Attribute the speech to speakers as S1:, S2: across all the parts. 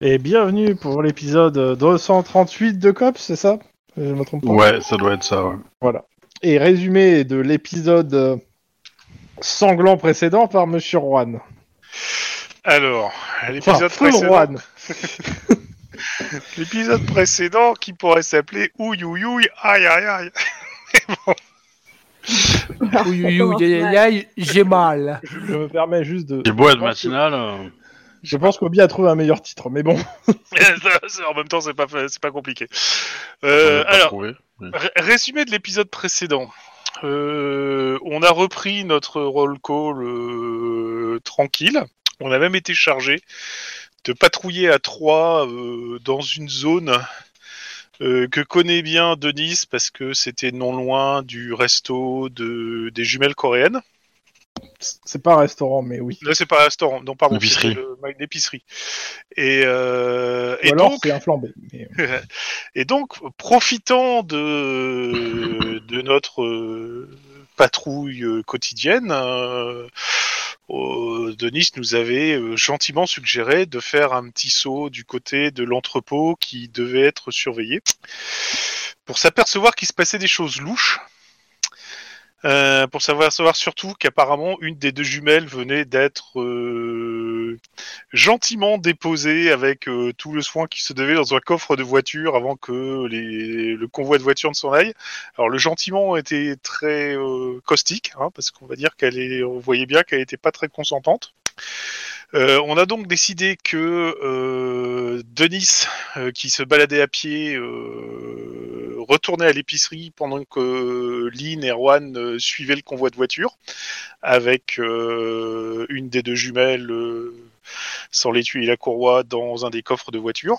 S1: Et bienvenue pour l'épisode 238 de COPS, c'est ça Je me trompe pas.
S2: Ouais, ça doit être ça. ouais.
S1: Et résumé de l'épisode euh, sanglant précédent par Monsieur Juan.
S3: Alors,
S1: Enfin,
S3: l'épisode
S1: Full
S3: précédent,
S1: Juan.
S3: l'épisode précédent qui pourrait s'appeler Ouïe ouïe ouïe, aïe aïe aïe.
S4: Oui, oui, oui, aïe, aïe, aïe, j'ai mal.
S1: Je me permets juste de.
S2: Les bois de matinale. euh,
S1: Je pense qu'Obi a trouvé un meilleur titre, mais bon.
S3: en même temps, c'est pas, c'est pas compliqué. Euh,
S2: on l'a pas
S3: alors,
S2: trouvé.
S3: ré- résumé de l'épisode précédent. Euh, on a repris notre roll call euh, tranquille. On a même été chargé de patrouiller à trois euh, dans une zone euh, que connaît bien Denis parce que c'était non loin du resto de, des jumelles coréennes.
S1: C'est pas un restaurant, mais oui.
S3: Là, c'est pas un restaurant, non, pardon,
S2: L'épicerie.
S3: c'est le mag d'épicerie. Et, euh,
S1: Ou
S3: et,
S1: alors,
S3: donc,
S1: c'est un flambé. mais-
S3: et donc, profitant de, de notre euh, patrouille euh, quotidienne, euh, euh, Denis nous avait euh, gentiment suggéré de faire un petit saut du côté de l'entrepôt qui devait être surveillé pour s'apercevoir qu'il se passait des choses louches. Euh, pour savoir, savoir surtout qu'apparemment une des deux jumelles venait d'être euh, gentiment déposée avec euh, tout le soin qui se devait dans un coffre de voiture avant que les- le convoi de voiture ne s'en aille. Alors le gentiment était très euh, caustique, hein, parce qu'on va dire qu'elle est, on voyait bien qu'elle n'était pas très consentante. Euh, on a donc décidé que euh, Denis, euh, qui se baladait à pied, euh, retournait à l'épicerie pendant que euh, Lynn et Erwan euh, suivaient le convoi de voiture avec euh, une des deux jumelles euh, sans les tuer la courroie dans un des coffres de voiture.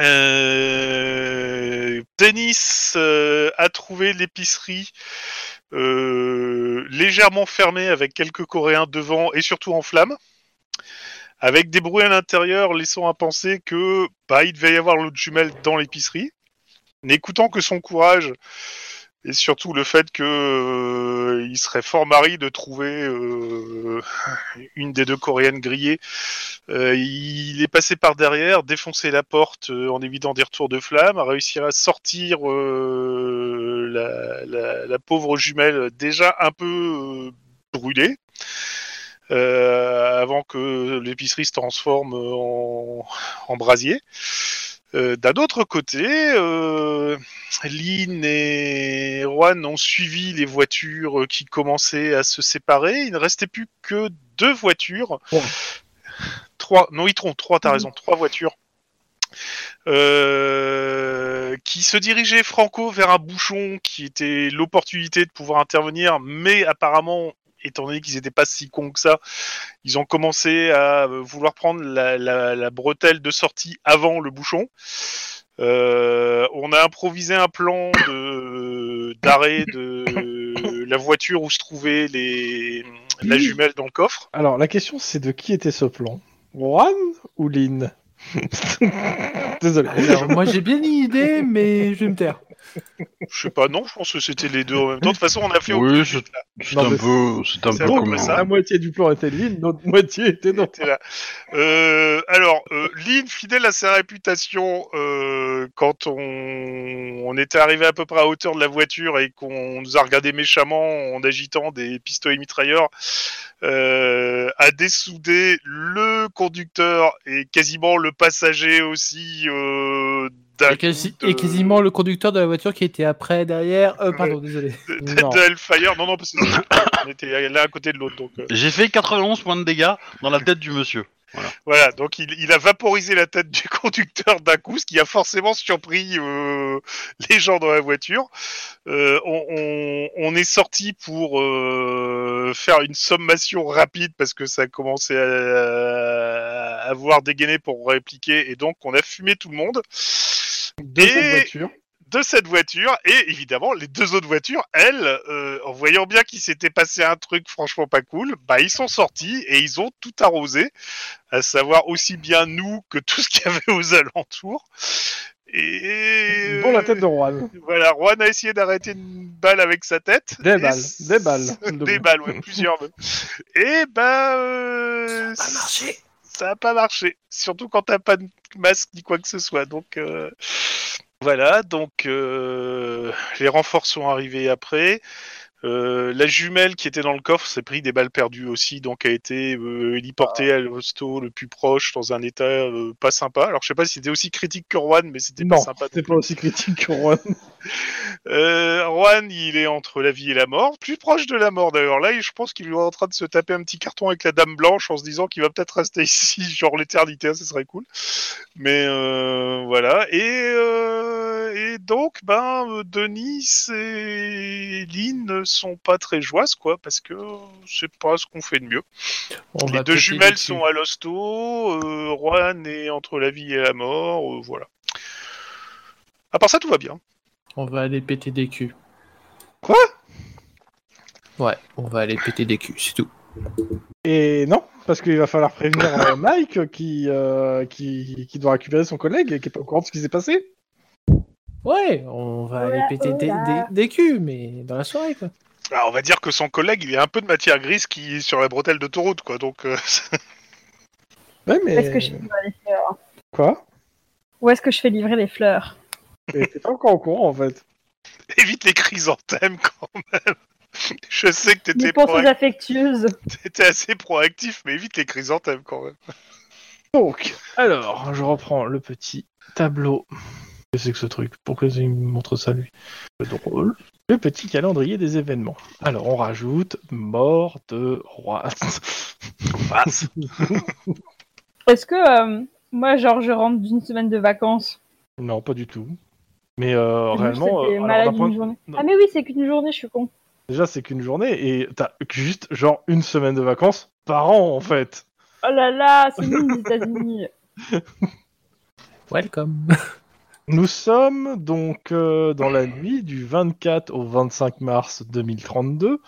S3: Euh, Denis euh, a trouvé l'épicerie euh, légèrement fermée avec quelques Coréens devant et surtout en flammes, avec des bruits à l'intérieur laissant à penser que bah, il devait y avoir l'autre jumelle dans l'épicerie. N'écoutant que son courage et surtout le fait que euh, il serait fort mari de trouver euh, une des deux Coréennes grillées euh, il est passé par derrière, défoncé la porte euh, en évitant des retours de flamme, a réussi à sortir euh, la, la- la pauvre jumelle déjà un peu euh, brûlée. euh, avant que l'épicerie se transforme en, en brasier. Euh, D'un autre côté, euh, Lynn et Juan ont suivi les voitures qui commençaient à se séparer. Il ne restait plus que deux voitures trois, non, Itron, trois, t'as raison, trois voitures. Euh, qui se dirigeaient franco vers un bouchon qui était l'opportunité de pouvoir intervenir, mais apparemment, étant donné qu'ils n'étaient pas si cons que ça, ils ont commencé à euh, vouloir prendre la, la- la bretelle de sortie avant le bouchon. Euh, on a improvisé un plan de- d'arrêt de la voiture où se trouvait les, la jumelle dans le coffre.
S1: Alors, la question, c'est de qui était ce plan Juan ou Lynn Désolé.
S4: Alors, moi, j'ai bien une idée, mais je vais me taire.
S3: Je sais pas, non, je pense que c'était les deux en même temps. De toute façon, on a fait au
S2: Oui, c'est c'est
S1: Non,
S2: un
S1: mais-
S2: peu, c'est un peu
S3: c'est
S2: hein.
S3: un peu
S2: comme
S3: Ah ça. hein.
S1: La moitié du plan était Lynn, l'autre moitié était non.
S3: T'es là. Euh, alors, euh, Lynn, fidèle à sa réputation, euh, quand on, on était arrivé à peu près à hauteur de la voiture et qu'on nous a regardé méchamment en agitant des pistolets mitrailleurs, euh, a dessoudé le conducteur et quasiment le passager aussi. Euh, d'un
S4: Et, quasi-
S3: coup de-
S4: et quasiment le conducteur de la voiture qui était après, derrière. Euh, pardon, désolé.
S1: Non.
S3: de Hellfire. Non, non, parce qu'on était l'un à côté de l'autre. Donc, euh,
S2: J'ai fait 91 points de dégâts dans la tête du monsieur.
S3: Voilà, donc il, il a vaporisé la tête du conducteur d'un coup, ce qui a forcément surpris euh, les gens dans la voiture. Euh, on, on- on est sorti pour euh, faire une sommation rapide parce que ça a commencé à, à avoir dégainé pour répliquer et donc on a fumé tout le monde
S1: De cette voiture.
S3: de cette voiture et évidemment les deux autres voitures, elles, euh, en voyant bien qu'il s'était passé un truc franchement pas cool, bah ils sont sortis et ils ont tout arrosé, à savoir aussi bien nous que tout ce qu'il y avait aux alentours. Et
S1: Dont la tête de Juan.
S3: voilà, Juan a essayé d'arrêter une balle avec sa tête.
S1: Des
S3: Et
S1: balles,
S3: c-
S1: des balles.
S3: Des balles, ouais, plusieurs. même. Et bah, euh,
S4: marché.
S3: ça n'a pas marché. Surtout quand t'as pas de masque ni quoi que ce soit. Donc euh, voilà, donc euh, les renforts sont arrivés après. Euh, la jumelle qui était dans le coffre s'est pris des balles perdues aussi, donc a été euh, héliportée à l'hosto le plus proche dans un état euh, pas sympa. Alors je sais pas si c'était aussi critique que Juan, mais c'était pas
S1: Non,
S3: sympa.
S1: c'était pas aussi critique que Juan.
S3: Euh, Juan, il est entre la vie et la mort, plus proche de la mort d'ailleurs. Là, je pense qu'il est en train de se taper un petit carton avec la Dame Blanche en se disant qu'il va peut-être rester ici, genre l'éternité, hein, ce serait cool. Mais euh, voilà. Et, euh, et donc, ben, euh, Denis et Lynn ne sont pas très joyeuses, quoi, parce que c'est pas ce qu'on fait de mieux.
S4: On
S3: Les
S4: va
S3: deux
S4: péter
S3: jumelles
S4: dessus.
S3: sont à l'hosto, euh, Juan est entre la vie et la mort, euh, voilà. À part ça, tout va bien.
S4: On va aller péter des culs.
S1: Quoi
S4: Ouais, on va aller péter des culs, c'est tout.
S1: Et non, parce qu'il va falloir prévenir euh, Mike qui, euh, qui, qui doit récupérer son collègue et qui est pas au courant de ce qui s'est passé.
S4: Ouais, on va aller
S5: Oula,
S4: péter des,
S5: oula.
S4: des- des culs, mais dans la soirée, quoi.
S3: Alors, Ah, on va dire que son collègue, il y a un peu de matière grise qui est sur la bretelle d'autoroute, quoi. Donc, euh,
S1: Ouais, mais.
S5: Où est-ce que je fais livrer les fleurs
S1: Quoi
S5: Où est-ce que je fais livrer les fleurs
S1: Mais T'es pas encore au courant en fait.
S3: évite les chrysanthèmes quand même. Je sais que t'étais
S5: Des pensées
S3: proac-
S5: affectueuses.
S3: t'étais assez proactif, mais évite les chrysanthèmes quand même.
S1: Donc, alors, je reprends le petit tableau. Qu'est-ce que ce truc Pourquoi il me montre ça lui Le drôle. Le petit calendrier des événements. Alors, on rajoute mort de roi.
S5: Est-ce que euh, moi, genre, je rentre d'une semaine de vacances
S1: non, pas du tout. Mais euh,
S5: Je me suis
S1: réellement,
S5: fait
S1: euh, alors,
S5: malade
S1: d'un point-
S5: une journée.
S1: non.
S5: Ah mais oui, c'est qu'une journée, je suis con.
S1: déjà c'est qu'une journée et t'as juste genre une semaine de vacances par an en fait.
S5: Oh là là, c'est nous les États-Unis.
S4: Welcome.
S1: Nous sommes donc euh, dans la nuit du 24 au 25 mars 2032.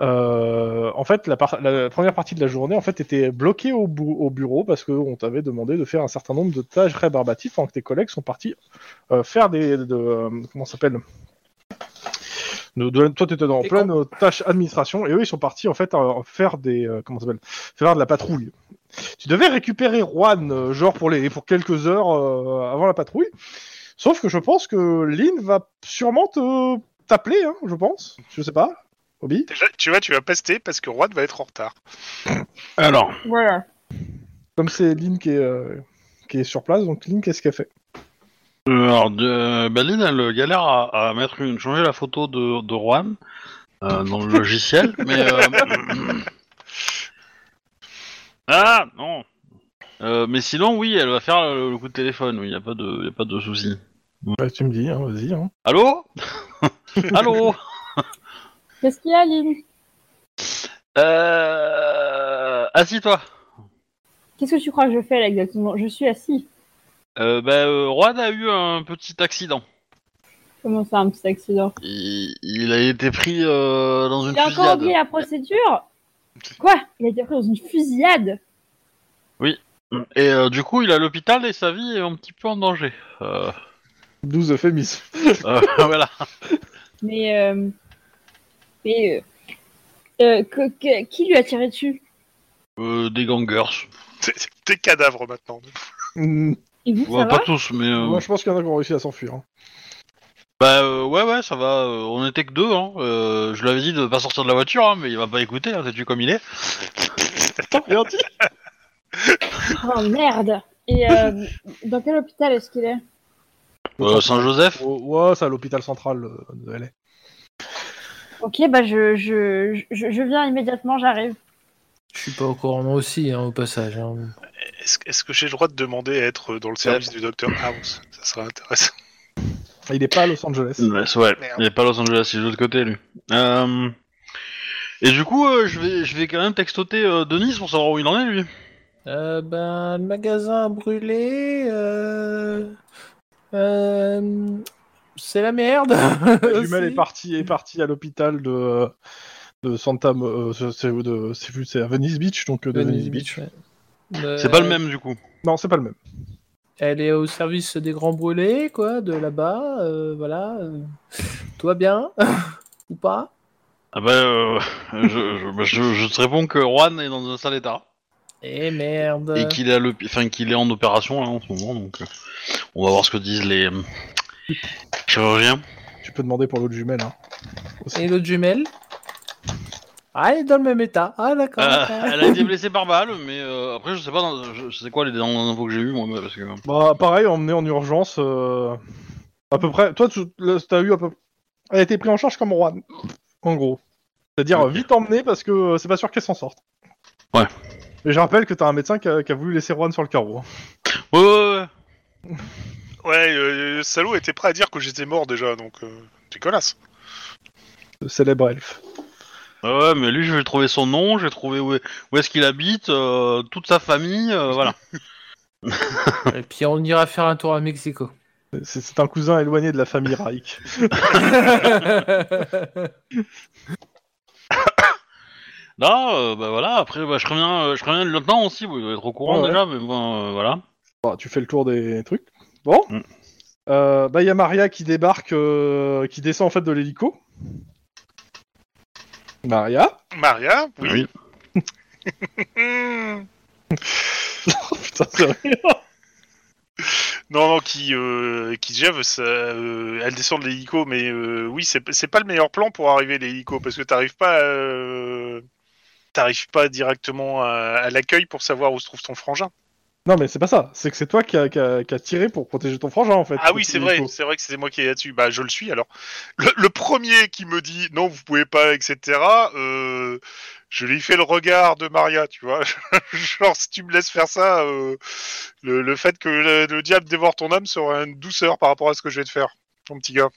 S1: Euh, en fait, la, par- la première partie de la journée en fait était bloquée au, bu- au bureau parce qu'on t'avait demandé de faire un certain nombre de tâches rébarbatives pendant que tes collègues sont partis euh, faire des de, euh, comment ça s'appelle de, de- toi t'étais dans
S4: Des
S1: pleine euh, tâche administration et eux ils sont partis en fait euh, faire des euh, comment ça s'appelle faire de la patrouille. Tu devais récupérer Juan euh, genre pour les pour quelques heures euh, avant la patrouille. Sauf que je pense que Lynn va sûrement te t'appeler hein, je pense. Je sais pas. Obi.
S3: Déjà, tu vois, tu vas pester parce que Juan va être en retard.
S2: Alors,
S5: Voilà.
S1: Comme c'est Lynn qui est euh, qui est sur place donc Lynn qu'est-ce qu'elle fait
S2: euh, alors de, Baline, elle galère à, à mettre une, changer la photo de, de Juan euh, dans le logiciel, mais. euh, ah, non Euh, Mais sinon, oui, elle va faire le, le coup de téléphone, il n'y a pas de, y a pas de souci.
S1: Bah, Tu me dis hein, vas-y. hein.
S2: Allô Allô
S5: Qu'est-ce qu'il y a, Lynn
S2: Euh. Assis-toi.
S5: Qu'est-ce que tu crois que je fais là exactement Je suis assis.
S2: Euh, ben, euh, Juan a eu un petit accident.
S5: Comment ça, un petit accident
S2: Il, il a été pris euh, dans une
S5: J'ai encore
S2: fusillade.
S5: oublié la procédure Quoi Il a été pris dans une fusillade hein.
S2: Et euh, du coup, il est à l'hôpital et sa vie est un petit peu en danger. Euh,
S1: 12 euphémismes.
S2: euh, voilà.
S5: Mais. euh, Mais. euh, euh, que- que- qui lui a tiré dessus
S2: Euh, des gangers.
S3: T'es- T'es cadavre maintenant.
S1: Mm.
S5: Et vous,
S2: Ouais,
S5: ça
S2: pas
S5: va
S2: tous, mais. euh,
S1: Moi je pense qu'il y en a qui ont réussi à s'enfuir. hein.
S2: Bah, euh, ouais, ouais, ça va. euh, on était que deux. Hein. Euh, je lui avais dit de pas sortir de la voiture, hein, mais il va pas écouter. Hein, T'es-tu comme il est
S5: Oh merde Et euh, dans quel hôpital est-ce qu'il est
S2: Euh, Saint-Joseph
S1: Oh, ouais, c'est à l'hôpital central euh, de LA.
S5: Ok, bah je, je, je, je viens immédiatement, j'arrive.
S4: Je suis pas au courant, moi aussi, hein, au passage. hein.
S3: Est-ce est-ce que j'ai le droit de demander à être dans le service du docteur House Ça serait intéressant.
S1: Il est pas à Los Angeles.
S2: ouais.
S3: Merde.
S2: Il est pas à Los Angeles, il est de l'autre côté, lui. Euh, Et du coup, euh, je vais, je vais quand même textoter euh, Denis pour savoir où il en est, lui.
S4: Euh, ben, le magasin a brûlé. euh, euh, C'est la merde.
S1: La jumelle est
S4: Aussi.
S1: partie, est partie à l'hôpital de, euh, de Santa. euh, c'est- c'est de- c'est plus- c'est à Venice Beach, donc euh, de Venice,
S4: Venice
S1: Beach.
S4: Beach, ouais. Euh,
S2: C'est pas le même, du coup.
S1: Non, c'est pas le même.
S4: Elle est au service des grands brûlés, quoi, de là-bas. euh, voilà. euh, Toi bien Ou pas
S2: ben, Ah bah, euh, je, je, bah, je- je te réponds que Juan est dans un sale état.
S4: Eh merde.
S2: et qu'il est, à l'hôpi- enfin, qu'il est en opération là, en ce moment. Donc, euh, on va voir ce que disent les euh, chirurgiens.
S1: Tu peux demander pour l'autre jumelle. Hein.
S4: Et l'autre jumelle Ah, elle est dans le même état. Ah, d'accord.
S2: Euh,
S4: d'accord.
S2: elle a été blessée par balle, mais euh, après, je sais pas, dans- je, je sais quoi les dernières infos que j'ai eues, moi, mais parce que.
S1: Bah, pareil, emmené en urgence. euh, à peu près. Toi, tu là, t'as eu à peu. Elle a été prise en charge comme roi. En gros. C'est-à-dire
S2: Ok.
S1: vite emmenée parce que euh, c'est pas sûr qu'elle s'en sorte.
S2: Ouais.
S1: Et je rappelle que t'as un médecin qui a, qui a voulu laisser Juan sur le carreau. hein,
S2: Ouais, ouais, ouais.
S3: Ouais, euh, le salaud était prêt à dire que j'étais mort déjà, donc euh, dégueulasse.
S1: Le célèbre elfe.
S2: Ouais, ouais, mais lui, je vais trouver son nom, je vais trouver où est, où est-ce qu'il habite, euh, toute sa famille, euh, voilà.
S4: Et puis on ira faire un tour à Mexico.
S1: C'est c'est un cousin éloigné de la famille Reich.
S2: Là, euh, bah voilà, après, bah, je reviens, je reviens le lieutenant aussi, vous devez être au courant
S1: Ouais, ouais.
S2: déjà, mais bon, euh, voilà.
S1: Bon, Bah, tu fais le tour des trucs. Bon.
S2: Mm.
S1: Euh, bah, il y a Maria qui débarque, euh, qui descend en fait de l'hélico. Maria.
S3: Maria, oui.
S2: Oui.
S3: Hmm.
S1: Oh, putain, c'est vrai.
S3: Non, non, qui, euh, qui gève, ça, euh, elle descend de l'hélico, mais euh, oui, c'est c'est pas le meilleur plan pour arriver à l'hélico, parce que t'arrives pas, euh, t'arrives pas directement à, à l'accueil pour savoir où se trouve ton frangin.
S1: Non, mais c'est pas ça. C'est que c'est toi qui a, qui a- qui a tiré pour protéger ton frangin en fait.
S3: Ah oui, c'est vrai,
S1: l'hélico.
S3: c'est vrai que c'était moi qui est là-dessus. Bah, je le suis alors. Le, le premier qui me dit non, vous pouvez pas, etc. euh, je lui fais le regard de Maria, tu vois. Genre, si tu me laisses faire ça, euh, le, le fait que le, le diable dévore ton âme sera une douceur par rapport à ce que je vais te faire, mon petit gars.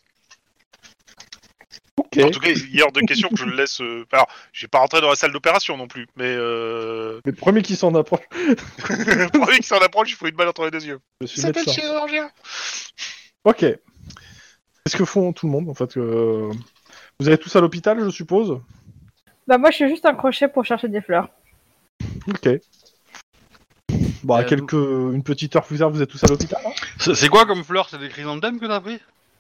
S1: Ok.
S3: En tout cas, il y a hors de question que je le laisse. euh, Alors, j'ai pas rentré dans la salle d'opération non plus, mais euh...
S1: Mais le premier qui s'en approche,
S3: le premier qui s'en approche, il faut une balle entre les deux yeux.
S1: je suis
S3: Ça s'appelle
S1: médecin.
S3: chirurgien.
S1: Ok. Qu'est-ce que font tout le monde en fait euh, Vous allez tous à l'hôpital, je suppose
S5: Bah moi je suis juste un crochet pour chercher des fleurs.
S1: Ok. Bon, à
S4: Euh,
S1: quelques, une petite heure plus tard, vous êtes tous à l'hôpital. hein
S2: C'est c'est quoi comme fleur C'est des chrysanthèmes que t'as pris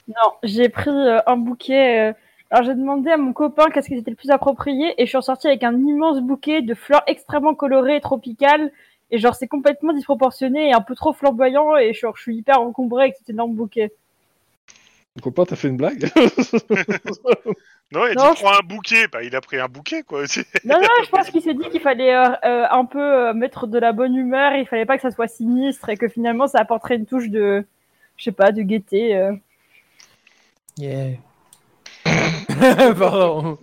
S5: Non, j'ai pris euh, un bouquet. euh, Alors j'ai demandé à mon copain qu'est-ce qui était le plus approprié et je suis ressortie avec un immense bouquet de fleurs extrêmement colorées et tropicales. Et genre c'est complètement disproportionné et un peu trop flamboyant et genre je suis hyper encombrée avec cet énorme bouquet.
S1: Mon copain, t'as fait une blague
S3: Non, il a dit
S5: Non, je-
S3: prends un bouquet. Bah, il a pris un bouquet, quoi. C'est-
S5: Non non, je pense qu'il s'est dit qu'il fallait euh, euh, un peu euh, mettre de la bonne humeur, il fallait pas que ça soit sinistre et que finalement ça apporterait une touche de je sais pas de gaieté. euh.
S4: Yeah. Pardon.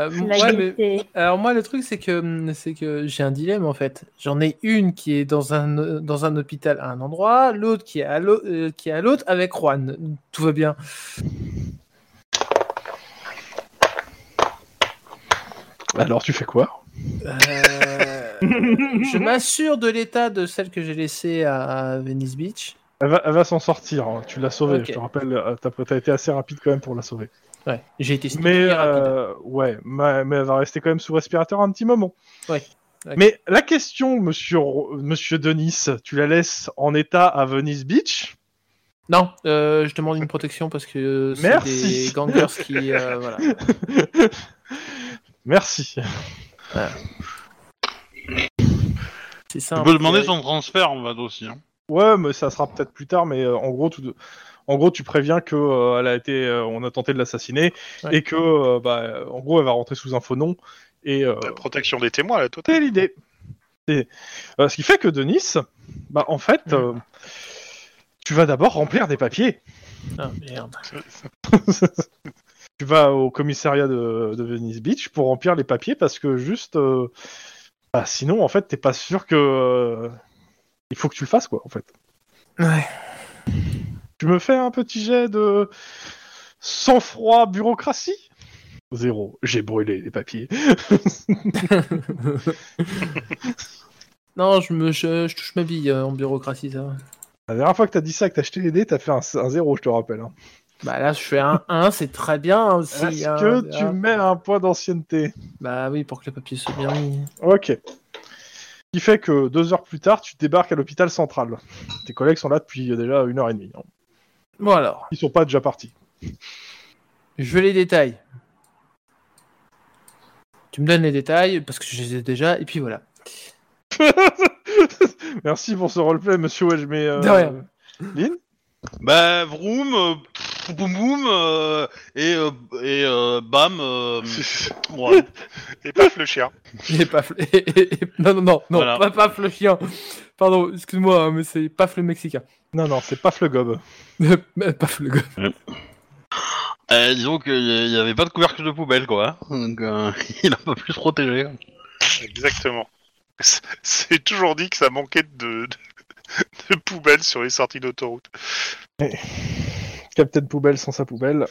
S4: Euh,
S5: La
S4: ouais, mais-
S5: gaieté.
S4: alors moi le truc c'est que hum, c'est que j'ai un dilemme en fait. J'en ai une qui est dans un euh, dans un hôpital à un endroit, l'autre qui est à l'au- euh, qui est à l'autre avec Juan. Tout va bien.
S1: Alors, tu fais quoi
S4: Euh, je m'assure de l'état de celle que j'ai laissée à Venice Beach.
S1: Elle va, elle va s'en sortir. hein. Tu l'as sauvée.
S4: Ok.
S1: Je te rappelle, euh, t'as t'as été assez rapide quand même pour la sauver.
S4: Ouais, j'ai été
S1: Mais
S4: sneaky, rapide.
S1: euh, ouais, ma- mais elle va rester quand même sous respirateur un petit moment.
S4: Ouais, ouais.
S1: Mais la question, monsieur, Ro- monsieur Denis, tu la laisses en état à Venice Beach
S4: Non, euh, je demande une protection parce que euh, c'est
S1: Merci.
S4: des gangers qui. euh, voilà.
S1: Merci.
S4: C'est
S2: Tu
S4: simple.
S2: peux demander son transfert en fait aussi. hein.
S1: Ouais, mais ça sera peut-être plus tard. Mais euh, en gros, tout de- en gros, tu préviens que euh, elle a été, euh, on a tenté de l'assassiner
S4: Ouais.
S1: et que, euh, bah, en gros, elle va rentrer sous un faux nom. Et euh,
S3: La protection des témoins, la totale.
S1: C'est l'idée. Et, euh, ce qui fait que Denis, bah, en fait,
S4: Mm.
S1: euh, tu vas d'abord remplir des papiers.
S4: Ah, merde.
S1: tu vas au commissariat de, de Venice Beach pour remplir les papiers parce que juste, euh, bah, sinon, en fait, t'es pas sûr que euh, il faut que tu le fasses, quoi, en fait.
S4: Ouais.
S1: Tu me fais un petit jet de sang-froid bureaucratie. Zéro. J'ai brûlé les papiers.
S4: Non, je, me, je, je touche ma bille euh, en bureaucratie, ça. va.
S1: La dernière fois que t'as dit ça, que t'as acheté les dés, t'as fait un, un zéro, je te rappelle. hein.
S4: Bah là, je fais un 1, c'est très bien aussi.
S1: Est-ce
S4: hein,
S1: que tu
S4: ah.
S1: mets un point d'ancienneté
S4: Bah oui, pour que le papier soit bien mis.
S1: Ok. Ce qui fait que deux heures plus tard, tu débarques à l'hôpital central. Tes collègues sont là depuis euh, déjà une heure et demie. hein.
S4: Bon alors,
S1: Ils sont pas déjà partis.
S4: je veux les détails. Tu me donnes les détails parce que je les ai déjà, et puis voilà.
S1: Merci pour ce roleplay, monsieur Welch, mais... euh,
S4: De rien.
S1: Lynn
S2: Bah, vroom, euh, pff, boum boum, euh, et, euh, et euh, bam, euh, Juan.
S3: Et paf le chien.
S4: Et paf. et- et- et- Non, non, non, non,
S2: Voilà.
S4: pas paf le chien. Pardon, excuse-moi, hein, mais c'est paf le mexicain.
S1: Non, non, c'est paf le gob.
S4: Mais paf le gars.
S2: Euh, disons qu'il n'y avait pas de couvercle de poubelle, quoi. Donc, euh, il a pas pu se protéger.
S3: Exactement. C'est- C'est toujours dit que ça manquait de, de- de poubelles sur les sorties d'autoroute.
S1: Captain Poubelle sans sa poubelle.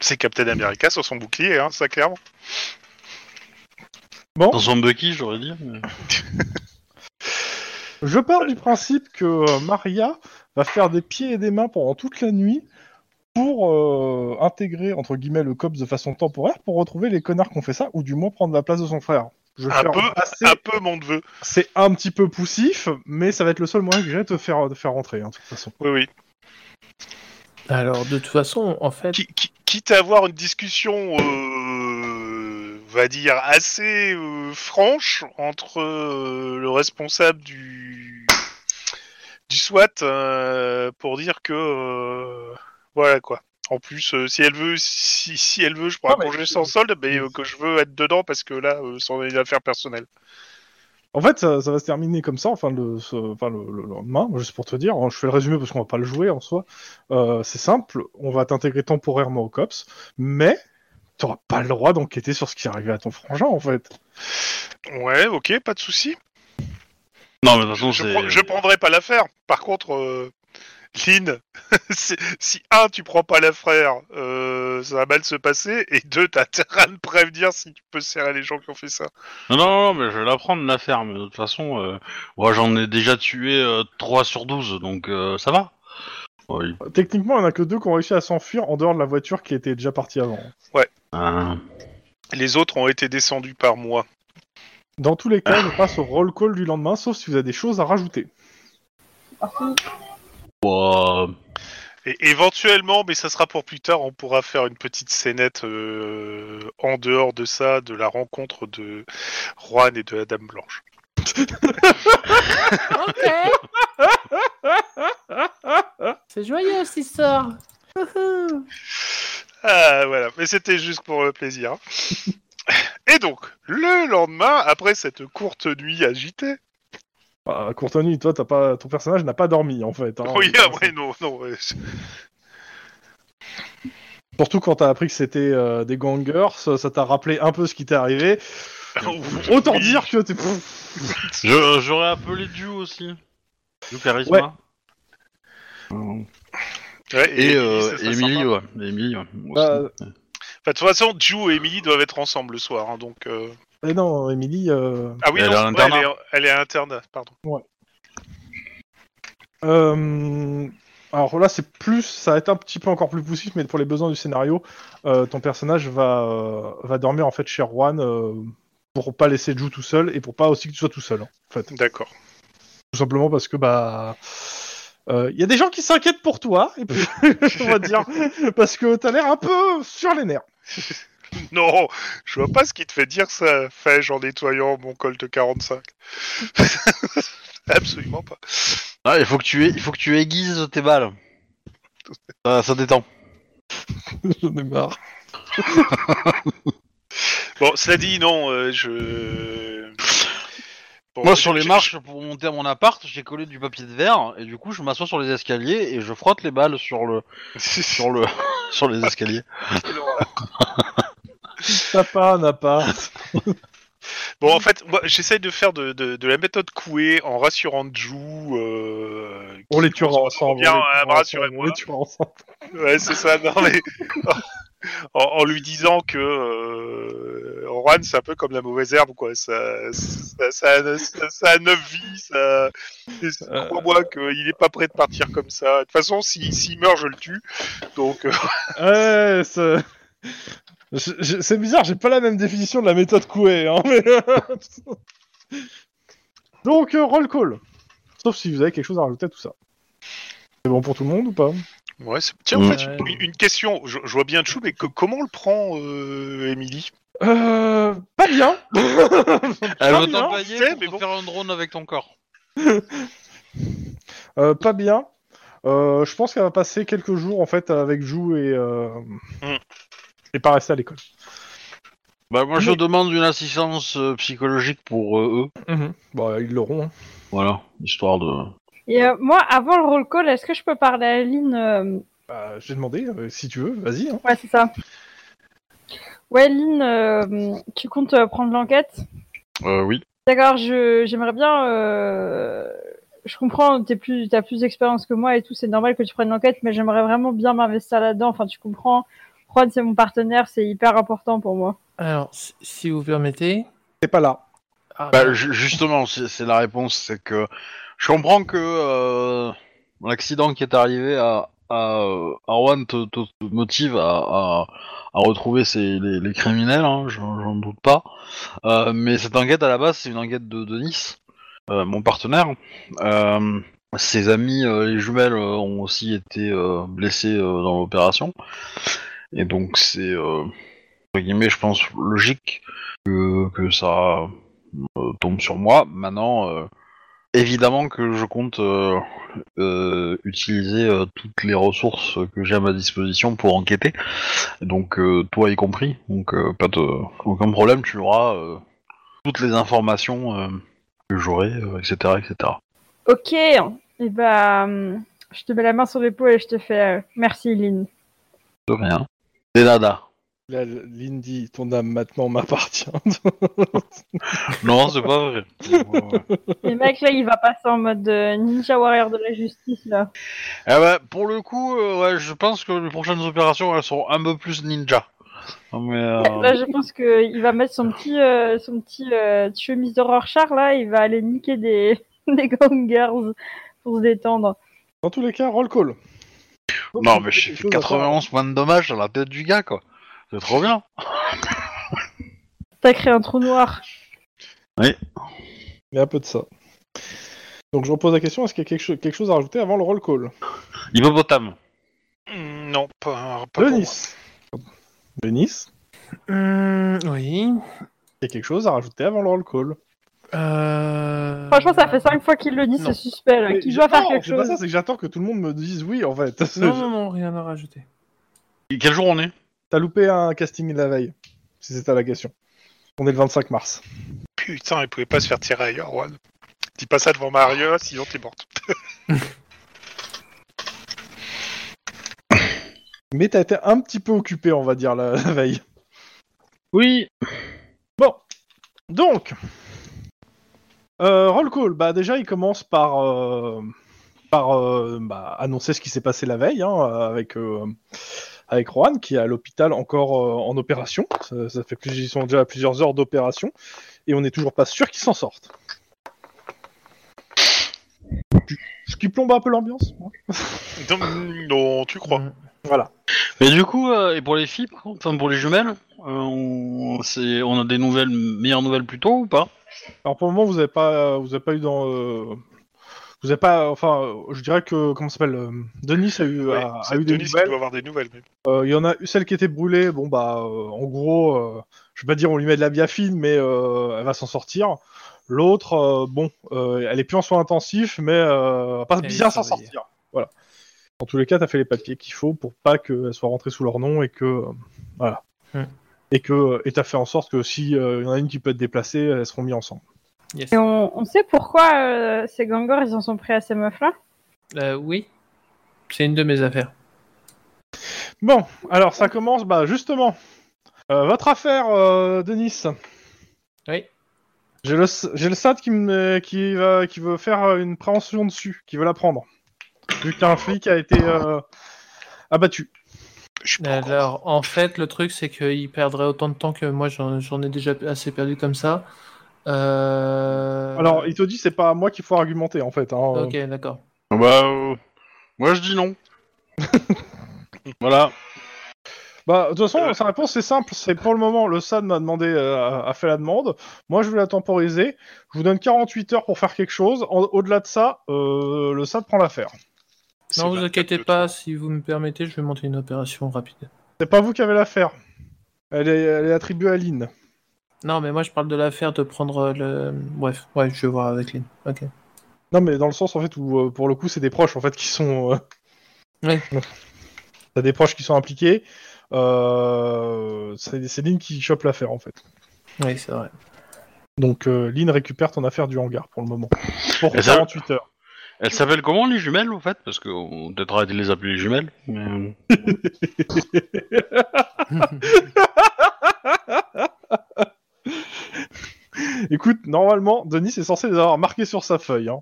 S3: C'est Captain America sur son bouclier, hein, ça clairement.
S2: Dans son Bucky, j'aurais dit. mais-
S1: Je pars du principe que euh, Maria va faire des pieds et des mains pendant toute la nuit pour euh, intégrer, entre guillemets, le COPS de façon temporaire pour retrouver les connards qui ont fait ça, ou du moins prendre la place de son frère. Je vais
S3: Un
S1: faire
S3: peu,
S1: assez-
S3: Un peu mon neveu.
S1: C'est un petit peu poussif, mais ça va être le seul moyen que j'ai de te faire, de faire rentrer, hein, de toute façon.
S3: Oui, oui.
S4: Alors, de toute façon, en fait.
S3: Qui- qui- quitte à avoir une discussion, euh, on va dire, assez euh, franche entre euh, le responsable du, du SWAT euh, pour dire que. euh, voilà quoi. En plus, euh, si elle veut, si, si elle veut, je prends
S1: Non,
S3: un
S1: mais-
S3: congé sans solde, mais euh, que je veux être dedans parce que là, euh, c'en est une affaire personnelle.
S1: En fait, ça, ça va se terminer comme ça, enfin le, ce- enfin, le, le lendemain, juste pour te dire, hein, je fais le résumé parce qu'on va pas le jouer en soi. Euh, c'est simple, on va t'intégrer temporairement au COPS, mais t'auras pas le droit d'enquêter sur ce qui est arrivé à ton frangin, en fait.
S3: Ouais, ok, pas de souci.
S2: Non, mais de toute façon,
S3: Je,
S2: c'est.
S3: prends- je prendrai pas l'affaire. Par contre, euh, Lynn, si, si, un, tu prends pas l'affaire, euh, ça va mal se passer, et deux, t'as intérêt à me prévenir si tu peux serrer les gens qui ont fait ça.
S2: Non, non, non, mais je vais la prendre, la ferme. De toute façon, euh, moi, j'en ai déjà tué euh, 3 sur 12, donc euh, ça va. Oui.
S1: Techniquement, il n'y en a que deux qui ont réussi à s'enfuir en dehors de la voiture qui était déjà partie avant.
S2: Euh,
S3: Les autres ont été descendus par moi.
S1: Dans tous les cas, je passe au roll call du lendemain, sauf si vous avez des choses à rajouter.
S2: bah,
S3: Et éventuellement, mais ça sera pour plus tard, on pourra faire une petite scénette euh, en dehors de ça, de la rencontre de Juan et de la Dame Blanche.
S4: Ok C'est joyeux cette histoire
S3: Ah, voilà, mais c'était juste pour le plaisir. hein. Et donc, le lendemain, après cette courte nuit agitée,
S1: Ah, Courtony, toi, t'as pas, ton personnage n'a pas dormi, en fait. hein.
S3: oui,
S1: C'est-
S3: ah ouais, non, non. ouais.
S1: Surtout quand t'as appris que c'était euh, des gangers, ça ça t'a rappelé un peu ce qui t'est arrivé.
S3: Oh,
S1: Autant
S3: Oui.
S1: dire que t'es...
S2: je- j'aurais appelé Du aussi. Du Charisma.
S1: Ouais.
S3: Ouais,
S2: Et, euh,
S3: ça serait
S2: Emily,
S3: sympa.
S2: ouais. Emily, ouais. Moi aussi.
S1: Bah,
S3: Enfin, de toute façon, Ju et Emily doivent être ensemble le soir, hein, donc. euh,
S1: mais non, Emily... euh,
S3: Ah oui,
S2: Elle
S3: non,
S2: est à
S3: ouais,
S2: l'internat.
S3: elle, est, elle est à l'internat, pardon.
S1: Euh, Alors là, c'est plus, ça va être un petit peu encore plus poussif, mais pour les besoins du scénario, euh, ton personnage va, euh, va dormir en fait chez Juan euh, pour pas laisser Ju tout seul et pour pas aussi que tu sois tout seul. hein, en fait,
S3: D'accord.
S1: tout simplement parce que bah, euh, il y a des gens qui s'inquiètent pour toi, et puis, on va dire, parce que t'as l'air un peu sur les nerfs.
S3: Non, je vois pas ce qui te fait dire ça, fais-je en nettoyant mon Colt 45. Absolument pas.
S2: Ah, il faut que tu, aies- il faut que tu aiguises tes balles. Ça, ça détend.
S1: J'en ai marre.
S3: Bon, cela dit, non, euh, je. Bon,
S2: Moi,
S3: je-
S2: sur les
S3: je-
S2: marches Oh, pour monter à mon appart, j'ai collé du papier de verre et du coup, je m'assois sur les escaliers et je frotte les balles sur le, sur le, sur les escaliers.
S1: T'as pas un appart.
S3: Bon, en fait, moi, j'essaye de faire de, de- de la méthode couée en rassurant Ju. euh,
S1: On les
S3: qui
S1: tuera
S3: pense
S1: ensemble.
S3: Bien,
S1: on les
S3: euh,
S1: tuera
S3: me rassurez,
S1: ensemble, on
S3: moi.
S1: les tuera ensemble.
S3: Ouais, c'est ça, non, mais en, en lui disant que euh, Oran, c'est un peu comme la mauvaise herbe, quoi. Ça, ça, ça, ça- ça a neuf vies, ça. et c'est-
S1: Euh.
S3: Crois-moi qu'il est pas prêt de partir comme ça. De toute façon, s'il s'il meurt, je le tue. Donc, euh,
S1: Ouais, ça- Je- je- c'est bizarre, j'ai pas la même définition de la méthode Coué. Hein, mais... Donc, euh, roll call. Sauf si vous avez quelque chose à rajouter à tout ça. C'est bon pour tout le monde ou pas
S3: Ouais, c'est- Tiens, en
S2: Ouais.
S3: fait,
S4: euh,
S3: une, une question. Je, je vois bien Chou, mais co- comment on le prend, euh, Émilie
S1: Euh, pas bien.
S2: Elle veut
S1: bien,
S2: t'empailler
S3: c'est,
S2: pour
S3: mais
S2: te
S3: bon.
S2: faire un drone avec ton corps.
S1: Euh, pas bien. Euh, je pense qu'elle va passer quelques jours en fait avec Jou et euh,
S3: Mm.
S1: et pas rester à l'école.
S2: Bah moi je demande une assistance euh, psychologique pour euh, eux.
S1: Bah ils l'auront. hein.
S2: Voilà, histoire de...
S5: Et euh, moi, avant le roll call, est-ce que je peux parler à Lynn euh,
S1: Bah, j'ai demandé euh, si tu veux, vas-y. hein.
S5: Ouais, c'est ça. Ouais, Lynn, euh, tu comptes euh, prendre l'enquête
S2: Euh, oui.
S5: D'accord, je- j'aimerais bien. euh, je comprends, t'es plus, t'as plus d'expérience que moi et tout, c'est normal que tu prennes l'enquête, mais j'aimerais vraiment bien m'investir là-dedans. Enfin, tu comprends. Juan, c'est mon partenaire, c'est hyper important pour moi.
S4: Alors, si- si vous permettez.
S1: T'es pas là.
S4: Ah,
S2: Bah, ju- justement, c'est c'est la réponse, c'est que je comprends que euh, l'accident qui est arrivé à, à euh, Arwan te, te- te motive à, à- à retrouver ces- les, les criminels, hein, j'en j'en doute pas. Euh, mais cette enquête à la base, c'est une enquête de Denis, euh, mon partenaire. Euh, ses amis, euh, les jumelles, euh, ont aussi été euh, blessés euh, dans l'opération. Et donc c'est, euh, entre guillemets, je pense, logique que, que ça euh, tombe sur moi. Maintenant, euh, évidemment que je compte euh, euh, utiliser euh, toutes les ressources que j'ai à ma disposition pour enquêter. Donc, euh, toi y compris. Donc, euh, pas de aucun problème. Tu auras euh, toutes les informations euh, que j'aurai, euh, etc., etc.
S5: Ok, et bah, hum, je te mets la main sur l'épaule et je te fais euh, merci, Lynn.
S2: De rien. Des nada.
S1: Là, Lynn dit ton âme maintenant m'appartient.
S2: Non, c'est pas vrai.
S5: Le mec, là, il va passer en mode euh, Ninja Warrior de la justice, là.
S2: Eh ben, pour le coup, euh, ouais, je pense que les prochaines opérations, elles seront un peu plus ninja. Mais, euh,
S5: Là, Bah, je pense qu'il va mettre son petit, euh, son petit euh, chemise de Rorschach, là, il va aller niquer des, des gangers pour se détendre.
S1: Dans tous les cas, roll call.
S2: Non,
S1: Donc, il y a
S2: mais j'ai
S1: quelque
S2: fait
S1: chose à faire.
S2: 91 points de dommage à la tête du gars, quoi. C'est trop bien.
S5: T'as créé un trou noir.
S1: Il y a un peu de ça. Donc je repose la question, est-ce qu'il y a quelque, cho- quelque chose à rajouter avant le roll call
S2: Hippopotame.
S3: Hmm, Non, pas, pas pour moi.
S1: Denis Denis, est-ce
S4: hum, oui.
S1: qu'il y a quelque chose à rajouter avant le roll call
S4: Euh,
S5: Franchement, ça fait cinq fois qu'il le dit,
S4: Non.
S5: ce suspect, là, qu'il Bah, doit faire quelque
S1: C'est pas ça,
S5: chose.
S1: c'est que j'attends que tout le monde me dise oui en fait.
S4: Non, non, non, rien à rajouter.
S2: Et Quel jour on est
S1: T'as loupé un casting la veille, si c'était la question. On est le 25 mars.
S3: Putain, il pouvait pas se faire tirer ailleurs, Juan. Dis pas ça devant Mario, sinon t'es morte.
S1: Mais t'as été un petit peu occupé, on va dire, la, la veille.
S2: Oui.
S1: Donc, euh, roll call. Bah déjà, il commence par euh, par euh, bah, annoncer ce qui s'est passé la veille hein, avec euh, avec Juan qui est à l'hôpital encore euh, en opération. Ça, ça fait plus, ils sont déjà à plusieurs heures d'opération et on n'est toujours pas sûr qu'ils s'en sortent. Ce qui plombe un peu l'ambiance. moi.
S3: Non, non, tu
S1: Mmh.
S3: crois.
S1: Voilà.
S2: Mais du coup, euh, et pour les filles, par contre, enfin pour les jumelles, euh, on, c'est- on a des nouvelles, meilleures nouvelles plus tôt ou pas
S1: Alors pour le moment, vous n'avez pas, vous avez pas eu dans, euh, vous avez pas, enfin, euh, je dirais que comment ça s'appelle, euh, Denis a eu,
S3: Ouais,
S1: a, a
S3: c'est
S1: Bah, eu des
S3: Denis qui
S1: nouvelles.
S3: doit avoir des nouvelles. mais-
S1: Euh, Il y en a eu celle qui était brûlée. Bon bah, euh, en gros, euh, je vais pas dire on lui met de la biafine, mais euh, elle va s'en sortir. L'autre, euh, bon, euh, elle est plus en soins intensifs, mais euh, elle va pas
S4: Elle est
S1: bien s'en
S4: surveillée.
S1: sortir. Voilà. Dans tous les cas, t'as fait les papiers qu'il faut pour pas qu'elle soit rentrée sous leur nom et que euh, voilà.
S4: Hmm.
S1: Et que et t'as fait en sorte que si euh, il y en a une qui peut être déplacée, elles seront mises ensemble.
S4: Yes.
S5: Et on, on sait pourquoi euh, ces gangers, ils en sont pris à ces meufs-là
S4: Euh, oui. C'est une de mes affaires.
S1: Bon, alors ça commence, bah justement. Euh, votre affaire, euh, Denis.
S4: Oui.
S1: J'ai le, s- j'ai le SAD qui, me, qui, va- qui veut faire euh, une préhension dessus, qui veut la prendre. Vu qu'un flic a été euh, abattu.
S3: Je suis pas encore-
S4: Euh, Alors, en fait, le truc, c'est qu'il perdrait autant de temps que moi, j'en j'en ai déjà assez perdu comme ça. Euh,
S1: Alors, il te dit, c'est pas à moi qu'il faut argumenter en fait. hein.
S4: Ok, d'accord.
S2: Ah Bah, euh, moi je dis non. voilà.
S1: Bah, de toute façon,
S3: Euh.
S1: sa réponse c'est simple c'est pour le moment, le SAD m'a demandé, euh, a fait la demande. Moi, je vais la temporiser. Je vous donne 48 heures pour faire quelque chose. En- Au-delà de ça, euh, le SAD prend l'affaire.
S3: C'est
S4: Non, vous
S3: 24
S4: inquiétez
S3: de
S4: pas,
S3: trop.
S4: si vous me permettez, je vais monter une opération rapide.
S1: C'est pas vous qui avez l'affaire. Elle est, elle est attribuée à Lynn.
S4: Non, mais moi je parle de l'affaire de prendre euh, le. Bref, ouais, je vais voir avec Lynn. Ok.
S1: Non, mais dans le sens en fait où euh, pour le coup c'est des proches en fait qui sont. euh,
S4: Ouais.
S1: T'as des proches qui sont impliqués. Euh, C'est c'est Lynn qui chope l'affaire en fait.
S4: Oui, c'est vrai.
S1: Donc euh, Lynn récupère ton affaire du hangar pour le moment. Pour
S2: Et ça-
S1: 48 heures.
S2: Elles s'appellent comment les jumelles en fait Parce qu'on peut-être arrêter de les appeler les jumelles. mais-
S1: Écoute, normalement, Denis est censé les avoir marqués sur sa feuille. hein.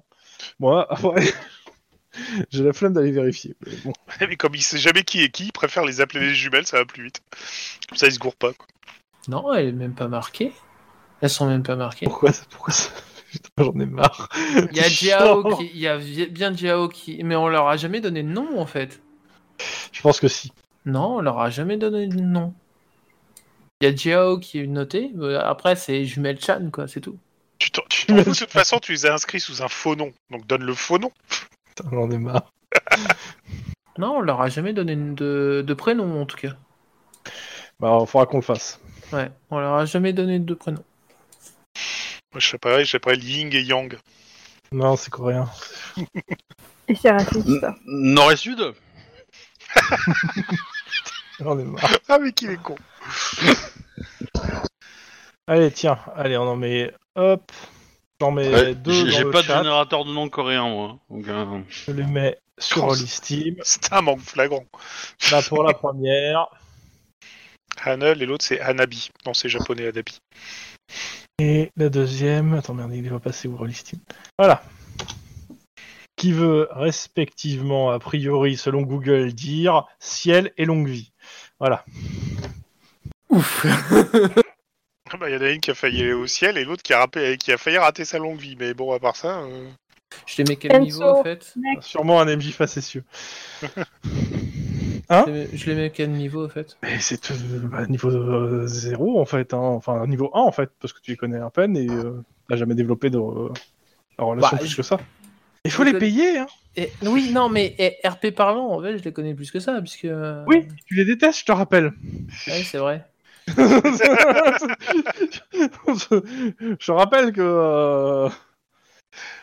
S1: Moi, après, j'ai la flemme d'aller vérifier. mais bon.
S3: Mais comme il sait jamais qui est qui, il préfère les appeler les jumelles, ça va plus vite. Comme ça, il se gourre pas. quoi.
S4: non, elle est même pas marquée. Elles sont même pas marquées.
S1: Pourquoi ça, pourquoi ça Putain, j'en ai marre.
S4: Il y a Jiao qui. Il y a vi- bien Jiao qui. Mais on leur a jamais donné de nom en fait.
S1: Je pense que si.
S4: Non, on leur a jamais donné de nom. Il y a Jiao qui est notée. euh, Après, c'est jumelle Chan, quoi, c'est tout.
S3: Tu t'en tu t'en fous, de toute façon, tu les as inscrits sous un faux nom. Donc donne le faux nom.
S1: Putain, J'en ai marre.
S4: Non, on leur a jamais donné de, de prénom en tout cas.
S1: Bah, faudra qu'on le fasse.
S4: Ouais, on leur a jamais donné de prénom.
S3: Moi, Je sais pas, je sais pas, Ying et Yang.
S1: Non, c'est coréen.
S5: Et c'est raciste.
S4: Mm.
S2: Nord et Sud
S1: J'en ai marre.
S3: Ah, mais qu'il est con.
S1: Allez, tiens, allez, on en met. Hop. J'en mets
S2: Ouais,
S1: deux.
S2: J'ai
S1: dans
S2: j'ai
S1: le
S2: pas de
S1: chat.
S2: générateur de nom coréen moi. Donc, euh,
S1: Je les mets sur
S3: Cons.
S1: l'Steam.
S3: C'est un manque flagrant.
S1: Là pour la première.
S3: Hanel et l'autre, c'est Hanabi. Non, c'est japonais, Hanabi.
S1: Et la deuxième, attends merde, il va passer où Rolly Steam Voilà. Qui veut respectivement, a priori, selon Google, dire ciel et longue vie. Voilà.
S4: Ouf
S3: Ah bah, Il y en a une qui a failli aller au ciel et l'autre qui, a rappé- qui a failli rater sa longue vie. Mais bon, à part ça. euh,
S4: Je les mets quel niveau
S5: Enso.
S4: en fait
S1: Sûrement un MJ facétieux.
S4: Je les mets- Je les mets quel niveau en fait
S1: Mais c'est euh, bah, niveau 0 en fait, hein. enfin niveau 1 en fait, parce que tu les connais à peine et euh, t'as jamais développé de euh, la relation
S4: Bah,
S1: plus
S4: je-
S1: que ça. Il faut les payer, hein.
S4: Et- Oui, non, mais eh, RP parlant, en fait, je les connais plus que ça, puisque. euh,
S1: Oui, tu les détestes, je te rappelle.
S4: ouais, c'est vrai.
S1: je je rappelle que. euh,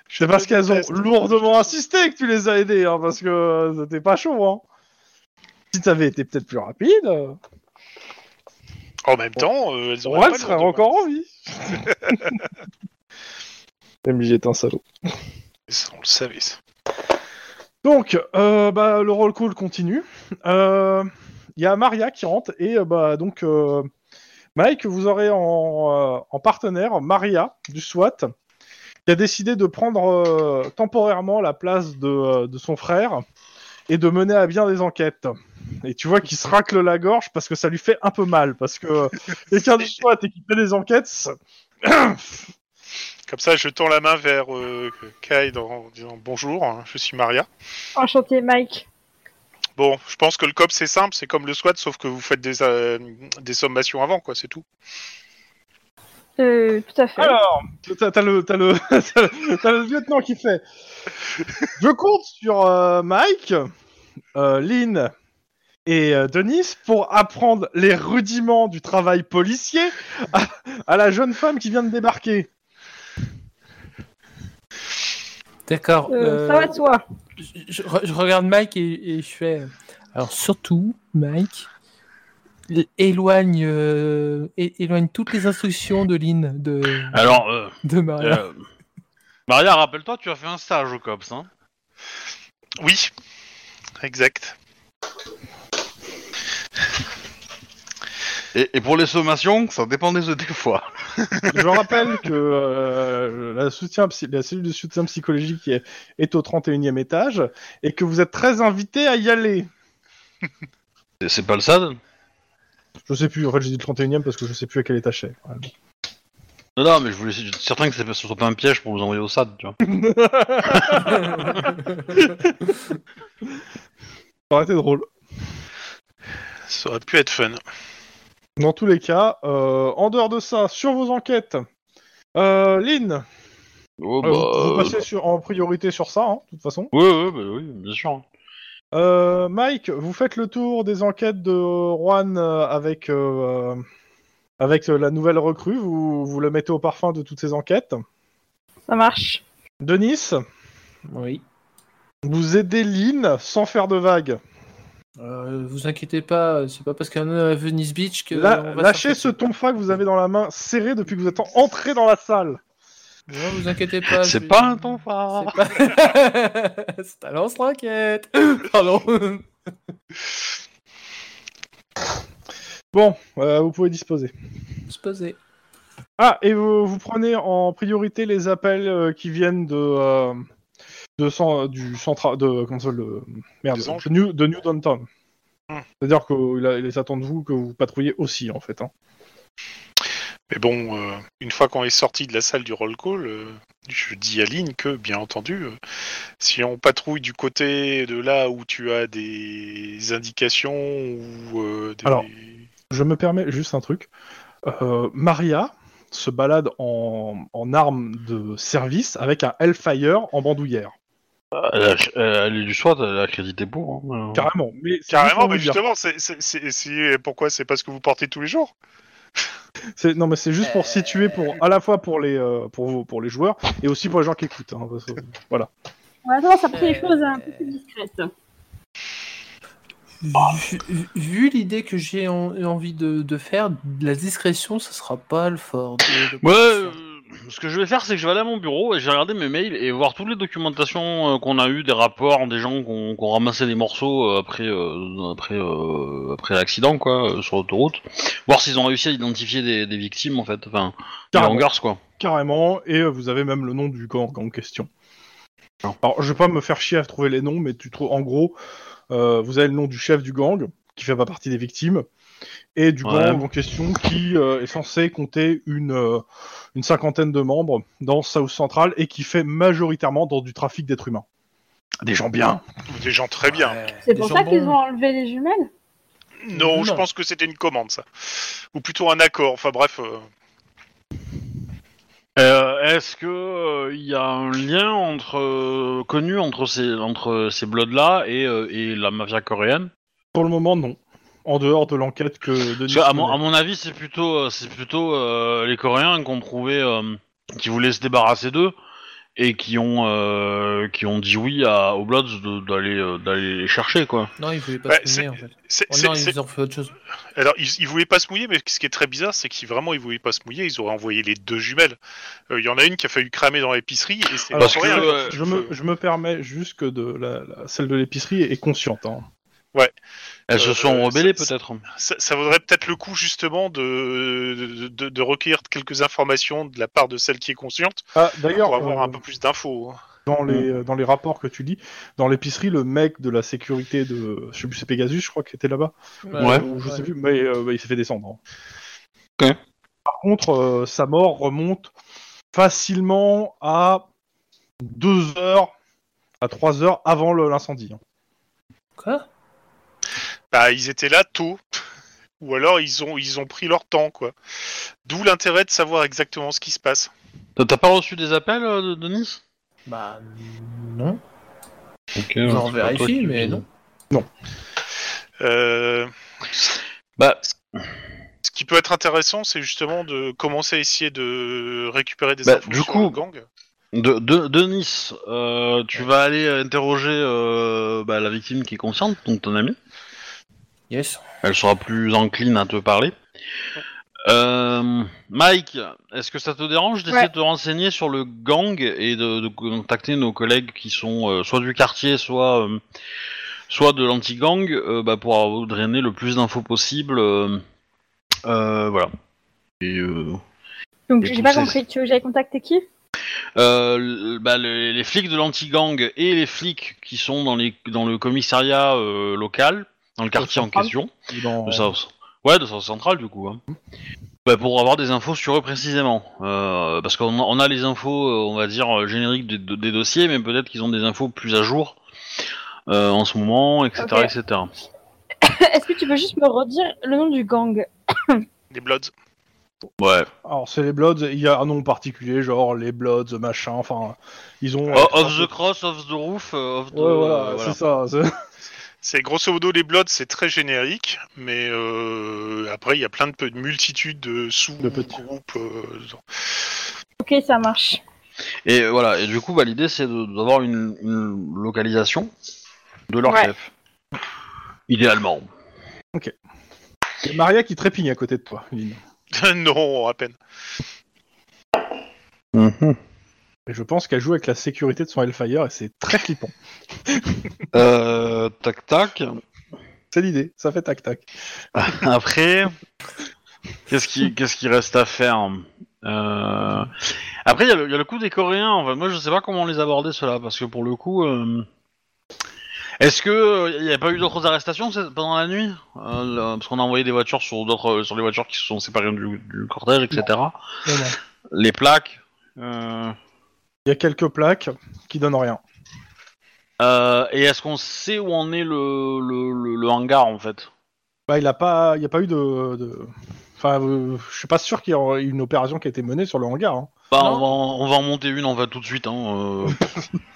S1: C'est parce qu'elles ont lourdement insisté que tu les as aidées, hein, parce que euh, c'était pas chaud. Hein. Si t'avais été peut-être plus rapide, euh,
S3: En même temps, euh, elles auraient
S1: Rouen
S3: pas
S1: serait
S3: lourdement-
S1: encore en vie. MJ est un salaud.
S3: Ça, On le savait, ça.
S1: Donc, euh, bah, le roll call continue. Euh, Il y a Maria qui rentre et euh, bah, donc euh, Mike, vous aurez en, euh, en partenaire Maria du SWAT qui a décidé de prendre euh, temporairement la place de, euh, de son frère et de mener à bien des enquêtes. Et tu vois qu'il se racle la gorge parce que ça lui fait un peu mal parce que euh, quelqu'un du SWAT et qui fait des enquêtes, ça-
S3: Comme ça, je tends la main vers euh, Kai dans- en disant bonjour, hein, je suis Maria.
S5: Enchanté, Mike.
S3: Bon, je pense que le COP c'est simple, c'est comme le SWAT, sauf que vous faites des, euh, des sommations avant, quoi, c'est tout.
S5: Euh, tout à fait.
S1: Alors, t'as t'as le, t'as le, t'as le- t'as le lieutenant qui fait. Je compte sur euh, Mike, euh, Lynn et euh, Denis pour apprendre les rudiments du travail policier à, à la jeune femme qui vient de débarquer.
S4: D'accord. euh,
S5: Euh, Ça va de soi.
S4: je, je re- je regarde Mike et, et je fais. euh, Alors, surtout, Mike, l- éloigne, euh, é- éloigne toutes les instructions de Lynn, de,
S2: Alors, euh,
S4: de Maria.
S2: euh, Maria, rappelle-toi, tu as fait un stage au COPS. Hein
S3: Oui, exact.
S2: et, et pour les sommations, ça dépend des des fois.
S1: Je rappelle que euh, la, soutien, psy- la cellule de soutien psychologique est, est au 31e étage et que vous êtes très invité à y aller.
S2: C'est- C'est pas le SAD
S1: Je sais plus, en fait j'ai dit le 31e parce que je sais plus à quel étage c'est. Ouais.
S2: Non, non, mais je voulais être certain que c'est pas- ce soit pas un piège pour vous envoyer au SAD, tu vois.
S1: Ça aurait été drôle.
S3: Ça aurait pu être fun.
S1: Dans tous les cas, euh, en dehors de ça, sur vos enquêtes, euh, Lynn,
S2: Oh,
S1: euh, vous, vous
S2: bah,
S1: passez sur- en priorité sur ça, hein, de toute façon.
S2: Oui, oui, bah oui, bien sûr.
S1: Euh, Mike, vous faites le tour des enquêtes de Juan euh, avec, euh, avec euh, la nouvelle recrue. Vous, vous le mettez au parfum de toutes ces enquêtes.
S5: Ça marche.
S1: Denis,
S4: Oui.
S1: vous aidez Lynn sans faire de vagues.
S4: Euh, vous inquiétez pas, c'est pas parce qu'on est à Venice Beach que.
S1: La-
S4: on va
S1: lâchez ce
S4: sortir.
S1: tonfa que vous avez dans la main serré depuis que vous êtes entré dans la salle.
S4: Non, vous inquiétez pas.
S2: C'est
S4: je-
S2: pas un temps phare.
S4: C'est pas- C'est un lance-roquette. Pardon.
S1: Bon, euh, vous pouvez disposer.
S4: Se poser.
S1: Ah, et vous, vous prenez en priorité les appels euh, qui viennent de, euh, de cen- du centre de comment ça, le- merde,
S3: Des anges.
S1: de New, de New Downtown.
S3: Hmm.
S1: C'est-à-dire qu'ils attendent vous que vous patrouillez aussi en fait. hein.
S3: Mais bon, euh, une fois qu'on est sorti de la salle du roll call, euh, je dis à Lynn que, bien entendu, euh, si on patrouille du côté de là où tu as des indications ou euh, des...
S1: Alors. Je me permets juste un truc. Euh, Maria se balade en, en arme de service avec un Hellfire en bandoulière.
S2: Elle, a- elle, elle est euh, du SWAT, elle est accréditée pour. hein.
S1: Carrément. Mais c'est juste
S3: Carrément,
S1: pour
S3: mais
S1: vous dire.
S3: justement, c'est, c'est, c'est- c'est- pourquoi c'est parce que vous portez tous les jours
S1: C'est- Non, mais c'est juste
S4: Euh.
S1: pour situer pour à la fois pour les euh, pour vous- pour les joueurs et aussi pour les gens qui écoutent. hein, parce que- voilà.
S5: On a tendance à prendre les
S4: Euh,
S5: choses un peu plus discrètes.
S4: Vu, vu- vu l'idée que j'ai en- envie de, de faire, de la discrétion, ça sera pas le fort. de- de-
S2: Ouais, euh, ce que je vais faire, c'est que je vais aller à mon bureau et je vais regarder mes mails et voir toutes les documentations euh, qu'on a eues, des rapports, des gens qui ont, qui ont ramassé des morceaux euh, après, euh, après, euh, après l'accident, quoi, euh, sur l'autoroute. Voir s'ils ont réussi à identifier des, des victimes, en fait. Enfin, des
S1: Carrément.
S2: hangars, quoi.
S1: Carrément. Et euh, vous avez même le nom du camp en question. Alors, je vais pas me faire chier à trouver les noms, mais tu trouves en gros, euh, vous avez le nom du chef du gang qui fait pas partie des victimes et du
S2: Ouais.
S1: gang en question qui euh, est censé compter une euh, une cinquantaine de membres dans South Central et qui fait majoritairement dans du trafic d'êtres humains. Des gens bien.
S3: Des gens très bien.
S4: Ouais,
S5: C'est
S4: des
S5: pour ça
S4: jambons.
S5: qu'ils ont enlevé les jumelles
S3: Non, je
S4: Non.
S3: pense que c'était une commande, ça. Ou plutôt un accord, enfin bref. euh,
S2: Euh, Est-ce que euh, il y a un lien entre euh, connu entre ces entre ces bloods là et, euh, et la mafia coréenne
S1: Pour le moment, non. En dehors de l'enquête que
S2: Parce
S1: Denis.
S2: que, à, mon,
S1: menait.
S2: à mon avis, c'est plutôt euh, c'est plutôt euh, les Coréens qui ont prouvé euh, qui voulaient se débarrasser d'eux et qui ont euh, qui ont dit oui à, aux bloods de- d'aller euh, d'aller les chercher quoi.
S4: Non, ils voulaient pas
S3: Bah,
S4: se
S3: c'est-
S4: mouiller en fait.
S3: c'est-
S4: Oh
S3: c'est-
S4: non,
S3: c'est-
S4: ils ont fait autre chose.
S3: Alors, ils, ils voulaient pas se mouiller, mais ce qui est très bizarre, c'est qu'ils vraiment ils voulaient pas se mouiller. Ils auraient envoyé les deux jumelles. Euh, Il y en a une qui a failli cramer dans l'épicerie. et c'est
S1: Parce
S3: pas
S2: que,
S3: rien.
S2: euh,
S1: Je me, je me permets juste que de la, la- celle de l'épicerie est consciente. hein.
S2: Elles
S3: Euh,
S2: se sont rebellées
S3: ça-
S2: peut-être.
S3: ça, ça vaudrait peut-être le coup justement de, de, de recueillir quelques informations de la part de celle qui est consciente
S1: Ah, d'ailleurs,
S3: pour avoir
S1: euh,
S3: un peu plus d'infos. hein.
S1: dans, les, euh, dans les rapports que tu lis, dans l'épicerie, le mec de la sécurité de. Je sais plus, c'est Pegasus, je crois, qui était là-bas. Euh,
S2: Ouais.
S1: Ou je sais plus, mais euh, bah, il s'est fait descendre. hein.
S2: Ok.
S1: Par contre, euh, sa mort remonte facilement à 2 heures à 3 heures avant le- l'incendie. hein.
S4: Quoi
S3: Bah, ils étaient là tôt, ou alors ils ont ils ont pris leur temps quoi. D'où l'intérêt de savoir exactement ce qui se passe.
S2: T'as- T'as pas reçu des appels euh, de, de Nice
S4: Bah non.
S2: Ok.
S4: J'en vérifie, mais non.
S3: Euh,
S2: Bah
S3: ce qui peut être intéressant, c'est justement de commencer à essayer de récupérer des
S2: Bah,
S3: infos
S2: du
S3: sur
S2: coup-
S3: le gang.
S2: De, de, de Nice, euh, tu vas aller interroger euh, bah, la victime qui est consciente, donc ton amie.
S4: Yes.
S2: Elle sera plus encline à te parler. Euh, Mike, est-ce que ça te dérange d'essayer
S5: Ouais.
S2: de te renseigner sur le gang et de, de contacter nos collègues qui sont euh, soit du quartier, soit, euh, soit de l'anti-gang euh, bah, pour avoir- drainer le plus d'infos possible euh, euh, Voilà. Et, euh,
S5: Donc
S2: Et
S5: j'ai
S2: donc,
S5: pas
S2: c'est-
S5: compris. Tu veux que j'aille contacter qui
S2: Euh, le- bah, les, les flics de l'anti-gang et les flics qui sont dans, les, dans le commissariat euh, local, dans le quartier en
S1: Central.
S2: question,
S1: Ou dans-
S2: de South. Ouais, de South Central du coup. hein. Bah, pour avoir des infos sur eux précisément. Euh, parce qu'on a, on a les infos, euh, on va dire, euh, génériques des, des dossiers, mais peut-être qu'ils ont des infos plus à jour euh, en ce moment, etc.
S5: Ok.
S2: etc.
S5: Est-ce que tu peux juste me redire le nom du gang
S3: Les Bloods.
S2: Ouais.
S1: Alors, c'est les Bloods, il y a un nom particulier, genre les Bloods, machin, enfin, ils ont.
S2: Oh, O- off the cross, off the roof, euh, off the...
S1: Ouais, voilà,
S2: euh, voilà.
S1: c'est ça. c'est-
S3: C'est grosso modo les Bloods, c'est très générique, mais euh, après il y a plein de pe- de multitudes de
S1: De petits.
S3: sous-groupes. euh,
S5: Ok, ça marche.
S2: Et euh, voilà, et du coup, bah, l'idée c'est de- d'avoir une, une localisation de leur
S5: Ouais.
S2: chef. Idéalement.
S1: Il y a Maria qui trépigne à côté de toi, Lynn.
S3: dans- non, à peine.
S2: Bah,
S1: Et je pense qu'elle joue avec la sécurité de son Hellfire et c'est très flippant.
S2: Euh, tac tac.
S1: C'est l'idée, ça fait tac-tac.
S2: Après, qu'est-ce qui, qu'est-ce qui reste à faire hein Euh, Après, il y, a le- il y a le coup des Coréens. Enfin, moi, je sais pas comment les aborder cela, parce que pour le coup, euh, est-ce que euh, il n'y a pas eu d'autres arrestations cette- pendant la nuit Euh, là, Parce qu'on a envoyé des voitures sur d'autres, sur les voitures qui se sont séparées du, du cortège, etc.
S4: Non, non.
S2: Les plaques. euh,
S1: Il y a quelques plaques qui donnent rien.
S2: euh, et est-ce qu'on sait où en est le, le, le- le hangar en fait
S1: Bah, il n'y a, pas- il a pas eu de. de- Enfin, euh, je suis pas sûr qu'il y ait une opération qui a été menée sur le hangar. hein.
S2: Bah,
S4: Non.
S2: on va, en- on va en monter une, on va tout de suite. Hein, euh.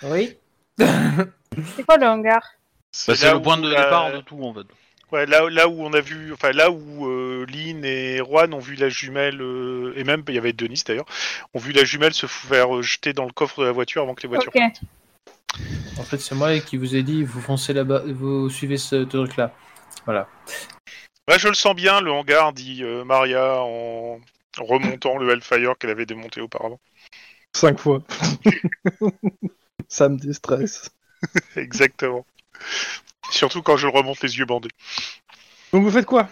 S4: Oui.
S5: C'est quoi le hangar
S2: Bah, c'est
S3: là
S2: le
S3: où
S2: point de
S3: la-
S2: départ hein. de tout en fait.
S3: Ouais, là, là où on a vu, enfin là où euh, Lynn et Juan ont vu la jumelle, euh, et même il y avait Denis d'ailleurs, ont vu la jumelle se faire euh, jeter dans le coffre de la voiture avant que les voitures.
S5: Ok.
S4: En fait, c'est moi qui vous ai dit, vous foncez là-bas, vous suivez ce truc-là.
S3: Ouais, Bah, je le sens bien, le hangar, dit euh, Maria en remontant le Hellfire qu'elle avait démonté auparavant.
S1: Cinq fois. ça me déstresse.
S3: Exactement. Surtout quand je le remonte les yeux bandés.
S1: Donc vous faites quoi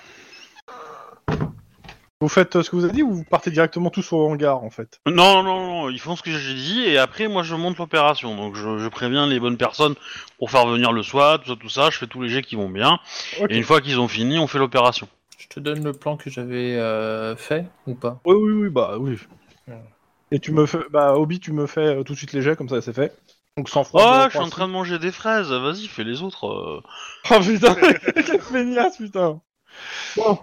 S1: Vous faites euh, ce que vous avez dit ou vous partez directement tous au hangar en fait
S2: Non, non, non, ils font ce que j'ai dit et après moi je monte l'opération. Donc je, je préviens les bonnes personnes pour faire venir le SWAT, tout ça, tout ça. Je fais tous les jets qui vont bien.
S1: Ok.
S2: Et une fois qu'ils ont fini, on fait l'opération.
S4: Je te donne le plan que j'avais euh, fait ou pas
S1: Oui, oui, oui, bah oui.
S4: Ouais.
S1: Et tu me fais, bah Obi, tu me fais euh, tout de suite léger comme ça, c'est fait. Donc sans froid.
S2: Oh,
S1: zéro
S2: je suis en train
S1: froid,
S2: de manger des fraises. Vas-y, fais les autres. euh.
S1: six. Oh putain, quel feignasse, putain. Bon.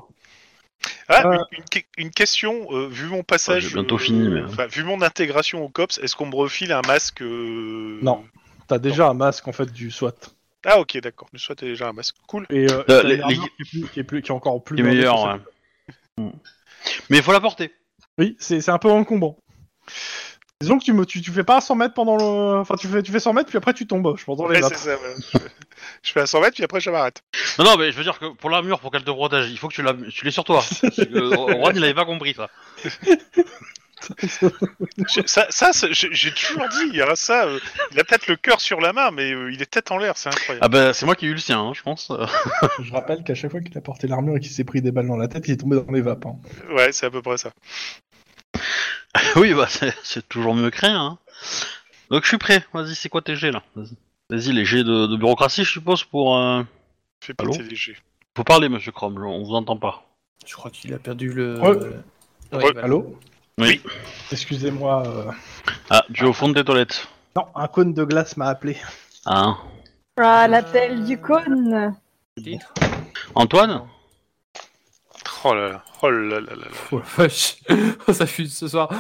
S3: Ah,
S1: Euh.
S3: une, une que- une question, euh, vu mon passage.
S2: Ouais, Bah, j'ai
S3: euh,
S2: bientôt fini, mais-
S3: enfin, vu mon intégration au COPS, est-ce qu'on me refile un masque euh,
S1: Non. T'as déjà un masque en fait du SWAT.
S3: Ah, ok, d'accord. Le soit déjà un masque. Cool.
S1: Et euh,
S2: Euh,
S1: t'as
S2: les-
S1: une armure
S2: les-
S1: qui, est plus- qui est plus- qui est encore plus
S2: Les
S1: blindée que
S2: meilleurs,
S1: celle-
S2: ouais. Mm. Mais il faut la porter.
S1: Oui, c'est c'est un peu encombrant. Disons que tu, me, tu, tu fais pas 100 mètres pendant le. Enfin, tu fais, tu fais 100 mètres puis après tu tombes. Je m'entends les
S3: Ouais, c'est
S1: lattes.
S3: ça, ouais. je, je fais un 100 mètres, puis après je m'arrête.
S2: Non, non, mais je veux dire que pour l'armure, pour qu'elle te protège, il faut que tu la- tu l'aies sur toi. Parce que, euh, Juan, il avait pas compris ça.
S3: Je- ça, ça c'est- je- j'ai toujours dit, il y aura ça. euh, il a peut-être le cœur sur la main, mais euh, il est tête en l'air, c'est incroyable.
S2: Ah bah c'est moi qui ai eu le sien, hein, je pense.
S1: Je rappelle qu'à chaque fois qu'il a porté l'armure et qu'il s'est pris des balles dans la tête, il est tombé dans les vapes. hein.
S2: Ah.
S3: Ouais, c'est à peu près ça.
S2: Oui, bah c'est- c'est toujours mieux que rien. hein. Donc je suis prêt. Vas-y, c'est quoi tes jets là Vas-y. Vas-y, les jets de, de bureaucratie, je suppose, pour. Euh...
S3: Fais
S2: Allô
S3: péter léger.
S2: Faut parler, monsieur Crom, on vous entend pas.
S4: Je crois qu'il a perdu le.
S1: Ouais.
S4: Ouais,
S3: Ouais,
S4: voilà.
S1: Allô
S2: Oui.
S1: Excusez-moi. euh,
S2: Ah, tu es au fond des toilettes.
S1: Non, un cône de glace m'a appelé.
S2: Ah.
S5: Ah, l'appel du cône.
S4: Titre
S2: Antoine
S3: Oh là là. Oh là là là là.
S4: Oh la vache Oh, ça fuse ce soir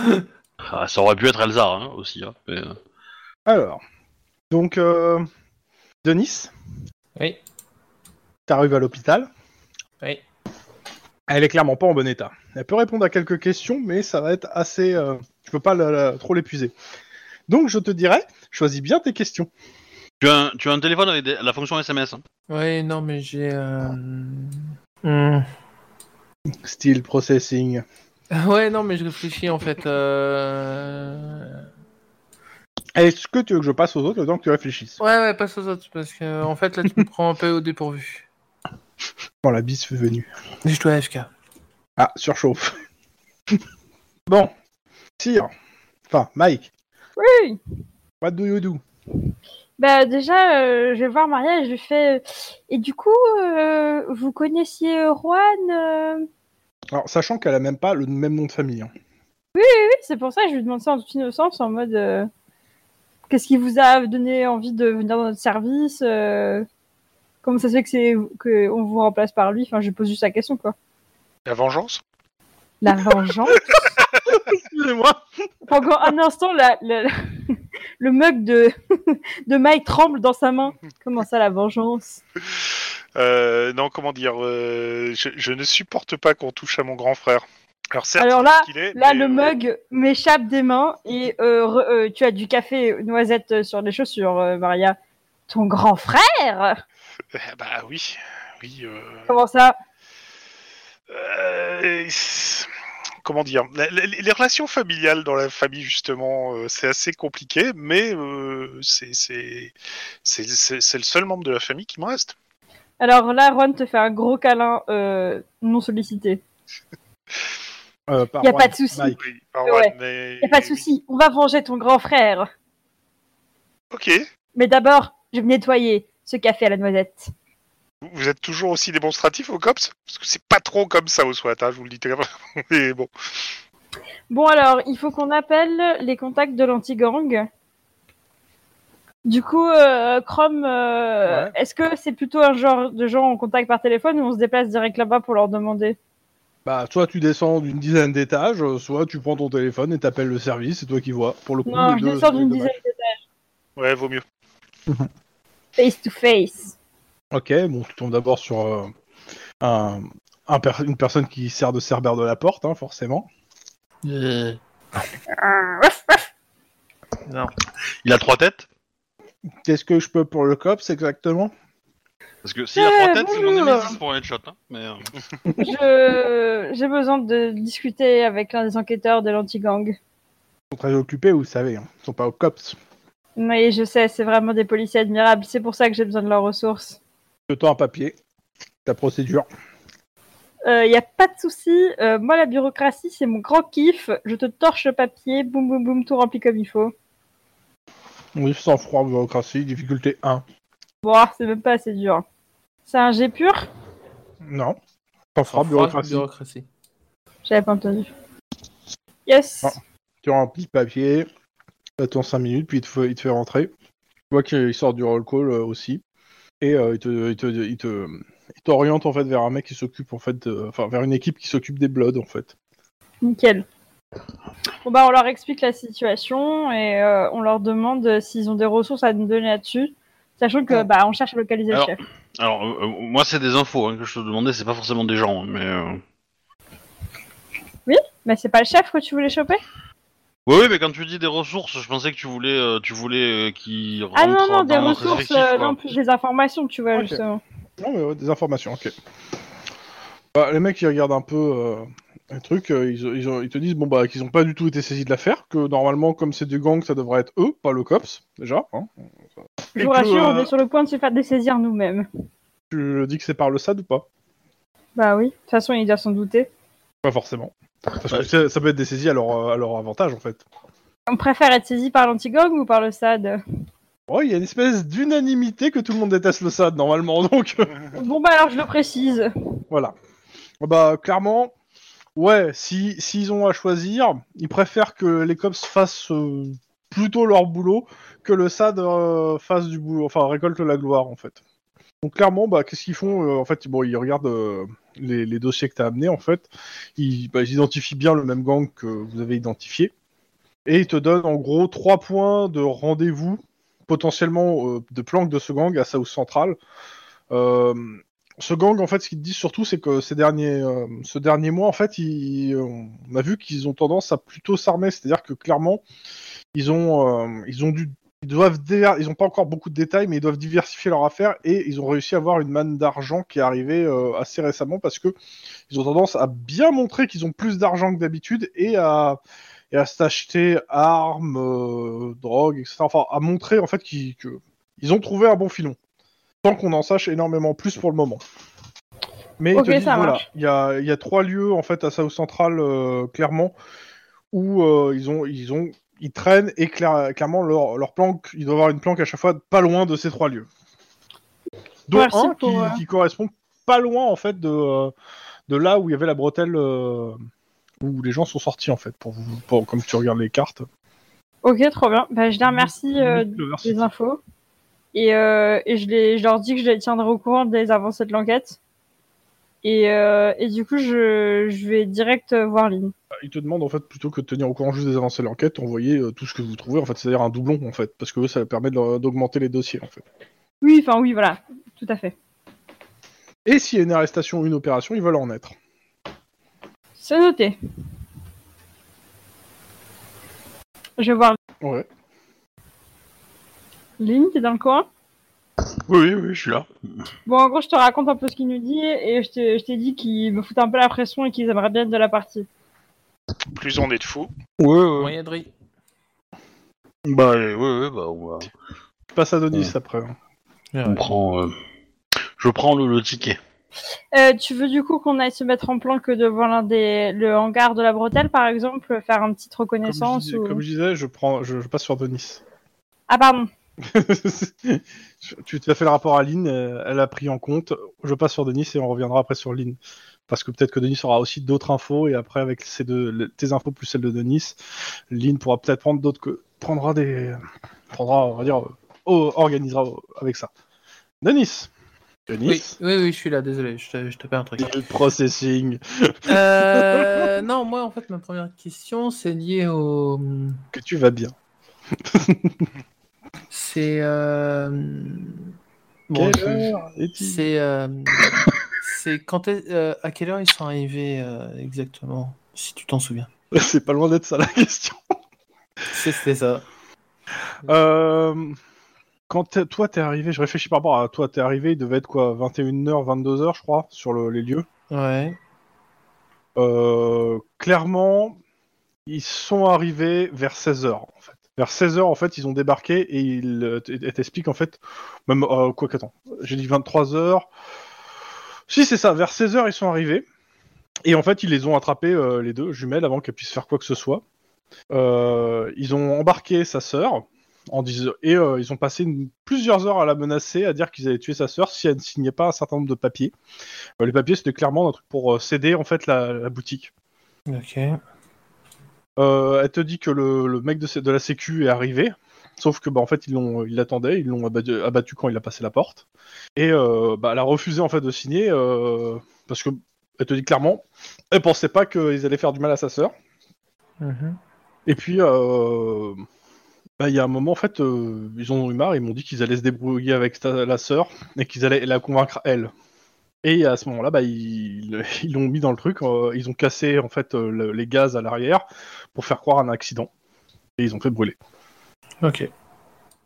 S2: Ah, Ça aurait pu être Elzar hein, aussi. Hein, mais, euh,
S1: Alors. Donc, euh... Denis,
S4: Oui,
S1: t'arrives à l'hôpital.
S4: oui.
S1: Elle est clairement pas en bon état. Elle peut répondre à quelques questions, mais ça va être assez. euh, Je peux pas la- la- trop l'épuiser. Donc, je te dirais, choisis bien tes questions.
S2: Tu, as un, tu as un téléphone avec des- la fonction SMS. hein.
S4: Ouais, non, mais j'ai. euh, hmm.
S1: Style processing.
S4: Ouais, non, mais je réfléchis en fait. euh,
S1: Est-ce que tu veux que je passe aux autres le temps que tu réfléchisses
S4: Ouais, ouais, passe aux autres parce que en fait là tu me prends un peu au dépourvu.
S1: Quand Oh, la bise est venue.
S4: Mais je dois AFK.
S1: Ah, surchauffe. bon. Sire. Enfin, Mike.
S5: Oui.
S1: What do you do
S5: Bah déjà, euh, je vais voir Maria et je lui fais. euh, Et du coup, euh, vous connaissiez euh, Juan euh,
S1: Alors, sachant qu'elle a même pas le même nom de famille. hein.
S5: Oui, c'est pour ça que je lui demande ça en toute innocence, en mode. euh, Qu'est-ce qui vous a donné envie de venir dans notre service euh, Comment ça se fait que c'est que on vous remplace par lui Enfin, je pose juste la question quoi.
S3: La vengeance
S5: La vengeance
S1: Excusez-moi
S5: Pendant un instant, la, la- le mug de, de Mike tremble dans sa main. Comment ça, la vengeance
S3: Euh, non, comment dire, euh, je, je ne supporte pas qu'on touche à mon grand frère. Alors certes,
S5: Alors
S3: il est
S5: là-
S3: ce qu'il est,
S5: Là,
S3: mais,
S5: le
S3: euh,
S5: mug m'échappe des mains et euh, re- euh, tu as du café noisette euh, sur les chaussures, euh, Maria. Ton grand frère
S3: euh, Bah oui, oui. euh,
S5: Comment ça
S3: euh, c'est- comment dire, la- la- les relations familiales dans la famille justement, euh, c'est assez compliqué, mais euh, c'est c'est c'est- c'est- c'est le seul membre de la famille qui me reste.
S5: Alors là, Ron te fait un gros câlin euh, non sollicité.
S1: Euh, par
S5: Y a pas
S1: Juan,
S5: de souci.
S1: Mike.
S3: Oui, par
S5: Ouais.
S3: Juan, mais-
S5: Y a pas de souci, on va venger ton grand frère.
S3: Ok,
S5: Mais d'abord, je vais me nettoyer ce café à la noisette.
S3: vous vous êtes toujours aussi démonstratif au cops parce que c'est pas trop comme ça au SWAT, hein, je vous le dis. très- Mais bon,
S5: Bon alors, il faut qu'on appelle les contacts de l'anti-gang. Du coup, euh, Chrome, euh,
S1: Ouais.
S5: est-ce que c'est plutôt un genre de gens en contact par téléphone ou on se déplace direct là-bas pour leur demander
S1: Bah, soit tu descends d'une dizaine d'étages, euh, soit tu prends ton téléphone et t'appelles le service, c'est toi qui vois. Pour le coup,
S5: Non,
S1: les
S5: je
S1: deux,
S5: descends
S1: c'est
S5: d'une
S1: dommage.
S5: dizaine d'étages.
S3: ouais, vaut mieux.
S5: Face to face.
S1: Ok, bon, tu tombes d'abord sur euh, un, un per- une personne qui sert de cerbère de la porte, hein, forcément.
S4: Euh, Non.
S2: Il a trois têtes
S1: Qu'est-ce que je peux pour le COPS exactement
S2: Parce que s'il a trois
S5: Eh,
S2: têtes, c'est
S5: bonjour.
S2: mon M6 pour un headshot. Hein, mais, euh,
S5: Je- J'ai besoin de discuter avec l'un des enquêteurs de l'anti-gang.
S1: Ils sont très occupés, vous savez, hein. ils sont pas au COPS.
S5: Mais je sais, c'est vraiment des policiers admirables. C'est pour ça que j'ai besoin de leurs ressources.
S1: Je tends un papier, ta procédure.
S5: Il n'y Euh, a pas de souci. Euh, moi, la bureaucratie, c'est mon grand kiff. Je te torche le papier, boum, boum, boum, tout rempli comme il faut.
S1: Oui, sans froid, bureaucratie, difficulté 1.
S5: Bon, c'est même pas assez dur. C'est un G pur
S1: Non. Sans froid,
S4: Sans
S1: bureaucratie.
S4: bureaucratie.
S5: J'avais pas entendu. Yes.
S1: Ah. Tu remplis le papier, t'attends 5 minutes, puis il te fait, il te fait rentrer. Tu vois qu'il sort du roll call euh, aussi. Et euh, il, te, il, te, il, te, il t'oriente en fait vers un mec qui s'occupe en fait, de- enfin vers une équipe qui s'occupe des Bloods en fait.
S5: Nickel. Bon, bah, on leur explique la situation et euh, on leur demande s'ils ont des ressources à nous donner là-dessus. Sachant que,
S1: Ouais.
S5: bah, on cherche à localiser
S2: Alors,
S5: le chef.
S2: Alors, euh, euh, moi, c'est des infos hein, que je te demandais, c'est pas forcément des gens, hein, mais. euh,
S5: Mais c'est pas le chef que tu voulais choper
S2: Oui, oui, mais quand tu dis des ressources, je pensais que tu voulais, euh, tu voulais euh, qu'ils rentrent
S5: Ah non,
S2: dans
S5: non, des
S2: notre
S5: ressources,
S2: effectif,
S5: euh,
S2: quoi.
S5: non, plus des informations, tu vois,
S1: Ok.
S5: justement.
S1: Non mais ouais, des informations, ok. Bah, les mecs ils regardent un peu euh, un truc, euh, ils, ils ont- ils te disent bon bah qu'ils ont pas du tout été saisis de l'affaire, que normalement comme c'est du gang ça devrait être eux, pas le cops déjà. hein.
S5: Je
S1: Et
S5: vous
S1: que,
S5: rassure, on
S1: euh,
S5: est sur le point de se faire dessaisir nous-mêmes.
S1: Tu dis que c'est par le SAD ou pas
S5: Bah oui, de toute façon, il doit s'en douter.
S1: Pas forcément. Parce que
S2: Ouais.
S1: ça, ça peut être des saisies à leur, euh, à leur avantage en fait.
S5: On préfère être saisi par l'antigang ou par le SAD
S1: Oh, il y a une espèce d'unanimité que tout le monde déteste le SAD normalement, donc euh,
S5: Bon bah alors je le précise.
S1: voilà. Bah clairement, ouais, si s'ils ont à choisir, ils préfèrent que les cops fassent euh, plutôt leur boulot que le SAD euh, fasse du boulot, enfin récolte la gloire en fait. Donc clairement, bah qu'est-ce qu'ils font euh, En fait, bon, ils regardent euh, les, les dossiers que t'as amenés en fait. Ils, bah, ils identifient bien le même gang que vous avez identifié et ils te donnent en gros trois points de rendez-vous potentiellement euh, de planque de ce gang à South Central. Euh, ce gang, en fait, ce qu'ils te disent surtout, c'est que ces derniers, euh, ce dernier mois, en fait, ils- on a vu qu'ils ont tendance à plutôt s'armer. C'est-à-dire que clairement, ils ont, euh, ils ont dû, ils doivent, déver- ils ont pas encore beaucoup de détails, mais ils doivent diversifier leur affaire et ils ont réussi à avoir une manne d'argent qui est arrivée euh, assez récemment parce que ils ont tendance à bien montrer qu'ils ont plus d'argent que d'habitude et à et à s'acheter armes, euh, drogue, etc. Enfin, à montrer en fait qu'ils que- ils ont trouvé un bon filon tant qu'on en sache énormément plus pour le moment. Mais ils
S5: Ok,
S1: te disent,
S5: ça
S1: voilà,
S5: marche.
S1: il y a, il y a trois lieux en fait à South Central euh, clairement où euh, ils ont ils ont ils traînent et cla- clairement leur, leur planque, ils doivent avoir une planque à chaque fois pas loin de ces trois lieux. Dont
S5: Merci
S1: un
S5: pour,
S1: qui,
S5: euh,
S1: qui correspond pas loin en fait de, euh, de là où il y avait la bretelle euh, où les gens sont sortis en fait pour, vous- pour- comme tu regardes les cartes.
S5: Ok, trop bien. Bah je les remercie euh,
S1: Clover City.
S5: des infos. Et, euh, et je, les, je leur dis que je les tiendrai au courant dès les avancées de l'enquête. Et, euh, et du coup, je, je vais direct euh, voir Lynn.
S1: Il te demande en fait plutôt que de tenir au courant juste des avancées de l'enquête, envoyer euh, tout ce que vous trouvez en fait, c'est-à-dire un doublon en fait, parce que eux, ça permet de leur- d'augmenter les dossiers en fait.
S5: Oui, enfin oui, voilà, tout à fait.
S1: Et s'il y a une arrestation ou une opération, ils veulent en être.
S5: C'est noté. Je vais voir
S1: Ouais.
S5: Lynn, t'es dans le coin
S2: Oui, oui, je suis là.
S5: Bon, en gros, je te raconte un peu ce qu'il nous dit et je t'ai je t'ai dit qu'ils me foutent un peu la pression et qu'ils aimeraient bien être de la partie.
S3: Plus on est de fous.
S2: Oui, oui.
S4: Moyen de rire.
S2: Bah, oui, oui, bah, on, va-
S1: Je passe à Denis
S2: Ouais.
S1: après. hein.
S2: on prend. euh, Je prends le, le ticket.
S5: Euh, tu veux du coup qu'on aille se mettre en plan que devant l'un des le hangar de la bretelle, par exemple, faire un petite
S1: Comme, je
S5: reconnaissance
S1: disais,
S5: ou...
S1: comme je disais, je, prends, je, je passe sur Denis.
S5: Ah pardon.
S1: Je- tu as fait le rapport à Lynn, euh, elle a pris en compte. Je passe sur Denis et on reviendra après sur Lynn. Parce que peut-être que Denis aura aussi d'autres infos et après, avec ces deux, le- tes infos plus celles de Denis, Lynn pourra peut-être prendre d'autres que. prendra des. prendra, on va dire, euh, oh, organisera euh, avec ça. Denis Denis
S4: Oui, oui, oui, je suis là, désolé, je te, je te perds un truc.
S1: Le processing
S4: Euh, non, moi, en fait, ma première question, c'est lié au.
S1: que tu vas bien.
S4: C'est. euh, bon,
S1: Quelle
S4: je-
S1: heure est-il
S4: c'est. euh, C'est quand est- euh, à quelle heure ils sont arrivés euh, exactement, si tu t'en souviens.
S1: C'est pas loin d'être ça la question.
S4: C'est- C'était ça.
S1: Euh, quand t'es- toi t'es arrivé, je réfléchis par rapport à toi t'es arrivé, il devait être quoi 21h, 22h je crois, sur le- les lieux.
S4: Ouais.
S1: Euh, clairement, ils sont arrivés vers 16h en fait. Vers 16h en fait, ils ont débarqué et ils euh, t- et t'expliquent en fait, même euh, quoi qu'attends, j'ai dit 23h. Si c'est ça, vers 16h ils sont arrivés. Et en fait, ils les ont attrapés, euh, les deux jumelles, avant qu'elles puissent faire quoi que ce soit. Euh, ils ont embarqué sa sœur en disant- et euh, ils ont passé une- plusieurs heures à la menacer, à dire qu'ils allaient tuer sa sœur si elle ne signait pas un certain nombre de papiers. Euh, les papiers, c'était clairement un truc pour euh, céder en fait la, la boutique.
S4: Ok.
S1: Euh, elle te dit que le, le mec de, sé- de la Sécu est arrivé, sauf que bah, en fait ils l'ont, ils l'attendaient, ils l'ont abattu, abattu quand il a passé la porte, et euh, bah, elle a refusé en fait de signer euh, parce que elle te dit clairement, elle pensait pas qu'ils allaient faire du mal à sa sœur.
S4: Mhm.
S1: Et puis, euh, bah, il y a un moment, en fait, euh, ils en ont eu marre, ils m'ont dit qu'ils allaient se débrouiller avec ta- la sœur et qu'ils allaient la convaincre elle. Et à ce moment-là, bah, ils ils l'ont mis dans le truc, euh, ils ont cassé en fait euh, le- les gaz à l'arrière pour faire croire à un accident. Et ils ont fait brûler.
S4: Ok.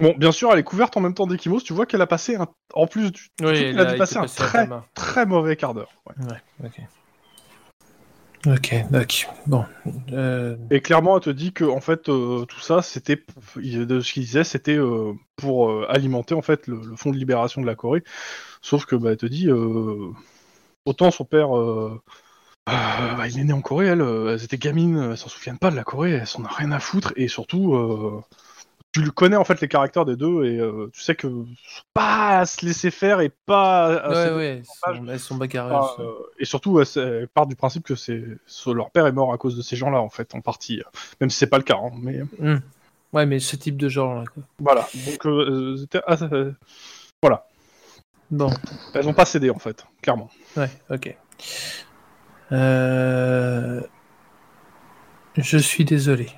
S1: Bon, bien sûr, elle est couverte en même temps d'Ekimos, tu vois qu'elle a passé, un... en plus du
S4: Oui,
S1: il
S4: là,
S1: a dû
S4: il
S1: passer
S4: s'est
S1: un
S4: passé à
S1: trait.
S4: Tama.
S1: très mauvais quart d'heure. ouais.
S4: Ok. Ok, ok. Bon. Euh,
S1: Et clairement, elle te dit que en fait, euh, tout ça, c'était il- de ce qu'il disait, c'était euh, pour euh, alimenter en fait le, le fonds de libération de la Corée. Sauf que bah, elle te dit euh, autant son père, euh, euh, bah, il est né en Corée, elle, euh, elles étaient gamines, elles s'en souviennent pas de la Corée, elles s'en ont rien à foutre. Et surtout, euh, tu le connais en fait les caractères des deux et euh, tu sais que pas à se laisser faire et pas euh, à
S4: ouais,
S1: se-
S4: ouais, elles
S1: pourcentage.
S4: sont, elles sont bagarreuses.
S1: ah, euh, et surtout, elle, s'est- elle part du principe que c'est so- leur père est mort à cause de ces gens-là, en fait, en partie. euh, Même si c'est pas le cas, hein, mais
S4: Hmm. Ouais, mais ce type de genre là. Quoi.
S1: voilà. Donc, euh, euh, c'était- ah, ça- euh,
S4: Bon,
S1: elles ont pas cédé, en fait, clairement.
S4: ouais, ok. Euh... Je suis désolé.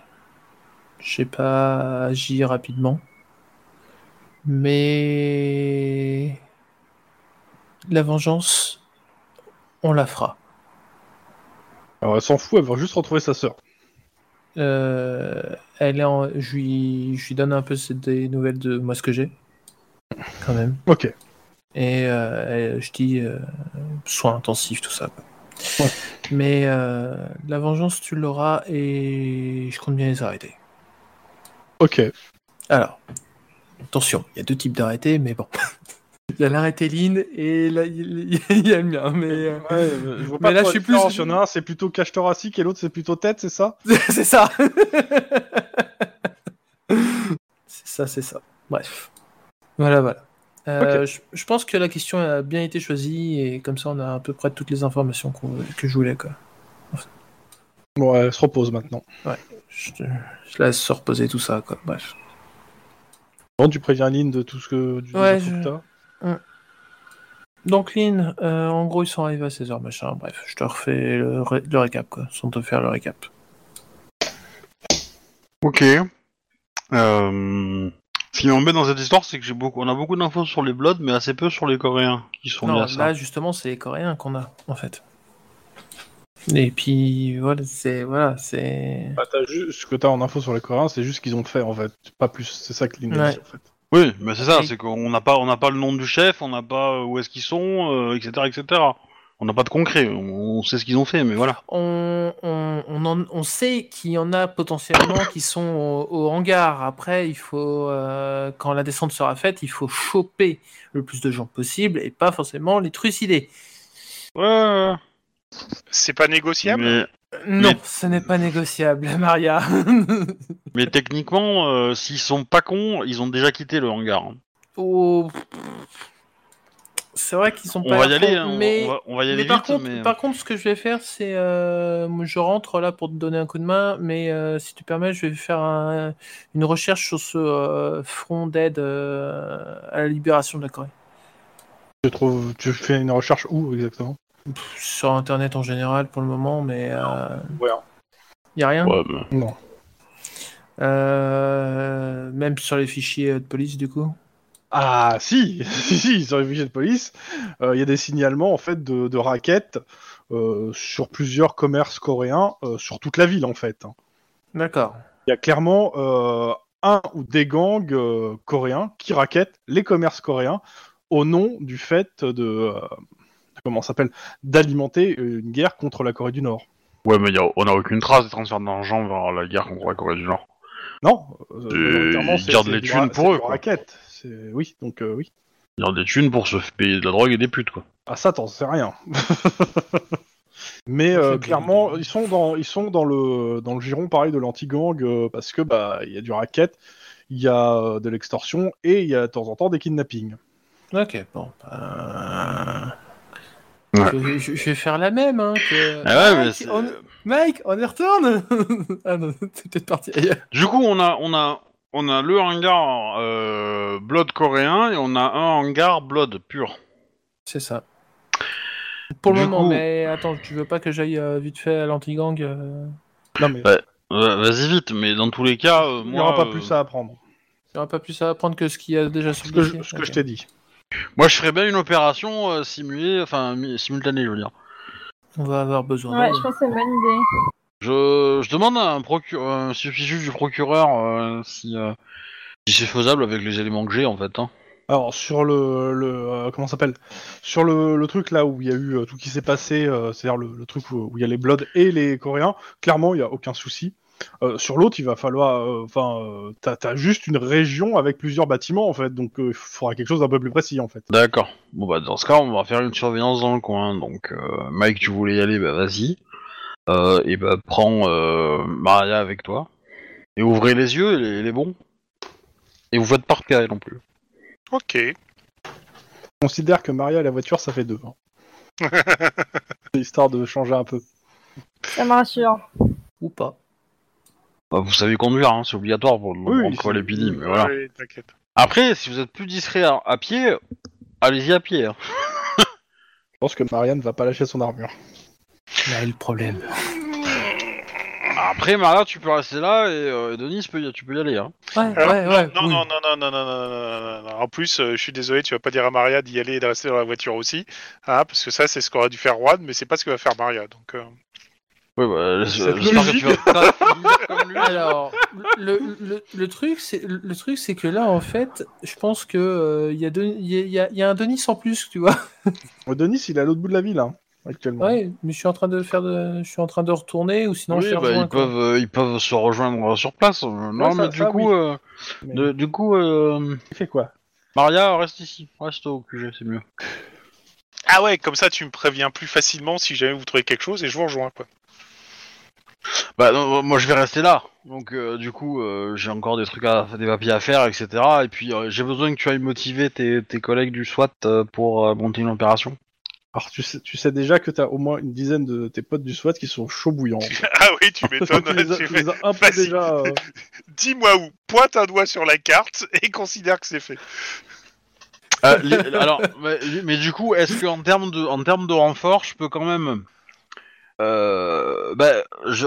S4: J'ai pas agi rapidement. Mais. La vengeance, on la fera.
S1: Alors, elle s'en fout, elle veut juste retrouver sa sœur.
S4: Euh, elle est en... je, lui... je lui donne un peu cette- des nouvelles de moi ce que j'ai. Quand même.
S1: Ok.
S4: Et euh, euh, je dis euh, soins intensifs, tout ça. quoi. Mais euh, la vengeance, tu l'auras et je compte bien les arrêter.
S1: Ok.
S4: Alors, attention, il y a deux types d'arrêtés, mais bon. Il y a l'arrêté Lynn et là, il il- il y a le mien. Mais euh,
S1: je vois
S4: pas
S1: mais là, je
S4: trop la
S1: suis plus.
S4: différence.
S1: Il y en a un, c'est plutôt cache thoracique et l'autre, c'est plutôt tête, c'est ça
S4: c'est ça. c'est ça, c'est ça. Bref. Voilà, voilà. Euh, je, je pense que la question a bien été choisie et comme ça on a à peu près toutes les informations qu'on- que je voulais. Quoi.
S1: Bon, elle se repose maintenant.
S4: je, je laisse se reposer tout ça, quoi. Bref.
S1: Bon, tu préviens Lynn de tout ce que. Du,
S4: Ouais,
S1: du coup que
S4: je-
S1: t'as.
S4: Donc Lynn, euh, en gros, ils sont arrivés à 16h, machin. Bref, je te refais le, ré- le récap, quoi. Sans te faire le récap.
S2: Ok. Euh, Ce qui m'embête dans cette histoire, c'est que j'ai beaucoup, on a beaucoup d'infos sur les Bloods, mais assez peu sur les Coréens qui sont liés
S4: non,
S2: à ça.
S4: là, justement, c'est les Coréens qu'on a, en fait. Et puis, voilà, c'est... Voilà, c'est...
S1: Bah, t'as ju- ce que t'as en info sur les Coréens, c'est juste ce qu'ils ont fait en fait. C'est Pas plus, c'est ça que Lynn a dit, en fait.
S2: Oui, mais c'est ça,
S4: Oui.
S2: c'est qu'on n'a pas, on n'a pas le nom du chef, on n'a pas euh, où est-ce qu'ils sont, euh, etc., etc. On n'a pas de concret. On, on sait ce qu'ils ont fait, mais voilà.
S4: on, on, on, en- on sait qu'il y en a potentiellement qui sont au, au hangar. Après, il faut, euh, quand la descente sera faite, il faut choper le plus de gens possible et pas forcément les trucider.
S2: Ouais, Ouais.
S3: C'est pas
S2: ouais.
S3: négociable
S2: Mais,
S4: Non,
S2: Mais-
S4: ce n'est pas négociable, Maria.
S2: mais techniquement, euh, s'ils sont pas cons, ils ont déjà quitté le hangar. hein.
S4: Oh, C'est vrai qu'ils sont pas.
S2: On va y
S4: là
S2: aller.
S4: pour-
S2: hein, on-
S4: mais...
S2: on, va, on va y aller
S4: mais
S2: vite.
S4: par contre,
S2: mais... euh.
S4: par contre, ce que je vais faire, c'est euh, moi, je rentre là pour te donner un coup de main, mais euh, si tu permets, je vais faire un- une recherche sur ce euh, front d'aide euh, à la libération de la Corée.
S1: Tu trouves, tu fais une recherche où exactement
S4: Pff, Sur Internet en général pour le moment, mais il
S3: Ouais, hein.
S4: n'y a rien.
S2: Ouais, mais-
S1: Non.
S4: Euh, même sur les fichiers euh, de police, du coup.
S1: Ah si, si, si, sur les fichiers de police, euh, il y a des signalements en fait de, de raquettes euh, sur plusieurs commerces coréens, euh, sur toute la ville en fait. hein.
S4: D'accord.
S1: Il y a clairement euh, un ou des gangs euh, coréens qui raquettent les commerces coréens au nom du fait de euh, comment ça s'appelle d'alimenter une guerre contre la Corée du Nord.
S2: Ouais, mais y a- on n'a aucune trace des transferts d'argent vers la guerre contre la Corée du Nord.
S1: Non, euh,
S2: Et
S1: volontairement,
S2: ils
S1: c'est-
S2: gardent
S1: c'est
S2: les
S1: du
S2: thunes
S1: ra-
S2: pour
S1: c'est
S2: eux,
S1: du
S2: quoi.
S1: racket. C'est- Oui, donc euh, oui.
S2: Ils ont des thunes pour se payer de la drogue et des putes, quoi.
S1: Ah ça, t'en sais rien. Mais
S4: Ok,
S1: euh,
S4: ok.
S1: clairement, ils sont dans, ils sont dans le dans le giron pareil de l'anti-gang euh, parce que bah il y a du racket, il y a euh, de l'extorsion et il y a de temps en temps des kidnappings.
S4: Ok, bon. bah,
S2: Ouais.
S4: Je, je- je vais faire la même. Hein, que-
S2: Ah ouais,
S4: Mike,
S2: mais c'est-
S4: on... Mike, on y retourne Ah non, t'es peut-être parti ailleurs.
S2: Du coup, on a, on a, on a le hangar euh, Blood coréen et on a un hangar Blood pur.
S4: C'est ça. Pour le
S2: Du
S4: moment,
S2: coup-
S4: mais attends, tu veux pas que j'aille euh, vite fait à l'anti-gang euh,
S1: Non mais
S2: Euh, Vas-y vite, mais dans tous les cas, euh,
S1: il n'y
S2: moi,
S1: aura pas
S2: euh,
S1: plus à apprendre.
S4: Il y aura pas plus à apprendre que ce qu'il y a déjà sur
S1: Ce
S4: le
S1: que je,
S4: dossier
S1: ce que
S4: Ok.
S1: je t'ai dit.
S2: moi, je ferais bien une opération euh, simulée, enfin mi- simultanée, je veux dire.
S4: On va avoir
S1: Ah,
S4: besoin
S5: Ouais,
S4: d'aide.
S5: je pense que c'est une bonne idée.
S2: Je, je demande à un, procu- euh, un substitut du procureur euh, si, euh, si c'est faisable avec les éléments que j'ai, en fait. hein.
S1: Alors sur le, le euh, comment ça s'appelle sur le, le truc là où il y a eu euh, tout qui s'est passé, euh, c'est-à-dire le, le truc où où il y a les Bloods et les Coréens, clairement il y a aucun souci. Euh, sur l'autre, il va falloir, euh, enfin, euh, t'as t'as juste une région avec plusieurs bâtiments en fait, donc euh, il faudra quelque chose d'un peu plus précis en fait.
S2: D'accord. Bon bah dans ce cas, on va faire une surveillance dans le coin. Donc euh, Mike, tu voulais y aller, bah vas-y. Euh, et bah prends euh, Maria avec toi. Et ouvrez les yeux, elle est- elle est bon. Et vous faites pas repérer non plus.
S3: Ok.
S1: Je considère que Maria et la voiture, ça fait deux. hein. C'est Histoire de changer un peu.
S5: Ça me rassure.
S4: Ou pas.
S2: Bah, vous savez conduire, hein, c'est obligatoire pour le
S1: Oui,
S2: pour
S1: c'est-
S2: les PD, mais voilà.
S3: Ouais, t'inquiète.
S2: Après, si vous êtes plus distrait à, à pied, allez-y à pied. hein.
S1: Je pense que Maria ne va pas lâcher son armure.
S4: Là est le problème.
S2: Après Maria, tu peux rester là et, euh, et Denis, peut y- tu peux y aller. Hein.
S4: Ouais,
S3: Alors,
S4: ouais, ouais.
S3: Non,
S4: oui.
S3: non, non, non, non, non, non, non, non, non, non, non. En plus, euh, je suis désolé, tu vas pas dire à Maria d'y aller et de rester dans la voiture aussi, hein, parce que ça, c'est ce qu'aurait dû faire Juan, mais c'est pas ce que va faire Maria. Donc, euh,
S2: Ouais, bah,
S1: C'est
S2: j'espère que tu vas pas finir comme lui.
S4: Alors, le, le, le truc, c'est le truc, c'est que là, en fait, je pense que euh, il y, a Denis- il y a- il y a- il y a un Denis en plus, tu vois.
S1: Euh, Denis, il est à l'autre bout de la ville, hein, actuellement.
S4: Ouais, mais je suis en train de faire de... je suis en train de retourner ou sinon
S2: Oui,
S4: je les
S2: bah,
S4: rejoins,
S2: ils,
S4: quoi.
S2: peuvent, euh, ils peuvent se rejoindre euh, sur place. Euh, Non,
S1: ça-
S2: mais du,
S1: ça,
S2: coup,
S1: oui.
S2: euh,
S1: Mais
S2: de- du coup, euh,
S1: Il fait quoi
S2: Maria, reste ici. Reste au QG, c'est mieux.
S3: Ah ouais, comme ça, tu me préviens plus facilement si jamais vous trouvez quelque chose et je vous rejoins, quoi.
S2: Bah, non, moi, je vais rester là. Donc, euh, du coup, euh, j'ai encore des trucs à, des papiers à faire, etc. Et puis, euh, j'ai besoin que tu ailles motiver tes, tes collègues du SWAT euh, pour euh, monter une opération.
S1: Alors, tu sais, tu sais déjà que t'as au moins une dizaine de tes potes du SWAT qui sont chauds bouillants.
S3: Ah oui, tu
S1: Donc, tu les
S3: m'étonnes.
S1: as-
S3: tu
S1: tu
S3: fais-
S1: les as un peu
S3: Vas-y.
S1: déjà. euh,
S3: Dis-moi où, pointe un doigt sur la carte et considère que c'est fait.
S2: Euh, les- alors, mais, mais du coup, est-ce que en termes de, en termes de renfort, je peux quand même, euh, bah, je,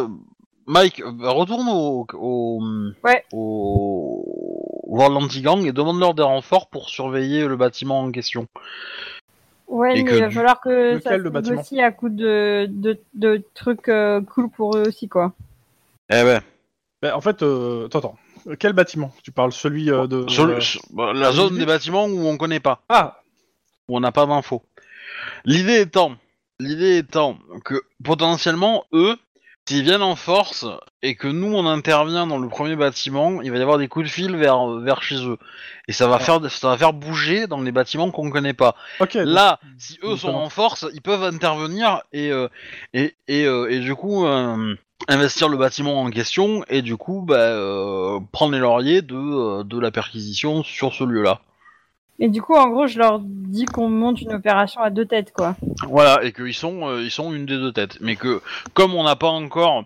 S2: Mike, bah, retourne au, au,
S5: Ouais.
S2: au, voir l'anti-gang et demande-leur des renforts pour surveiller le bâtiment en question.
S5: Ouais,
S2: Et
S5: mais
S2: que
S5: il va
S2: du-
S5: falloir que ça
S1: Lequel, le
S5: se
S1: bâtiment
S5: négocie à coup de, de, de trucs euh, cool pour eux aussi, quoi.
S2: Eh ben,
S1: Bah, en fait, euh, attends, attends. Euh, Quel bâtiment Tu parles celui euh, de.
S2: sur le-
S1: euh,
S2: sur- bah, la zone des
S1: Olivier
S2: bâtiments où on connaît pas.
S1: Ah
S2: où on n'a pas d'infos. L'idée étant, l'idée étant que potentiellement eux, s'ils viennent en force et que nous on intervient dans le premier bâtiment, il va y avoir des coups de fil vers vers chez eux et ça va
S1: Ah.
S2: faire ça va faire bouger dans les bâtiments qu'on connaît pas.
S1: Ok. donc-
S2: Là, si eux
S1: donc,
S2: sont
S1: euh,
S2: en force, ils peuvent intervenir et euh, et et, euh, et du coup. euh, investir le bâtiment en question et du coup bah, euh, prendre les lauriers de, euh, de la perquisition sur ce lieu-là.
S5: Et du coup, en gros, je leur dis qu'on monte une opération à deux têtes, quoi.
S2: Voilà, et qu'ils sont, euh, ils sont une des deux têtes. Mais que, comme on n'a pas encore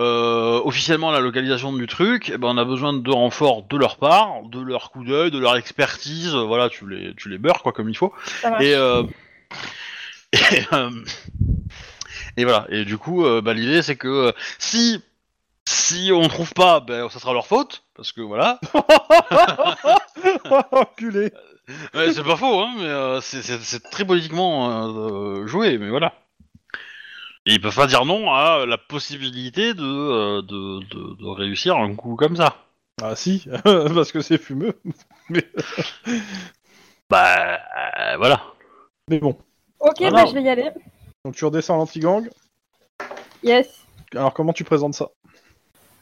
S2: euh, officiellement la localisation du truc, eh ben, on a besoin de renforts de leur part, de leur coup d'œil, de leur expertise. euh, Voilà, tu les, tu les beurres, quoi, comme il faut.
S5: Ça marche.
S2: Et, euh, et, euh, et voilà. Et du coup, euh, bah, l'idée, c'est que euh, si, si on trouve pas, ben, ça sera leur faute. Parce que voilà.
S1: oh, Enculé
S2: Ouais, c'est pas faux, hein, mais euh, c'est- c'est c'est très politiquement euh, joué, mais voilà. Et ils peuvent pas dire non à la possibilité de, euh, de, de, de réussir un coup comme ça.
S1: Ah si, parce que c'est fumeux.
S2: Bah, euh, voilà.
S1: Mais bon.
S5: Ok,
S2: Ah
S5: bah
S2: non.
S5: je vais y aller.
S1: Donc tu redescends à l'anti-gang.
S5: Yes.
S1: Alors comment tu présentes ça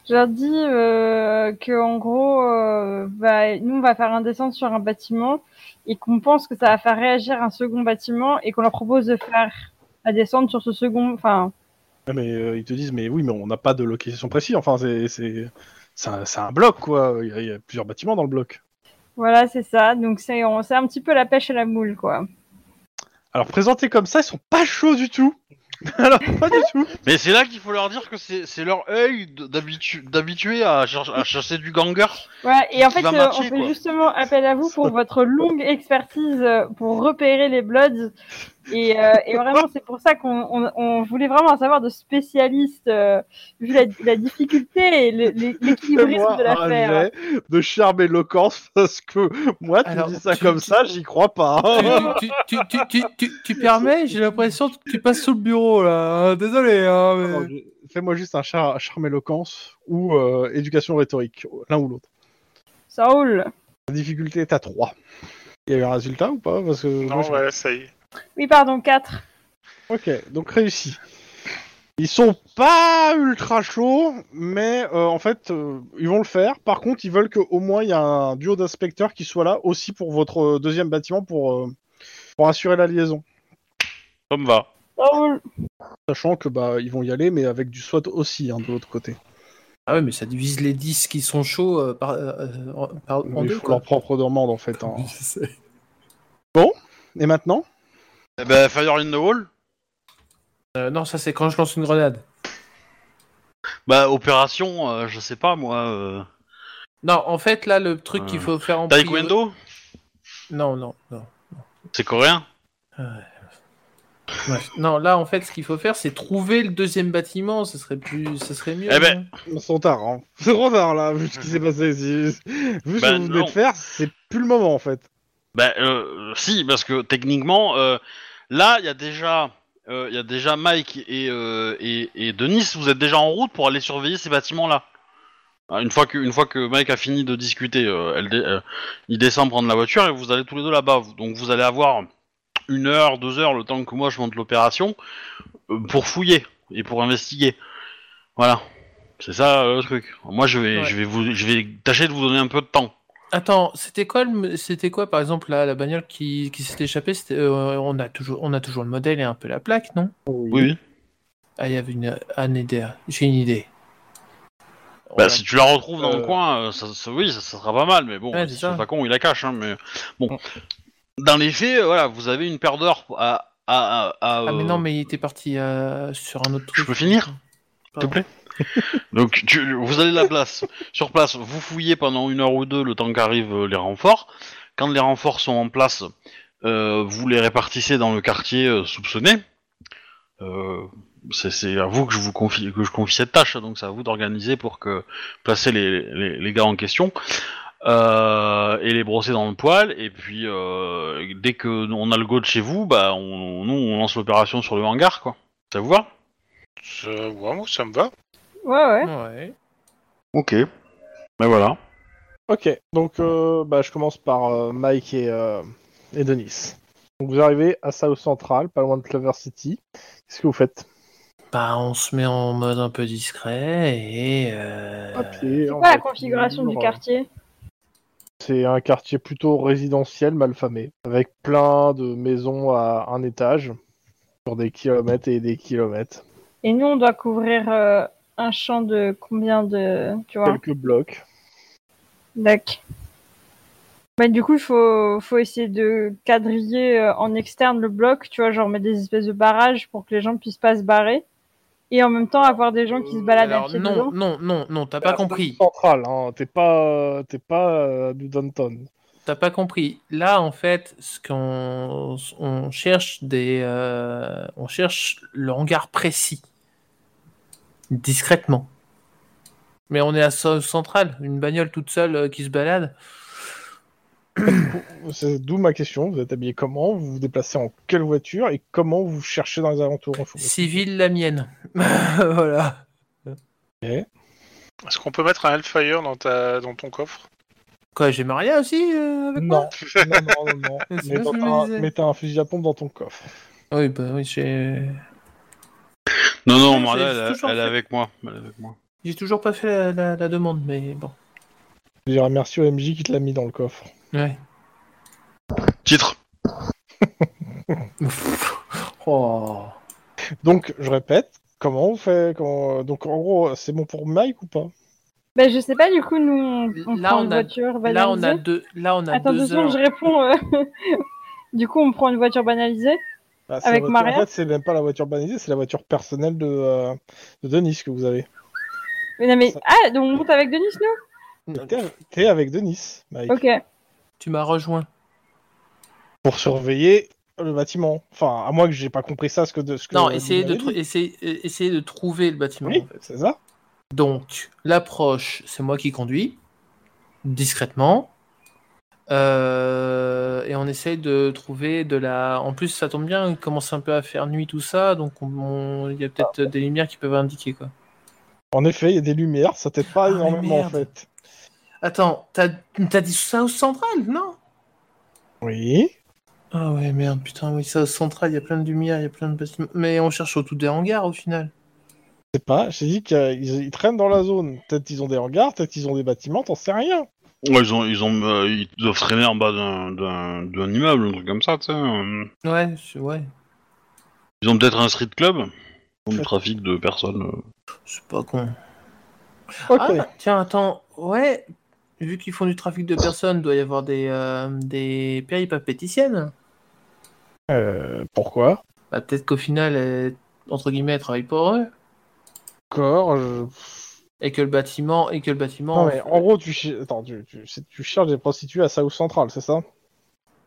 S5: Je leur dis euh, que en gros, euh, bah, nous on va faire un dessin sur un bâtiment et qu'on pense que ça va faire réagir un second bâtiment et qu'on leur propose de faire la descente sur ce second. Enfin,
S1: Ah, Mais euh, ils te disent, mais oui, mais on n'a pas de localisation précise. Enfin, c'est- c'est c'est un, c'est un bloc, quoi. Il y, a, il y a plusieurs bâtiments dans le bloc.
S5: voilà, c'est ça. Donc c'est on- c'est un petit peu la pêche à la moule, quoi.
S1: Alors présentés comme ça, ils sont pas chauds du tout. Alors pas du tout.
S2: Mais c'est là qu'il faut leur dire que c'est c'est leur œil de- d'habitu- d'habitué à, cher- à chercher du ganger.
S5: Voilà. Et en
S2: Qui
S5: fait,
S2: va
S5: euh,
S2: marcher,
S5: on fait
S2: quoi.
S5: justement appel à vous pour votre longue expertise euh, pour repérer les bloods. Et, euh, et vraiment, c'est pour ça qu'on on, on voulait vraiment en savoir de spécialistes, euh, vu la, la difficulté et le- le- l'équilibrisme
S1: Fais-moi
S5: de l'affaire.
S1: un jet de charme et éloquence parce que moi, tu
S4: Alors,
S1: dis ça
S4: tu-
S1: comme
S4: tu-
S1: ça, j'y crois pas. hein.
S4: tu, tu, tu, tu, tu, tu, tu permets J'ai l'impression que tu passes sous le bureau là. hein. Désolé. Hein, mais-
S1: Alors, je- Fais-moi juste un char charme éloquence ou euh, éducation rhétorique, l'un ou l'autre.
S5: Ça roule.
S1: La difficulté est à 3. Il y a eu un résultat ou pas Parce que moi,
S3: Non,
S1: je-
S3: voilà, ça y est.
S5: Oui, pardon, 4.
S1: Ok, donc réussi. Ils sont pas ultra chauds, mais euh, en fait, euh, ils vont le faire. Par contre, ils veulent qu'au moins il y a un duo d'inspecteurs qui soit là aussi pour votre euh, deuxième bâtiment pour, euh, pour assurer la liaison.
S2: Ça me va.
S5: Ça roule.
S1: Sachant que bah ils vont y aller, mais avec du SWAT aussi hein, de l'autre côté.
S4: Ah ouais, mais ça divise les 10 qui sont chauds euh, par, euh, en, par- en
S1: ils
S4: deux.
S1: font
S4: Quoi.
S1: leur propre demande en fait. hein.
S4: Je sais.
S1: Et maintenant
S2: Eh ben, Fire in the Wall,
S4: Euh, non, ça c'est quand je lance une grenade.
S2: bah, opération, euh, je sais pas moi, euh,
S4: Non, en fait là, le truc
S2: Euh,
S4: qu'il faut faire en priori-
S2: Taekwondo,
S4: Non, non, non.
S2: c'est coréen.
S4: Bref. Non, là en fait, ce qu'il faut faire, c'est trouver le deuxième bâtiment. Ce serait plus, ce serait mieux.
S2: Eh ben,
S4: hein.
S1: Ils sont tard. Hein. C'est trop tard là, vu ce qui s'est passé. Si- Vu ce
S2: Bah,
S1: que vous venez
S2: non.
S1: de faire, c'est plus le moment en fait.
S2: Ben, euh, si, parce que techniquement, euh, là, il y a déjà, euh, il y a déjà Mike et, euh, et, et Denis. Vous êtes déjà en route pour aller surveiller ces bâtiments-là. Ah, Une fois que, une fois que Mike a fini de discuter, euh, elle dé- euh, il descend prendre la voiture et vous allez tous les deux là-bas. Vous- Donc vous allez avoir une heure, deux heures, le temps que moi je monte l'opération euh, pour fouiller et pour investiguer. Voilà, c'est ça euh, le truc. Moi, je vais,
S4: Ouais.
S2: je vais vous, je vais tâcher de vous donner un peu de temps.
S4: Attends, c'était quoi, le- c'était quoi par exemple là, la bagnole qui, qui s'est échappée c'était- euh, On a toujours, on a toujours le modèle et un peu la plaque, non
S2: Oui. oui.
S4: Ah, il y avait une, une idée. J'ai une idée. On
S2: Bah,
S4: a-
S2: si tu la retrouves dans le
S1: Euh,
S2: coin, euh, ça, ça- oui, ça, ça sera pas mal, mais bon,
S4: Ouais,
S2: si
S4: c'est
S2: c'est
S4: ça.
S2: pas con, il la cache, hein, mais bon. Dans les faits, euh, voilà, vous avez une paire d'heures à, à, à- à,
S4: Ah mais
S2: euh,
S4: non, mais il était parti euh, sur un autre truc.
S2: peux finir
S4: Pardon.
S2: plaît Donc, tu- vous allez la place, sur place, vous fouillez pendant une heure ou deux le temps qu'arrivent euh, les renforts. quand les renforts sont en place, euh, vous les répartissez dans le quartier euh, soupçonné. Euh, c'est- c'est à vous que je vous confie, que je confie cette tâche, donc c'est à vous d'organiser pour que placer les, les, les gars en question euh, et les brosser dans le poil. Et puis euh, dès que on a le go de chez vous, bah on, nous on lance l'opération sur le hangar, quoi. Ça vous va
S3: Ça, ouais, moi, ça me va.
S5: Ouais,
S4: Euh,
S5: ouais.
S4: Ouais.
S2: Ok. Ben voilà.
S1: Ok, donc euh, bah, je commence par euh, Mike et, euh, et Denis. Donc vous arrivez à South Central, pas loin de Clover City. Qu'est-ce que vous faites
S4: Bah, on se met en mode un peu discret et. euh,
S5: Oh,
S1: À pied, en
S5: C'est quoi la
S1: voiture,
S5: configuration du
S1: euh,
S5: quartier
S1: C'est un quartier plutôt résidentiel, malfamé, avec plein de maisons à un étage, sur des kilomètres et des kilomètres.
S5: Et nous, on doit couvrir euh, un champ de combien de... Tu vois
S1: Quelques blocs.
S5: D'accord. Bah, du coup, il faut, faut essayer de quadriller euh, en externe le bloc, tu vois, genre mettre des espèces de barrages pour que les gens puissent pas se barrer. Et en même temps, avoir des gens qui se baladent à
S4: Euh, Alors,
S5: pied
S4: non,
S5: dedans.
S4: non, non, non, t'as pas compris.
S1: Central, hein. T'es pas, t'es pas euh, du downtown.
S4: T'as pas compris. Là, en fait, ce qu'on on cherche des, euh, on cherche le hangar précis, discrètement. Mais on est à South Central, une bagnole toute seule euh, qui se balade.
S1: C'est d'où ma question. Vous êtes habillé comment Vous vous déplacez en quelle voiture Et comment vous cherchez dans les alentours en fourgon
S4: Civile la mienne. voilà.
S3: Est-ce qu'on peut mettre un Hellfire dans, ta... dans ton coffre
S4: Quoi, j'ai Maria aussi euh, avec moi
S1: Non, non, non, non. non.
S4: C'est
S1: Mets
S4: pas ce que je
S1: un-
S4: me disais.
S1: mets un fusil à pompe dans ton coffre.
S4: Oui, bah oui, j'ai.
S2: Non non,
S4: Ouais,
S2: Marla,
S4: c'est
S2: elle,
S4: toujours
S2: elle est
S4: fait.
S2: avec moi. Elle est avec moi.
S4: J'ai toujours pas fait la, la- la demande, mais bon.
S1: Je dirais merci au MJ qui te l'a mis dans le coffre.
S4: Ouais.
S2: Titre.
S4: oh.
S1: Donc, je répète, comment on fait comment- Donc, en gros, c'est bon pour Mike ou pas
S5: Bah, je sais pas, du coup, nous, on, on
S4: Là,
S5: prend
S4: on
S5: une
S4: a-
S5: voiture banalisée.
S4: Là, on a deux. Là, on a
S5: Attends, deux
S4: deux
S5: secondes,
S4: heures.
S5: je réponds. euh, du coup, on prend une voiture banalisée.
S1: Ah, c'est
S5: Avec
S1: la voiture-
S5: Maria
S1: En fait, c'est même pas la voiture banalisée, c'est la voiture personnelle de, euh, de Denis que vous avez.
S5: Mais non, mais...
S1: Ça-
S5: Ah, donc on monte avec Denis, nous
S1: T'es t'es avec Denis, Mike,
S5: Ok.
S4: Tu m'as rejoint.
S1: pour surveiller le bâtiment. Enfin, à moins que j'ai pas compris ça, ce que... De, ce que
S4: Non,
S1: vous
S4: essayez de,
S1: m'avez
S4: tr-
S1: dit.
S4: essayez- euh, essayez de trouver le bâtiment.
S1: Oui, c'est ça.
S4: Donc, l'approche, c'est moi qui conduis, discrètement. Euh, et on essaye de trouver de la. En plus, ça tombe bien, il commence un peu à faire nuit, tout ça, donc on- on- il y a peut-être des lumières qui peuvent indiquer quoi.
S1: En effet, il y a des lumières, ça t'aide pas
S4: Ah, mais
S1: énormément, en
S4: merde.
S1: fait.
S4: Attends, t'as t'as dit ça au central, non
S1: Oui.
S4: Ah ouais, merde, putain, oui, ça au central, il y a plein de lumières, il y a plein de bâtiments. Mais on cherche surtout des hangars au final.
S1: Je sais pas, j'ai dit qu'ils ils traînent dans la zone. Peut-être qu'ils ont des hangars, peut-être qu'ils ont des bâtiments, t'en sais rien.
S2: Ouais, ils ont, ils ont, euh, ils doivent traîner en bas d'un- d'un d'un immeuble, un truc comme ça, tu sais. euh.
S4: Ouais, c'est- ouais.
S2: Ils ont peut-être un street club. Ils font du trafic de personnes. euh.
S4: C'est pas con.
S1: Ok.
S4: Ah, tiens, attends, ouais, vu qu'ils font du trafic de personnes, doit y avoir des, euh, des péripapéticiennes.
S1: Euh, pourquoi
S4: Bah, peut-être qu'au final, elle- entre guillemets, elle travaille pour eux.
S1: Encore, je-
S4: Et que le bâtiment. Et que le bâtiment
S1: Non, mais en gros, tu, ch- attends, tu, tu- c'est- tu cherches des prostituées à South Central, c'est ça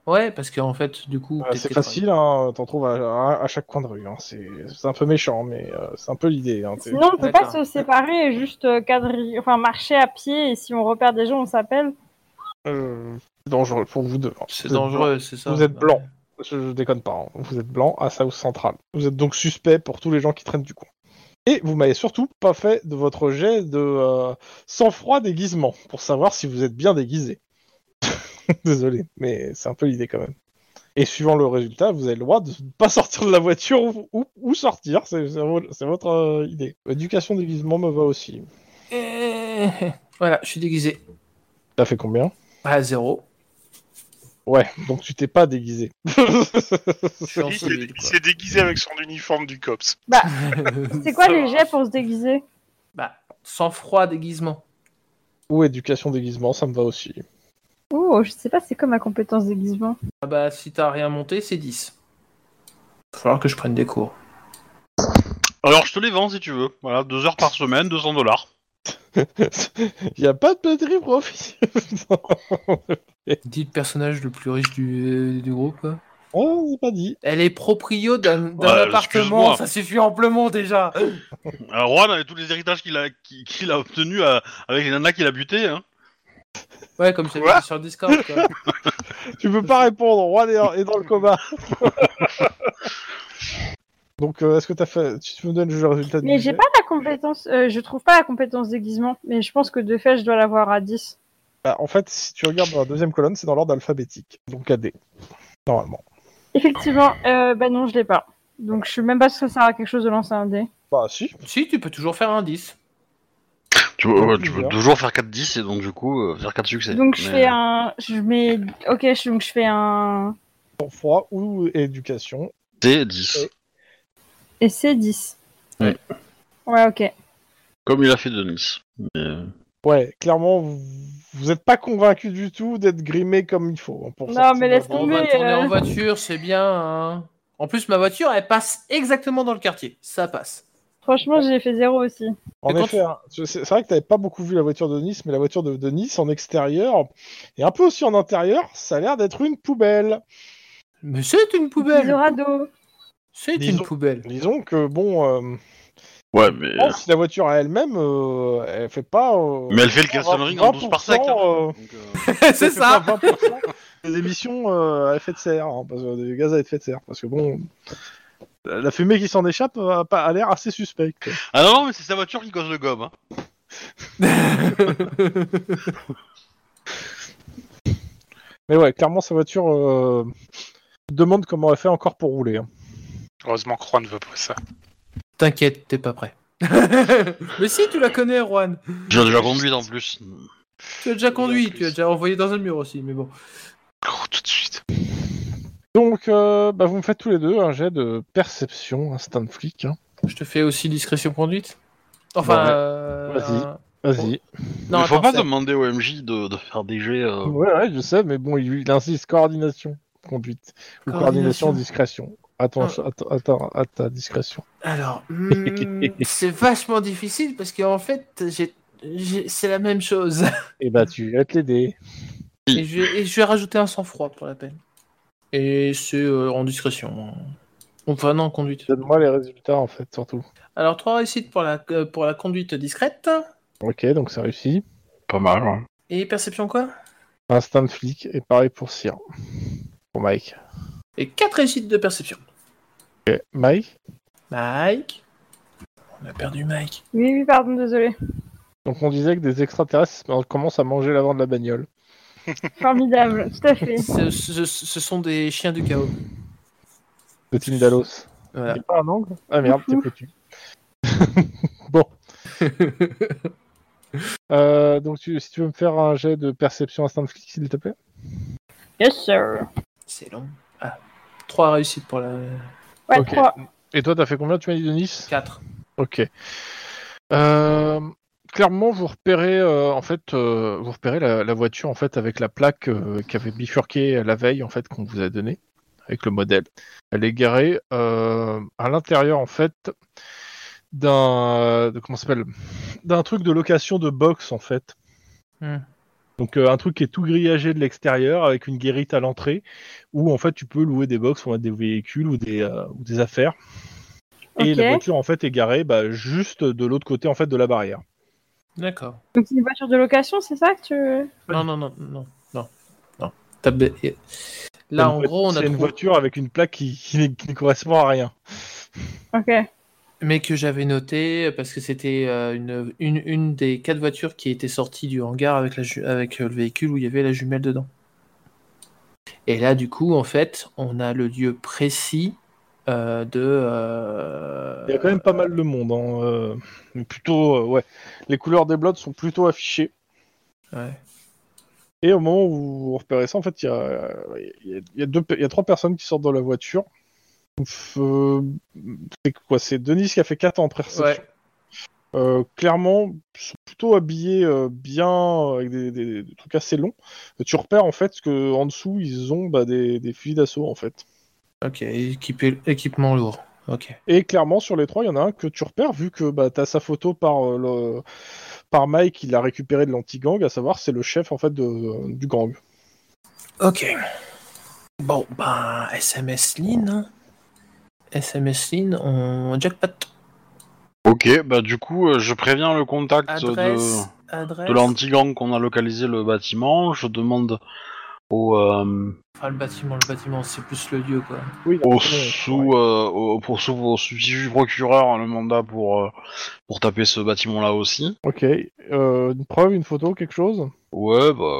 S4: Ouais, parce qu'en fait, du coup.
S1: Euh,
S4: peut-être
S1: C'est
S4: qu'elle
S1: facile, hein, t'en trouves à, à- à chaque coin de rue. hein, C'est c'est un peu méchant, mais euh, c'est un peu l'idée. hein, t'es-
S5: Sinon, on peut pas
S4: D'accord.
S5: se séparer et juste euh, quadriller, enfin marcher à pied. Et si on repère des gens, on s'appelle.
S1: euh, c'est dangereux pour vous deux. hein.
S4: travaille. C'est
S1: Vous êtes
S4: dangereux, c'est ça.
S1: Vous êtes
S4: Ouais.
S1: blanc. Je, je déconne pas, hein. vous êtes blanc à South Central. Vous êtes donc suspect pour tous les gens qui traînent du coin. Et vous m'avez surtout pas fait de votre jet de euh, sang-froid déguisement pour savoir si vous êtes bien déguisé. Désolé, mais c'est un peu l'idée quand même. Et suivant le résultat, vous avez le droit de ne pas sortir de la voiture ou, ou- ou sortir. C'est c'est vo- c'est votre euh, idée. Éducation déguisement me va aussi.
S4: Eh, Voilà, je suis déguisé.
S1: T'as fait combien
S4: À zéro.
S1: Ouais, donc tu t'es pas déguisé.
S4: Je suis en
S3: Il s'est-
S4: solide,
S3: il s'est déguisé avec son uniforme du COPS.
S4: quoi.
S5: C'est quoi les jets pour se déguiser
S4: Bah, sans froid déguisement.
S1: ou éducation déguisement, ça me va aussi.
S5: Oh, je sais pas, c'est quoi ma compétence déguisement
S4: Ah bah, si t'as rien monté, c'est 10. Va falloir que je prenne des cours.
S2: Alors, je te les vends si tu veux. Voilà, deux heures par semaine, 200 dollars.
S1: Il n'y a pas de batterie pour officier. Non.
S4: Dit le personnage le plus riche du, du groupe.
S1: Oh, c'est pas dit.
S4: Elle est proprio d'un d'un
S2: Ouais,
S4: appartement,
S2: excuse-moi.
S4: ça suffit amplement déjà.
S2: Alors, Juan, avec tous les héritages qu'il a, qui- qu'il a obtenus euh, avec les nanas qu'il a butées, hein.
S4: Ouais, comme je
S3: Quoi
S4: dit sur Discord. quoi.
S1: Tu peux pas répondre. Juan est, en- est dans le coma. Donc, euh, est-ce que t'as fait... tu me donnes le résultat du
S5: Mais j'ai
S1: jet
S5: pas la compétence, euh, je trouve pas la compétence déguisement, mais je pense que de fait, je dois l'avoir à 10.
S1: Bah, En fait, si tu regardes dans la deuxième colonne, c'est dans l'ordre alphabétique. Donc, AD. Normalement.
S5: Effectivement, euh, bah non, je l'ai pas. Donc je suis même pas sûre que ça sert à quelque chose de lancer un dé.
S1: Bah, si.
S4: si, tu peux toujours faire un 10.
S2: Tu, peux- ouais,
S1: Plusieurs.
S2: tu peux toujours faire 4-10 et donc, du coup, euh, faire 4 succès.
S5: Donc je
S2: Mais- euh,
S5: fais un, je mets, ok, je- donc je fais un,
S1: Pour froid ou éducation.
S2: C'est 10.
S5: et c'est 10.
S2: Ouais.
S5: Ouais, ok.
S2: Comme il a fait Denis. Mais, euh,
S1: Ouais, clairement, vous vous êtes pas convaincu du tout d'être grimé comme il faut. hein, pour
S5: Non,
S1: sortir
S5: mais
S1: de-
S5: laisse
S4: On
S5: tomber.
S4: va tourner
S5: euh.
S4: en voiture, c'est bien. hein. En plus, ma voiture, elle passe exactement dans le quartier. Ça passe.
S5: Franchement, j'ai fait 0 aussi.
S1: En
S4: Mais quand
S1: effet, hein, c'est c'est vrai que t'avais pas beaucoup vu la voiture de Nice, mais la voiture de, de Nice en extérieur et un peu aussi en intérieur, ça a l'air d'être une poubelle.
S4: Mais c'est une poubelle.
S5: Dorado.
S4: C'est
S1: Disons-
S4: une poubelle.
S1: Disons que bon, euh,
S2: Ouais, mais. euh,
S1: bon, si la voiture à elle-même, euh, elle fait pas. euh,
S2: Mais elle fait le Castlering en 12 par sec. hein.
S1: 20%, euh,
S2: Donc, euh,
S4: c'est
S1: elle fait
S4: ça.
S1: pas 20% des émissions euh, à effet de serre, hein, parce que des gaz à effet de serre, parce que bon, la la fumée qui s'en échappe euh, a, pas- a l'air assez suspecte.
S2: Ah non, non, mais c'est sa voiture qui cause le gomme. Hein.
S1: Mais ouais, clairement, sa voiture euh, demande comment elle fait encore pour rouler. hein.
S3: Heureusement que Juan ne veut pas ça.
S4: T'inquiète, t'es pas prêt. Mais si, tu la connais, Juan.
S2: J'ai déjà conduit en plus.
S4: Tu as déjà
S3: en
S4: conduit,
S3: plus.
S4: tu as déjà envoyé dans un mur aussi, mais bon.
S3: Oh, tout de suite.
S1: Donc, euh, bah, vous me faites tous les deux un jet de perception, instinct de flic. hein.
S4: Je te fais aussi discrétion conduite. Enfin,
S1: Ouais.
S4: euh,
S1: Vas-y.
S4: un-
S1: Vas-y.
S2: Oh,
S4: Non,
S2: il faut
S4: attends,
S2: pas
S4: c'est-
S2: demander au MJ de, de faire des jets. euh,
S1: Ouais, ouais, je sais, mais bon, il, il insiste coordination, conduite, ou coordination,
S4: Coordination.
S1: discrétion. Attends, attends, attends, à ta discrétion.
S4: Alors, hmm, c'est vachement difficile parce qu'en fait, j'ai- j'ai- c'est la même chose.
S1: Et bah, tu jettes les dés.
S4: Et je, vais- et je vais rajouter un sang-froid pour la peine. Et c'est euh, en discrétion. Enfin, non, en conduite.
S1: Donne-moi les résultats, en fait, surtout.
S4: Alors, trois réussites pour la, euh, pour la conduite discrète.
S1: Ok, donc ça réussit.
S2: Pas mal. ouais.
S4: Et perception quoi
S1: Instinct de flic, et pareil pour Cyr. Pour Mike.
S4: Et quatre réussites de perception.
S1: Ok, Mike.
S4: Mike On a perdu Mike.
S5: Oui, oui, pardon, désolé.
S1: Donc, on disait que des extraterrestres commencent à manger l'avant de la bagnole.
S5: Formidable, tout à fait.
S4: Ce, ce- ce sont des chiens du chaos.
S1: De Tim Dallos.
S4: Voilà.
S1: Y'a pas un angle Ah merde, t'es
S5: Ouh.
S1: foutu. bon. Euh, donc, tu- si tu veux me faire un jet de perception instinct de flic, s'il te plaît.
S5: Yes, sir.
S4: C'est long. Ah. Trois réussites pour la.
S5: Ouais,
S1: Ok.
S5: 3.
S1: Et toi, t'as fait combien Tu m'as dit de Nice
S4: Quatre.
S1: Ok. Euh, clairement, vous repérez euh, en fait, euh, vous repérez la, la voiture en fait avec la plaque euh, qui avait bifurqué la veille en fait qu'on vous a donnée avec le modèle. Elle est garée euh, à l'intérieur en fait d'un euh, de- comment ça s'appelle d'un truc de location de box en fait.
S4: Hmm.
S1: Donc euh, un truc qui est tout grillagé de l'extérieur avec une guérite à l'entrée où en fait tu peux louer des box pour mettre des véhicules ou des, euh, ou des affaires. Et
S5: Ok.
S1: la voiture en fait est garée bah, juste de l'autre côté en fait de la barrière.
S4: D'accord.
S5: Donc c'est une voiture de location, c'est ça que tu...
S4: Non, non, non, non, non. non. T'as ba- Là,
S1: C'est une
S4: en
S1: vo-
S4: gros, on a
S1: c'est une
S4: trouvé-
S1: voiture avec une plaque qui, qui n'est- qui ne correspond à rien.
S5: Ok.
S4: mais que j'avais noté parce que c'était euh, une, une, une des quatre voitures qui était sortie du hangar avec, la ju- avec euh, le véhicule où il y avait la jumelle dedans. Et là, du coup, en fait, on a le lieu précis euh, de. euh,
S1: Il y a quand même pas mal de monde. hein, euh, mais plutôt, euh, ouais, les couleurs des blottes sont plutôt affichées.
S4: Ouais.
S1: Et au moment où vous repérez ça, en fait, il y a, euh, il y a- il y a deux pe- il y a trois personnes qui sortent de la voiture. Ouf, euh, c'est quoi C'est Denis qui a fait 4 en perception.
S4: Ouais.
S1: Euh, clairement, ils sont plutôt habillés euh, bien, euh, avec des, des- des trucs assez longs. Et tu repères en fait que en dessous, ils ont bah, des, des fusils d'assaut en fait.
S4: Ok, équipé- équipement lourd. Ok.
S1: Et clairement, sur les trois, il y en a un que tu repères vu que bah, tu as sa photo par, euh, le,
S3: par Mike qu'il a récupéré de l'anti-gang, à savoir c'est le chef en fait de- du gang.
S4: Ok. Bon, ben, SMS
S1: hein.
S4: Lean. SMS Lean, on jackpot.
S2: Ok, bah du coup, euh, je préviens le contact de...
S4: Adresse, adresse.
S2: de l'anti-gang qu'on a localisé le bâtiment. Je demande au, euh,
S4: Enfin, Ah, le bâtiment, le bâtiment, c'est plus le lieu, quoi.
S3: Oui,
S2: au
S3: non,
S2: sous, euh, au- pour sous, au substitut procureur hein, le mandat pour, euh, pour taper ce bâtiment-là aussi.
S3: Ok, euh, une preuve, une photo, quelque chose
S2: Ouais, bah.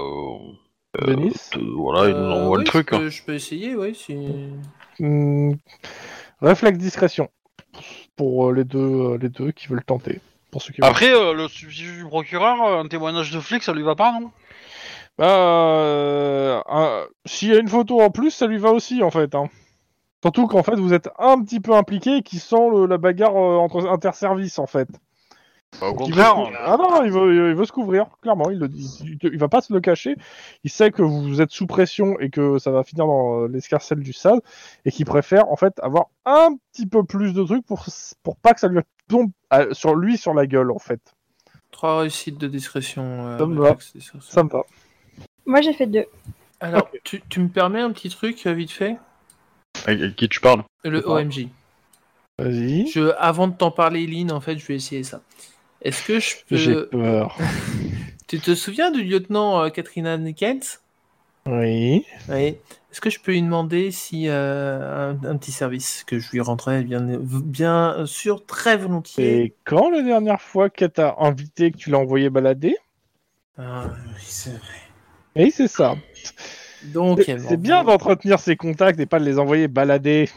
S2: euh,
S3: Denis
S2: euh, voilà, il nous
S4: Euh,
S2: envoie le
S4: oui,
S2: truc.
S4: Je
S2: hein.
S4: peux, je peux essayer, oui. Si...
S3: Hmm, Réflexe discrétion pour euh, les deux, euh, les deux qui veulent tenter. Pour ceux qui veulent.
S2: Après, euh, le substitut du procureur, euh, un témoignage de flic, ça lui va pas, non
S3: Bah, euh, un- s'il y a une photo en plus, ça lui va aussi en fait. hein. Surtout qu'en fait, vous êtes un petit peu impliqué et qui sent le- la bagarre euh, entre interservices en fait.
S2: Bah, Au
S3: Il
S2: contraire.
S3: veut se cou- Ah non, il veut, il veut se couvrir, clairement. Il, le, il, il- il va pas se le cacher. Il sait que vous êtes sous pression et que ça va finir dans euh, l'escarcelle du sable et qu'il préfère en fait avoir un petit peu plus de trucs pour, s- pour pas que ça lui tombe à- sur lui sur la gueule en fait.
S4: Trois réussites de discrétion. euh,
S3: Ça me
S4: de
S3: va.
S4: taxe, c'est ça, ça.
S3: Ça me va.
S5: Moi, j'ai fait deux.
S4: Alors, tu, tu me permets un petit truc, euh, vite fait
S2: Avec avec qui tu parles
S4: Le
S3: pas.
S4: OMG.
S3: Vas-y.
S4: Je, avant de t'en parler, Lynn, en fait, je vais essayer ça. Est-ce que je
S3: J'ai
S4: peux...
S3: peur.
S4: Tu te souviens du lieutenant euh, Katrina Nickens
S3: Oui.
S4: Oui. Est-ce que je peux lui demander si euh, un, un petit service que je lui rendrai bien, bien sûr très volontiers
S3: Et quand la dernière fois qu'elle t'a invité, que tu l'as envoyé balader
S4: Ah, oui, c'est-
S3: Oui, c'est ça.
S4: Donc,
S3: C'est- c'est bien d'entretenir ses contacts et pas de les envoyer balader.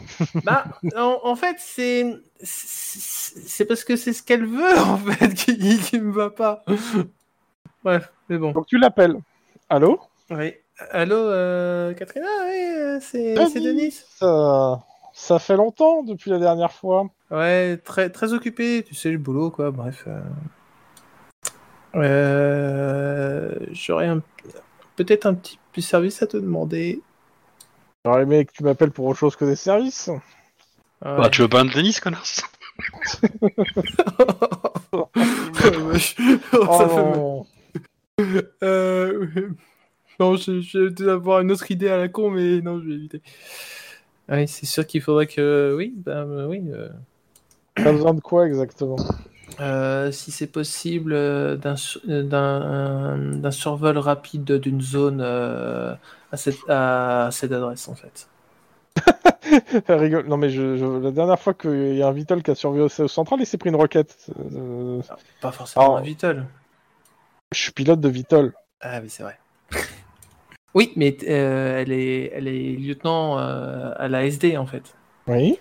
S4: Bah, en, en fait, c'est c'est c'est parce que c'est ce qu'elle veut en fait qui, qui- qui me va pas. Bref, mais bon.
S3: Donc tu l'appelles. Allô
S4: Oui. Allô, euh, Katrina, oui, euh, c'est
S3: Denis.
S4: c'est Denis.
S3: ça... ça fait longtemps depuis la dernière fois.
S4: Ouais, très très occupé, tu sais le boulot quoi. Bref. euh. Euh, J'aurais un- peut-être un petit plus service à te demander.
S3: J'aurais aimé que tu m'appelles pour autre chose que des services.
S4: Ouais.
S2: Bah, tu veux pas un tennis, connasse
S4: Oh, wesh. Oh, ça fait mal.
S3: non.
S4: Euh... Non, je, je vais peut-être avoir une autre idée à la con, mais non, je vais éviter. Ah oui, c'est sûr qu'il faudrait que. Oui, ben euh, oui. euh,
S3: T'as besoin de quoi exactement
S4: euh, si c'est possible, euh, d'un su- euh, d'un d'un survol rapide d'une zone euh, à, cette, à cette adresse, en fait.
S3: Elle rigole. Non mais je, je- la dernière fois qu'il y a un Vitol qui a survécu au central, il s'est pris une roquette. Euh,
S4: Pas forcément
S3: Oh.
S4: un Vitol.
S3: je suis pilote de Vitol.
S4: Ah oui, c'est vrai. Oui, mais euh, elle, est, elle est lieutenant euh, à la SD, en fait.
S3: Oui.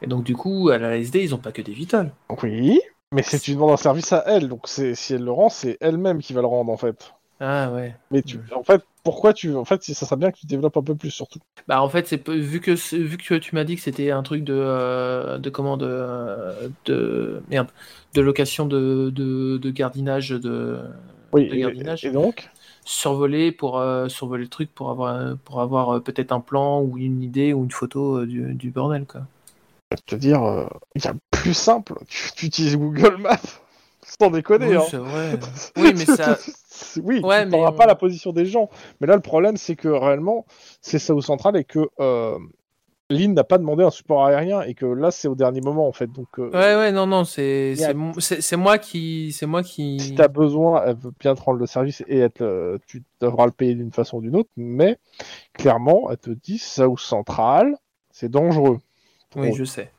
S4: Et donc, du coup, à la SD, ils ont pas que des Vitols.
S3: Oui. Mais c'est tu demandes un service à elle, donc c'est si elle le rend, c'est elle-même qui va le rendre en fait.
S4: Ah ouais.
S3: Mais tu, en fait, pourquoi tu, en fait, ça serait bien que tu développes un peu plus surtout.
S4: Bah en fait c'est peu- vu que c'est- vu que tu m'as dit que c'était un truc de euh, de comment de euh, de merde de location de de, de gardinage de
S3: Oui.
S4: de
S3: Et,
S4: gardinage.
S3: et donc,
S4: survoler pour euh, survoler le truc pour avoir euh, pour avoir euh, peut-être un plan ou une idée ou une photo euh, du, du bordel quoi.
S3: je vais te dire, euh, il y a plus simple. Tu, tu utilises Google Maps. Sans déconner.
S4: oui,
S3: hein.
S4: c'est vrai. Oui, mais ça-
S3: oui,
S4: Ouais,
S3: tu
S4: mais
S3: n'auras
S4: on-
S3: pas la position des gens. Mais là, le problème, c'est que réellement, c'est ça au central et que euh, Lynn n'a pas demandé un support aérien et que là, c'est au dernier moment en fait. Donc, euh,
S4: Ouais ouais non non, c'est
S3: Yeah.
S4: c'est mon- c'est c'est moi qui c'est moi qui
S3: si t'as besoin, elle veut bien te rendre le service et être, euh, tu devras le payer d'une façon ou d'une autre. Mais clairement, elle te dit ça au central, c'est dangereux.
S4: Oui, je sais.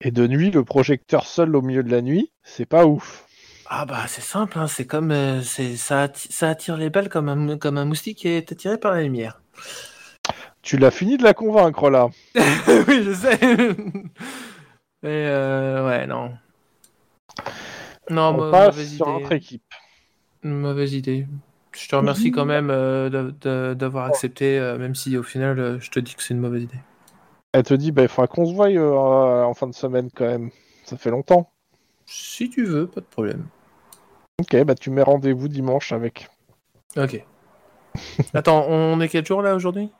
S3: Et de nuit, le projecteur seul au milieu de la nuit, c'est pas ouf.
S4: Ah bah c'est simple hein, c'est comme euh, c'est ça atti- ça attire les balles comme un comme un moustique qui est attiré par la lumière.
S3: Tu l'as fini de la convaincre là.
S4: oui, je sais. Mais euh, ouais, non.
S3: On
S4: Non, mau-
S3: passe
S4: Ah, mauvaise
S3: sur
S4: idée.
S3: notre équipe.
S4: Mauvaise idée. Je te remercie quand même euh, de- de- d'avoir accepté, euh, même si au final, euh, je te dis que c'est une mauvaise idée.
S3: Elle te dit, bah, il faudra qu'on se voie euh, en fin de semaine quand même. Ça fait longtemps.
S4: Si tu veux, pas de problème.
S3: Ok, bah tu mets rendez-vous dimanche avec.
S4: Ok. Attends, on est quel jour là aujourd'hui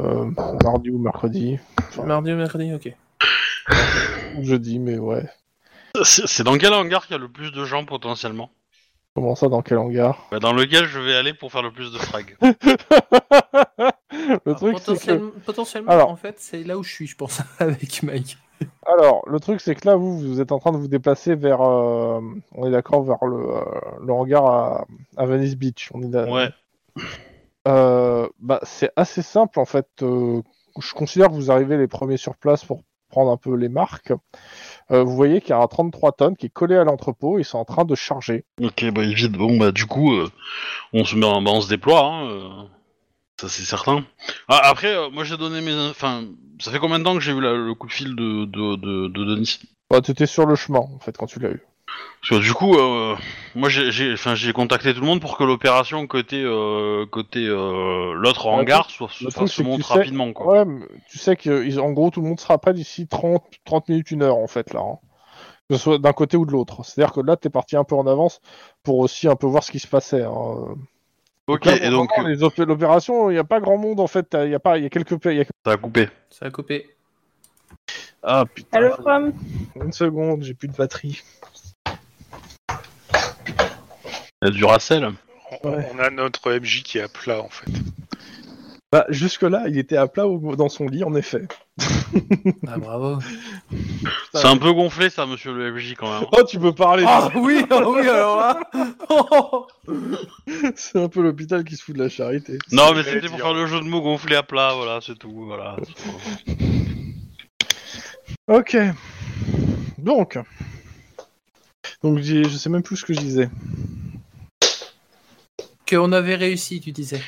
S3: Euh, mardi ou mercredi,
S4: Mardi ou mercredi Ok.
S3: ou jeudi, mais ouais.
S2: C'est c'est dans quel hangar qu'il y a le plus de gens potentiellement
S1: Comment ça, dans quel hangar
S2: Bah, Dans lequel je vais aller pour faire le plus de frags.
S1: Le
S4: Alors,
S1: truc, c'est que...
S4: potentiellement, potentiellement,
S1: Alors.
S4: en fait, c'est là où je suis, je pense, avec Mike.
S1: Alors, le truc, c'est que là, vous, vous êtes en train de vous déplacer vers, euh, on est d'accord, vers le, euh, le hangar à, à Venice Beach. On est d'a-
S2: Ouais.
S1: Euh, bah, c'est assez simple, en fait. euh, je considère que vous arrivez les premiers sur place pour prendre un peu les marques. Euh, vous voyez qu'il y a un 33 tonnes qui est collé à l'entrepôt. Ils sont en train de charger.
S2: Ok, bah évidemment, bon, bah du coup, euh, on, se met en- bah, on se déploie, hein, euh, ça c'est certain. Ah, après, euh, moi j'ai donné mes... Enfin, ça fait combien de temps que j'ai eu la- le coup de fil de, de, de, de Denis
S1: Bah, t'étais sur le chemin, en fait, quand tu l'as eu.
S2: Parce que du coup, euh, moi j'ai- j'ai enfin, j'ai contacté tout le monde pour que l'opération côté, euh, côté euh, l'autre
S1: Ouais, bah,
S2: hangar soit,
S1: le
S2: enfin,
S1: truc,
S2: se
S1: c'est que
S2: monte
S1: tu sais-
S2: rapidement, quoi.
S1: Ouais, mais tu sais que, ils- en gros, tout le monde sera prêt d'ici 30, 30 minutes, une heure, en fait, là. hein. Que ce soit d'un côté ou de l'autre. C'est-à-dire que là, t'es parti un peu en avance pour aussi un peu voir ce qui se passait. hein.
S2: ok,
S1: Là,
S2: et donc
S1: vraiment, les op- l'opération, il n'y a pas grand monde, en fait. t'as- Il y a pas, il y a quelques... pa- il Y a...
S2: ça a coupé.
S4: Ça a copé.
S1: Ah, putain.
S5: Hello from.
S1: Une seconde, j'ai plus de batterie.
S2: Il y a du racel.
S3: On,
S1: Ouais.
S3: on a notre MJ qui est à plat en fait.
S1: Bah, jusque-là, il était à plat au- dans son lit, en effet.
S4: Ah, bravo.
S1: Ça-
S2: C'est un peu gonflé ça, monsieur le FJ quand même.
S1: Oh, tu peux parler
S4: Ah oui, ah oui, alors là. Oh.
S1: C'est un peu l'hôpital qui se fout de la charité.
S2: Non,
S3: que
S2: mais
S3: j'allais
S2: c'était pour
S3: dire.
S2: faire le jeu de mots gonflé à plat, voilà, c'est tout, voilà.
S1: Ok. Donc. Donc, j'ai- je sais même plus ce que je disais.
S4: Qu'on avait réussi, tu disais.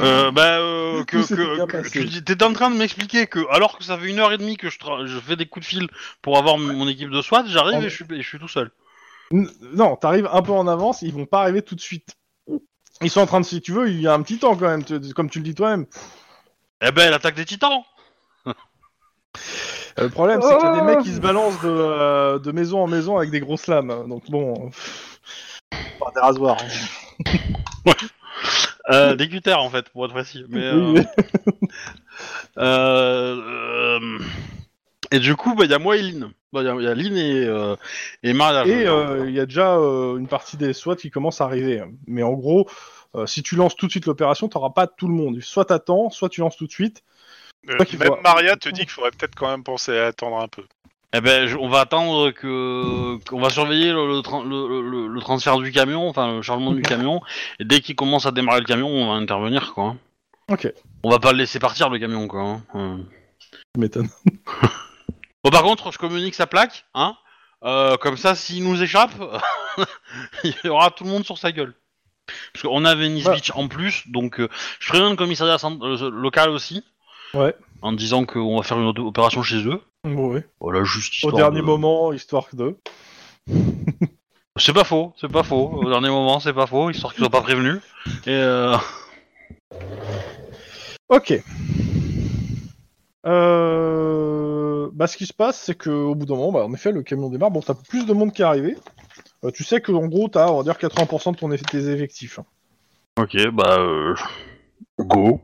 S2: Euh, bah, euh,
S1: Du
S2: que,
S1: coup, c'était
S2: que-
S1: bien
S2: que-
S1: passé.
S2: tu dis- t'étais en train de m'expliquer que, alors que ça fait une heure et demie que je, tra- je fais des coups de fil pour avoir m- mon équipe de SWAT, j'arrive
S1: Ouais.
S2: et je suis, et je suis tout seul.
S1: N- Non, t'arrives un peu en avance, ils vont pas arriver tout de suite. Ils sont en train de, si tu veux, il y a un petit temps quand même, tu- comme tu le dis toi-même.
S2: Eh ben, l'attaque des titans
S1: Euh, Le problème, c'est qu'il y a des
S5: Oh
S1: mecs qui se balancent de, euh, de maison en maison avec des grosses lames. Donc bon, pff, pas des rasoirs. hein.
S2: euh, Des cutters, en fait, pour être précis. Mais, euh,
S1: Oui.
S2: euh, euh, et du coup, bah, il y a moi et Lynn. Bah, Il y, a- il y a Lynn et, euh, et Maria.
S1: Et
S2: je-
S1: euh, il y a déjà euh, une partie des SWAT qui commence à arriver. Mais en gros, euh, si tu lances tout de suite l'opération, t'auras pas tout le monde. Soit t'attends, soit tu lances tout de suite.
S3: Euh,
S1: Toi qui
S3: même
S1: vois.
S3: Maria te dit qu'il faudrait peut-être quand même penser à attendre un peu.
S2: Eh ben, je- on va attendre que, on va surveiller le, le, tran- le- le- le transfert du camion, enfin le chargement du camion. Et dès qu'il commence à démarrer le camion, on va intervenir, quoi.
S1: Ok.
S2: On va pas le laisser partir le camion, quoi. hein. Euh.
S1: Tu m'étonnes.
S2: Bon, par contre, je communique sa plaque, hein. Euh, comme ça, s'il nous échappe, il y aura tout le monde sur sa gueule. Parce qu'on a Venice
S1: Ouais.
S2: Beach en plus, donc euh, je préviens le commissariat cent- euh, local aussi.
S1: Ouais.
S2: En disant qu'on va faire une auto- opération chez eux.
S1: Bon, ouais.
S2: Voilà, juste
S1: Au
S2: histoire
S1: dernier
S2: de-
S1: moment, histoire de.
S2: C'est pas faux, c'est pas faux. Au dernier moment, c'est pas faux, histoire qu'ils soient pas prévenus. Et euh...
S1: Ok. Euh, Bah, ce qui se passe, c'est que au bout d'un moment, bah, en effet, le camion démarre. Bon, t'as plus de monde qui est arrivé. Euh, tu sais que en gros, t'as, on va dire, 80% de ton eff- tes effectifs. hein.
S2: Ok, bah... Euh... Go.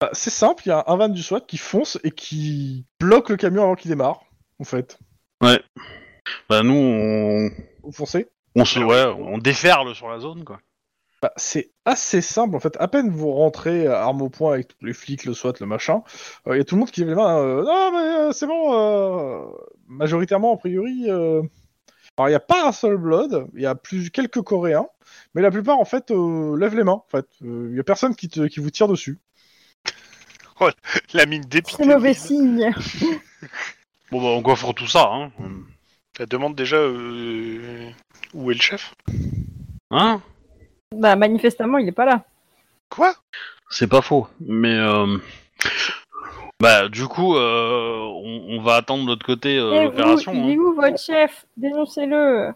S1: Bah, c'est simple, il y a un van du SWAT qui fonce et qui bloque le camion avant qu'il démarre, en fait.
S2: Bah nous, on...
S1: Vous foncez
S2: On, se... ouais, on déferle sur la zone, quoi.
S1: Bah, c'est assez simple en fait. À peine vous rentrez euh, arme au poing avec tous les flics, le SWAT, le machin, il y a tout le monde qui lève les mains. euh, non, mais euh, c'est bon. euh, majoritairement, a priori. euh, Alors, il n'y a pas un seul Blood, il y a plus quelques Coréens, mais la plupart en fait euh, lèvent les mains. En fait, Euh, il n'y a personne qui, te- qui vous tire dessus.
S3: La mine
S5: C'est
S3: dépitée.
S5: mauvais signe.
S2: Bon bah on coffre tout ça, hein.
S3: Elle demande déjà euh, où est le chef.
S2: Hein
S5: Bah, manifestement, il est pas là.
S3: Quoi
S2: C'est pas faux, mais... Euh... Bah du coup, euh, on, on va attendre de l'autre côté euh,
S5: Eh, vous,
S2: l'opération.
S5: il est
S2: hein.
S5: où votre chef Dénoncez-le.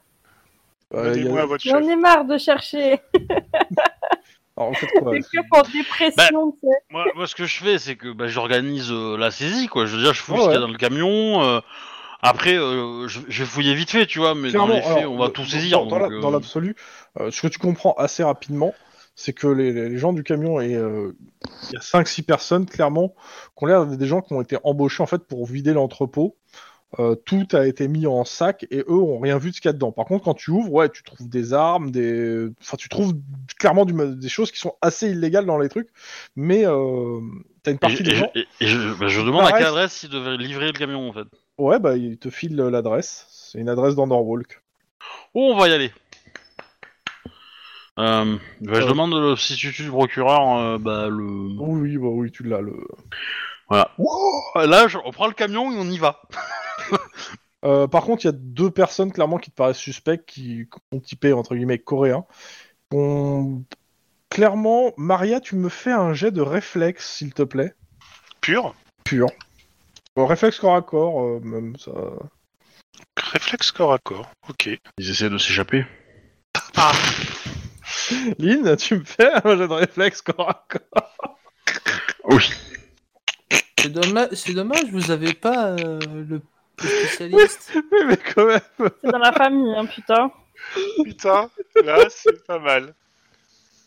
S3: Bah,
S1: Euh, y a-
S3: Donnez-moi votre chef.
S5: J'en ai marre de chercher.
S1: Alors, en fait, quoi,
S5: C'est que pour dépression, tu sais.
S2: Moi, moi, ce que je fais, c'est que bah, j'organise euh, la saisie, quoi. Je veux dire, je fouille
S1: Ouais,
S2: ce qu'il y a
S1: Ah ouais.
S2: dans le camion. euh, après, euh, je, je vais fouiller vite fait, tu vois, mais dans
S1: Clairement,
S2: les faits,
S1: alors,
S2: on va
S1: dans-
S2: tout saisir.
S1: Dans, dans
S2: donc,
S1: la-
S2: euh,
S1: dans l'absolu, euh, ce que tu comprends assez rapidement, c'est que les, les- les gens du camion et euh, il y a 5-6 personnes clairement qui ont l'air d'être des gens qui ont été embauchés en fait pour vider l'entrepôt euh, tout a été mis en sac et eux ont rien vu de ce qu'il y a dedans. Par contre, quand tu ouvres, ouais, tu trouves des armes, des, enfin, tu trouves clairement du ma- des choses qui sont assez illégales dans les trucs, mais euh, t'as une
S2: Et,
S1: partie
S2: je-
S1: des
S2: et je-
S1: gens.
S2: et- et je, bah, je demande à
S1: Pareil.
S2: quelle adresse ils devaient livrer le camion en fait.
S1: Ouais, bah ils te filent euh, l'adresse. C'est une adresse dans Norwalk.
S2: Oh, on va y aller. Euh, bah, Je
S1: Euh.
S2: demande le substitut du procureur, euh, bah, le...
S1: Oui, bah oui, tu l'as le.
S2: Voilà. Wow, là, je- on prend le camion et on y va.
S1: Euh, par contre, il y a deux personnes clairement qui te paraissent suspectes, qui ont typé entre guillemets coréen. Bon, Clairement, Maria, tu me fais un jet de réflexe, s'il te plaît.
S3: Pur.
S1: Pur. Bon, réflexe corps à corps, euh, même ça.
S3: Réflexe corps à corps. Ok.
S2: Ils essaient de s'échapper.
S1: Lynn, tu me fais un jet de réflexe corps à corps.
S2: Oh Oui.
S4: C'est dommage, c'est dommage, vous avez pas euh, le le spécialiste.
S1: Oui, mais quand même.
S5: C'est dans la famille, hein, putain.
S3: Putain, là, c'est pas mal.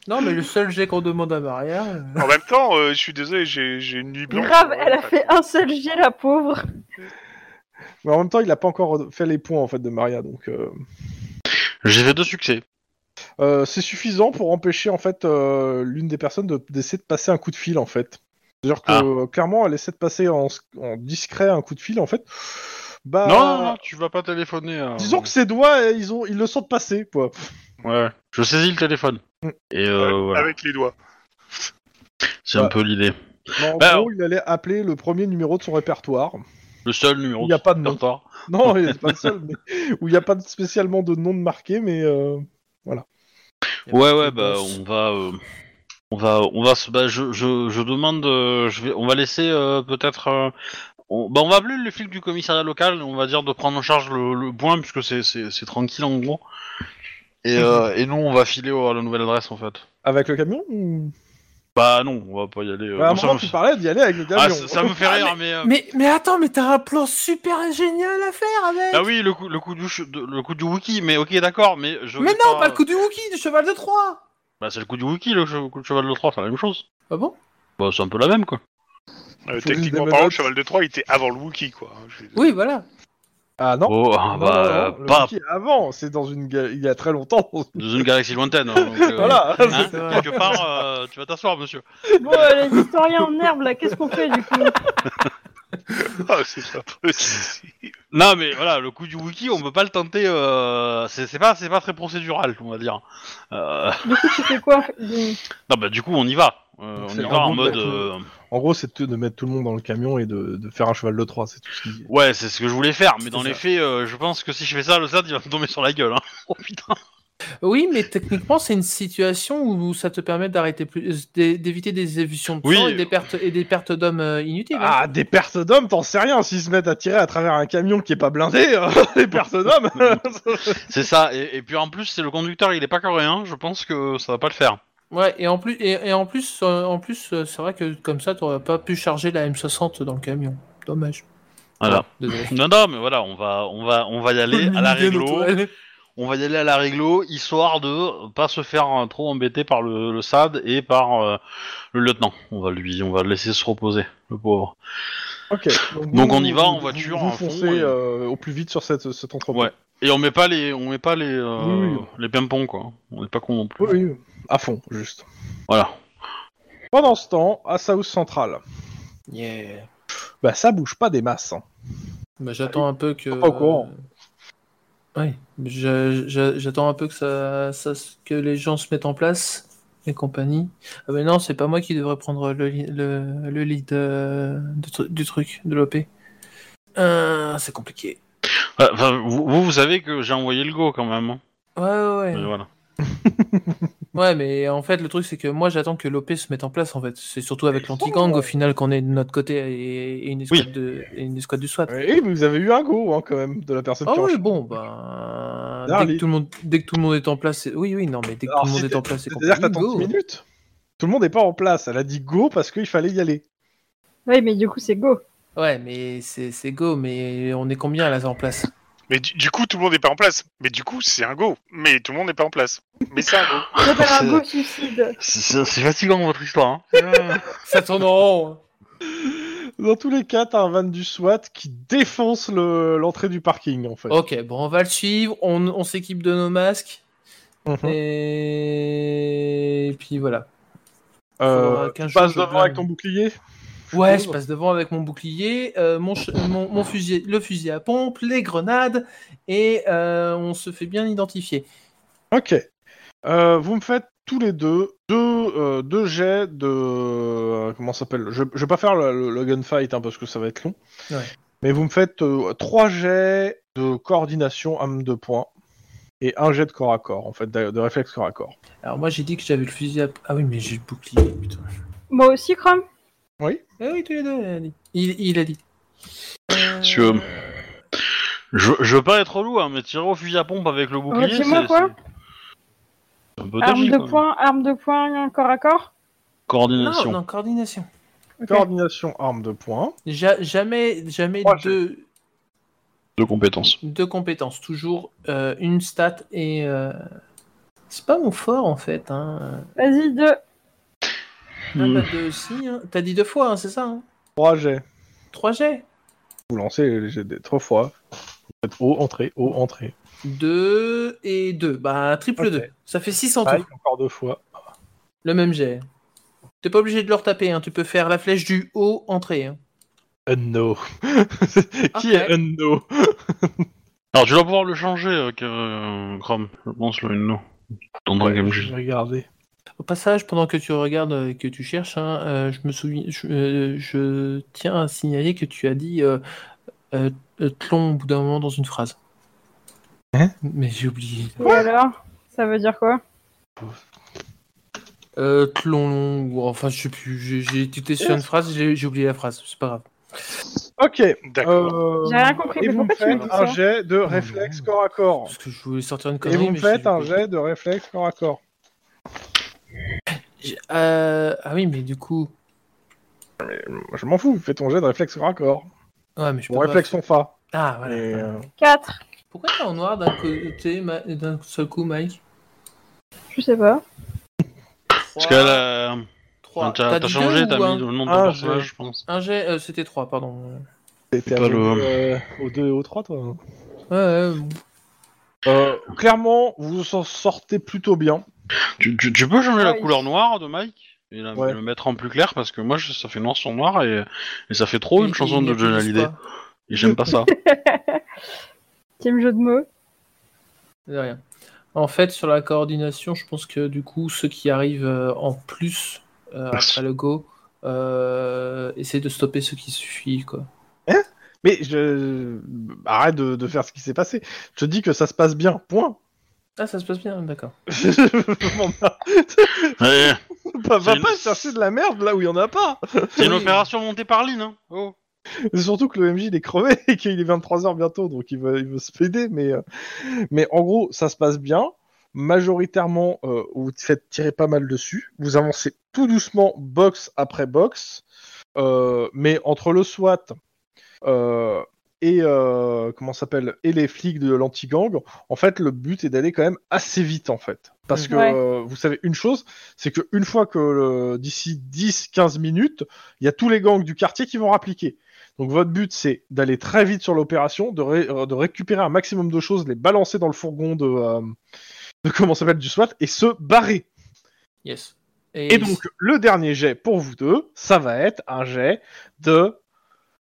S4: Non, mais le seul jet qu'on demande à Maria. euh,
S3: En même temps, euh, je suis désolé, j'ai j'ai une nuit blanche. euh,
S5: Grave,
S3: Voilà.
S5: elle a fait un seul jet, la pauvre.
S1: Mais en même temps, il n'a pas encore fait les points en fait de Maria, donc. euh,
S2: J'ai fait deux succès.
S1: Euh, c'est suffisant pour empêcher en fait euh, l'une des personnes de- d'essayer de passer un coup de fil en fait. C'est-à-dire que
S2: Ah.
S1: euh, clairement elle essaie de passer en, s- en discret un coup de fil en fait. Bah,
S2: Non, non, non, tu vas pas téléphoner. hein. à-
S1: disons que ses doigts euh, ils ont ils le sentent passer quoi.
S2: Ouais. Je saisis le téléphone. Et euh,
S3: Euh,
S2: voilà.
S3: Avec les doigts.
S2: C'est un peu l'idée.
S1: Mais en
S2: Bah,
S1: gros il allait appeler le premier numéro de son répertoire.
S2: Le seul numéro.
S1: Il n'y a pas de nom.
S2: retard.
S1: Non, il est pas le seul, mais- où il n'y a pas spécialement de nom de marqué, mais euh,
S4: y a
S2: Ouais,
S4: pas
S2: ouais,
S4: de
S2: bah
S4: réponse.
S2: on va, euh, on va, on va se, bah, je, je, je demande, euh, je vais, on va laisser euh, peut-être, euh, on, bah, on va appeler les flics du commissariat local, on va dire de prendre en charge le, le point puisque c'est, c'est, c'est tranquille en gros. Et, euh, et nous on va filer au- à la nouvelle adresse en fait.
S1: avec le camion. ou-
S2: Bah non, on va pas y aller. euh,
S1: Bah, à un
S2: non, ça
S1: moment
S2: me-
S1: tu parlais d'y aller avec le camion.
S2: Ah, ça, ça me fait
S4: Ah,
S2: rire, mais. euh,
S4: Mais, mais attends, mais t'as un plan super génial à faire avec.
S2: Ah oui, le coup, le coup du, ch- de- le coup du wiki, mais ok, d'accord, mais je.
S4: mais
S2: vais
S4: non, pas le coup du Wookie, du cheval de Troie.
S2: Bah c'est le coup du wiki, le, che- coup de cheval de Troie, c'est la même chose.
S4: Ah bon
S2: Bah c'est un peu la même quoi.
S3: Euh,
S1: Faut juste
S3: techniquement
S1: des
S3: parlant, le
S1: menottes.
S3: cheval de Troie, il était avant le Wookie, quoi. Je-
S4: Oui, voilà.
S1: Ah non.
S2: Oh, ah,
S1: Non,
S2: bah,
S1: non, non, le
S2: pas
S1: Mickey avant, c'est dans une ga- il y a très longtemps.
S2: dans une galaxie lointaine. hein, donc, euh,
S1: voilà.
S2: hein,
S4: C'est vrai.
S2: quelque part, euh, tu vas t'asseoir, monsieur.
S5: Bon, euh, les historiens en herbe, là, qu'est-ce qu'on fait, du coup
S3: Ah, c'est pas possible.
S2: Non, mais voilà, le coup du wiki, on peut pas le tenter. euh, c'est c'est pas, c'est pas très procédural, on va dire. Euh,
S5: Du coup, tu fais quoi en fait Dis-
S2: non, bah du coup, on y va. Euh, on
S1: C'est
S2: y
S1: un
S2: va en
S1: bon
S2: mode.
S1: bateau.
S2: euh,
S1: En gros, c'est de de mettre tout le monde dans le camion et de, de faire un cheval de Troie, c'est tout ce qui.
S2: ouais, c'est ce que je voulais faire, mais
S4: C'est
S2: dans les
S4: ça.
S2: faits, euh, je pense que si je fais ça, le SAD il va me tomber sur la gueule. Hein. Oh putain.
S4: Oui, mais techniquement, c'est une situation où ça te permet d'arrêter plus, euh, d'é- d'éviter des évolutions de
S2: Oui.
S4: sang et des pertes et des pertes d'hommes euh, inutiles. hein.
S1: Ah, des pertes d'hommes, t'en sais rien. S'ils se mettent à tirer à travers un camion qui est pas blindé, euh, des pertes d'hommes.
S2: C'est ça, et, et puis en plus, c'est le conducteur, il est pas coréen, je pense que ça va pas le faire.
S4: Ouais, et en plus, et, et en plus, euh, en plus, euh, c'est vrai que comme ça, t'aurais pas pu charger la M60 dans le camion. Dommage.
S2: Voilà.
S4: Désolé.
S2: Non, non, mais voilà, on va, on va, on va y aller à la
S4: Lumière
S2: réglo.
S4: aux toiles.
S2: on va y aller à la réglo, histoire de pas se faire euh, trop embêter par le, le SAD et par euh, le lieutenant. On va lui, on va le laisser se reposer, le pauvre.
S1: ok.
S2: Donc
S1: vous-
S2: on y va en
S1: vous-
S2: voiture,
S1: Vous,
S2: en
S1: vous
S2: fond,
S1: foncez
S2: et-
S1: euh, au plus vite sur cette, cette entreprise.
S2: Ouais. Et on met pas les, on met pas les, euh,
S1: Oui, oui.
S2: les pimpons quoi. On est pas con non plus.
S1: Oui, oui, à fond, juste.
S2: Voilà.
S1: Pendant ce temps, à South Central,
S4: Yeah.
S1: bah ça bouge pas des masses. hein.
S4: Bah, j'attends un peu que. Euh,
S1: Pas au courant.
S4: Ouais. Je- je- j'attends un peu que ça, ça, que les gens se mettent en place et compagnie. Ah, mais non, c'est pas moi qui devrais prendre le, li- le, le lead euh, du, tru- du truc, de l'OP. Euh, c'est compliqué.
S2: Ah, Enfin, vous, vous, vous savez que j'ai envoyé le go quand même. hein.
S4: Ouais, ouais,
S2: Mais
S4: ouais.
S2: voilà.
S4: Ouais, mais en fait, le truc, c'est que moi, j'attends que l'OP se mette en place, en fait. C'est surtout avec l'anti-gang, au final, qu'on est de notre côté et, et une, escouade de, et une escouade du SWAT.
S1: Et vous avez eu un go hein, quand même de la personne
S4: Ah
S1: qui en
S4: oui, bon, bah. Dès
S1: Darling.
S4: que, tout le monde, dès que tout le monde est en place, c'est- oui, oui, non, mais dès que
S1: Alors,
S4: tout le monde
S1: c'est-
S4: est en place, c'est
S1: C'est-à-dire que
S4: compliqué.
S1: t'attends 10 minutes. Tout le monde est pas en place. Elle a dit go parce qu'il fallait y aller.
S5: Oui, mais du coup, c'est go.
S4: Ouais, mais c'est c'est go, mais on est combien là en place
S3: Mais du, du coup, tout le monde n'est pas en place. Mais du coup, c'est un go. Mais tout le monde n'est pas en place. Mais c'est un go.
S5: J'appelle
S2: C'est-
S5: un go suicide.
S1: Ah.
S2: C'est c'est- c'est fatigant votre histoire. hein.
S4: Ça tourne en rond.
S1: Dans tous les cas, t'as un van du SWAT qui défonce le- l'entrée du parking, en fait.
S4: Ok, bon, on va le suivre. On, on s'équipe de nos masques.
S1: Mhm.
S4: Et... puis voilà.
S1: Euh,
S4: Faudra qu'un
S1: tu
S4: jour
S1: passes
S4: je
S1: devant
S4: blinde.
S1: avec ton bouclier.
S4: Ouais, je passe devant avec mon bouclier, euh, mon, ch- mon, mon fusil, le fusil à pompe, les grenades, et euh, on se fait bien identifier.
S1: Ok. Euh, vous me faites tous les deux deux, euh, deux jets de euh, comment ça s'appelle je, je vais pas faire le, le- le gunfight hein, parce que ça va être long.
S4: Ouais.
S1: Mais vous me faites euh, trois jets de coordination âme de points et un jet de corps à corps en fait de, de réflexe corps à corps.
S4: Alors moi j'ai dit que j'avais le fusil à... Ah oui, mais j'ai le bouclier, putain.
S5: Moi aussi, Chrome.
S4: Ah oui, tous les deux, il a dit. Il, il a dit. Euh,
S2: Si tu veux. Je, je veux pas être loup, hein, mais tirer au fusil à pompe avec le bouclier, c'est.
S5: Retiens-moi, quoi
S2: c'est- c'est un peu
S5: Arme
S2: dodgy,
S5: de
S2: quand même.
S5: poing, arme de poing, corps à corps.
S2: Coordination.
S4: Non, non, coordination.
S5: Ok.
S1: Coordination arme de points.
S4: Ja- jamais jamais
S1: Trois
S4: deux,
S2: De compétences.
S4: deux compétences, toujours euh, une stat et... euh, C'est pas mon fort en fait. Hein.
S5: Vas-y, deux.
S4: Ah,
S2: Hmm.
S4: bah, deux aussi. hein. T'as dit deux fois, hein, c'est ça hein
S1: Trois jets.
S4: Trois jets.
S1: Vous lancez les jets des trois fois. Vous faites haut entrée haut entrée.
S4: Deux et deux. Bah, triple
S1: Ok.
S4: deux. Ça fait six en tout.
S1: Pareil, encore deux fois.
S4: Le même jet. T'es pas obligé de leur taper, hein. tu peux faire la flèche du haut entrée. hein.
S1: Unno. Qui
S4: Ok.
S1: est Unno
S2: Alors tu dois pouvoir le changer, euh, que- euh, Chrome, je pense, le no. Ton Dragon
S1: Je vais regarder.
S4: Au passage, pendant que tu regardes euh, et que tu cherches, hein, euh, je me souviens, je, euh, je tiens à signaler que tu as dit euh, euh, euh, tlon au bout d'un moment dans une phrase.
S1: Hein
S4: Mais j'ai oublié.
S5: Et alors Ça veut dire quoi
S4: Euh, tlon, ou enfin je sais plus, j'ai- j'ai étais sur une phrase, j'ai j'ai oublié la phrase, c'est pas grave.
S1: Ok.
S3: D'accord.
S1: euh,
S5: J'ai rien compris.
S1: Et
S5: Mais
S1: vous me
S5: pourquoi tu me
S1: faites
S5: dis
S1: un
S5: ça
S1: jet de réflexe
S4: non.
S1: corps à corps.
S4: Parce que je voulais sortir une
S1: Et
S4: connerie.
S1: vous me
S4: mais
S1: faites
S4: j'ai
S1: un
S4: oublié.
S1: jet de réflexe corps à corps.
S4: J'ai- euh, Ah oui, mais du coup.
S1: Moi, Je m'en fous, fais ton jet de réflexe corps à corps.
S4: Ouais, mais je peux
S1: Mon
S4: pas
S1: réflexe on fa.
S4: faire- Ah voilà.
S1: Et, euh,
S5: Quatre.
S4: Pourquoi t'es en noir d'un côté, Ma- d'un seul coup, Mike
S5: Je sais pas.
S2: Parce qu'elle a...
S4: Trois.
S2: T'as t'as
S4: dit
S2: changé,
S4: deux
S2: t'as
S4: ou un...
S2: mis le nom de
S1: Ah,
S2: ton
S1: je-
S2: personnage, je pense.
S4: Un jet, euh, c'était trois, pardon.
S1: T'étais
S2: pas
S1: avec,
S2: le-
S1: euh, au 2 et au 3, toi. hein.
S4: Ouais, ouais.
S1: Euh, clairement, vous vous en sortez plutôt bien.
S2: Tu, tu- tu peux changer la
S5: Ouais, il-
S2: couleur noire de Mike et la,
S1: Ouais.
S2: le mettre en plus clair parce que moi je- ça fait noir sur noir et, et ça fait trop
S4: Il-
S2: Oh, une chanson
S4: il
S2: de John
S4: n'utilise
S2: Hallyday
S4: pas.
S2: et j'aime pas ça.
S5: Team jeu de mots.
S4: De rien. En fait, sur la coordination, je pense que du coup, ceux qui arrivent euh, en plus euh, après le go, euh, essaient de stopper ceux qui suivent, quoi.
S1: Mais je... arrête de, de faire ce qui s'est passé. Je te dis que ça se passe bien, point.
S4: Ah, ça se passe bien, d'accord.
S1: Je m'en bats.
S2: Ouais,
S1: va
S2: C'est
S1: va
S2: une-
S1: pas chercher de la merde là où il y en a pas.
S2: C'est une
S4: Oui.
S2: opération montée par Lynn. Hein. Oh.
S1: Surtout que le MJ il est crevé et qu'il est 23h bientôt, donc il veut, il veut se péder. Mais, euh, mais en gros, ça se passe bien. Majoritairement, euh, vous te faites tirer pas mal dessus. Vous avancez tout doucement, box après box. Euh, mais entre le SWAT euh, et euh, comment ça s'appelle et les flics de l'anti-gang, en fait, le but est d'aller quand même assez vite, en fait. Parce que
S5: Ouais.
S1: euh, vous savez une chose, c'est que une fois que le- d'ici 10-15 minutes, il y a tous les gangs du quartier qui vont rappliquer. Donc votre but, c'est d'aller très vite sur l'opération, de, ré- euh, de récupérer un maximum de choses, les balancer dans le fourgon de, euh, de comment ça s'appelle du SWAT et se barrer.
S4: Yes.
S1: Et donc le dernier jet pour vous deux, ça va être un jet de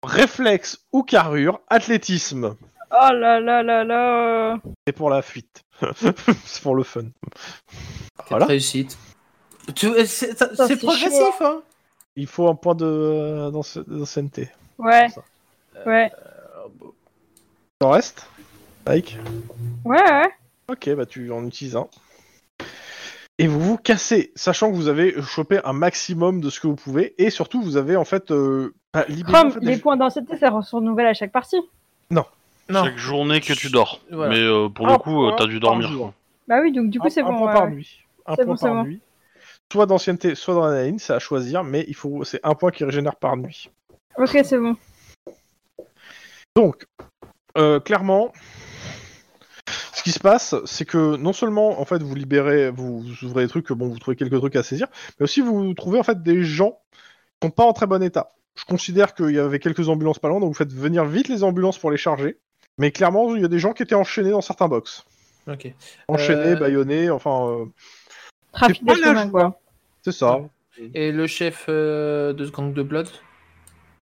S1: réflexe ou carrure, athlétisme.
S5: Oh là là là là.
S1: C'est pour la fuite. c'est pour le fun.
S4: Quatre
S1: Voilà.
S4: réussites. Tu- euh, C'est ça-
S5: Ça,
S4: c'est
S5: c'est
S4: progressif, hein
S1: Il faut un point de euh, d'anci- d'ancienneté.
S5: Ouais. Ouais.
S1: T'en reste Mike
S5: Ouais, ouais.
S1: Ok, bah tu en utilises un. Et vous vous cassez, sachant que vous avez chopé un maximum de ce que vous pouvez, et surtout vous avez en fait euh, bah, libéré, en
S5: Chrome,
S1: fait, des-
S5: les points d'ancienneté, ça se renouvelle à chaque partie.
S4: Non.
S2: Chaque journée que tu dors.
S4: Voilà. Ah,
S2: Mais euh, pour
S1: Un
S2: le coup, euh,
S1: point
S2: t'as dû
S1: par
S2: dormir.
S1: jour.
S2: quoi.
S5: Bah oui, donc du coup,
S1: un-
S5: c'est
S1: un
S5: bon.
S1: point
S5: ouais,
S1: par
S5: ouais.
S1: nuit. Un
S5: C'est
S1: point
S5: bon, c'est
S1: par
S5: bon.
S1: nuit. Soit d'ancienneté, soit d'adrénaline, c'est à choisir, mais il faut c'est un point qui régénère par nuit.
S5: Ok, c'est bon.
S1: Donc, euh, clairement, ce qui se passe, c'est que non seulement en fait vous libérez, vous, vous ouvrez des trucs, que, bon, vous trouvez quelques trucs à saisir, mais aussi vous trouvez en fait des gens qui sont pas en très bon état. Je considère qu'il y avait quelques ambulances pas loin, donc vous faites venir vite les ambulances pour les charger. Mais clairement, il y a des gens qui étaient enchaînés dans certains box.
S4: Ok.
S1: Enchaînés,
S4: Euh,
S1: bâillonnés, enfin, euh,
S5: Trafic de
S1: pas la
S5: chemin, quoi.
S1: c'est ça.
S4: Et le chef euh, de ce gang de Blood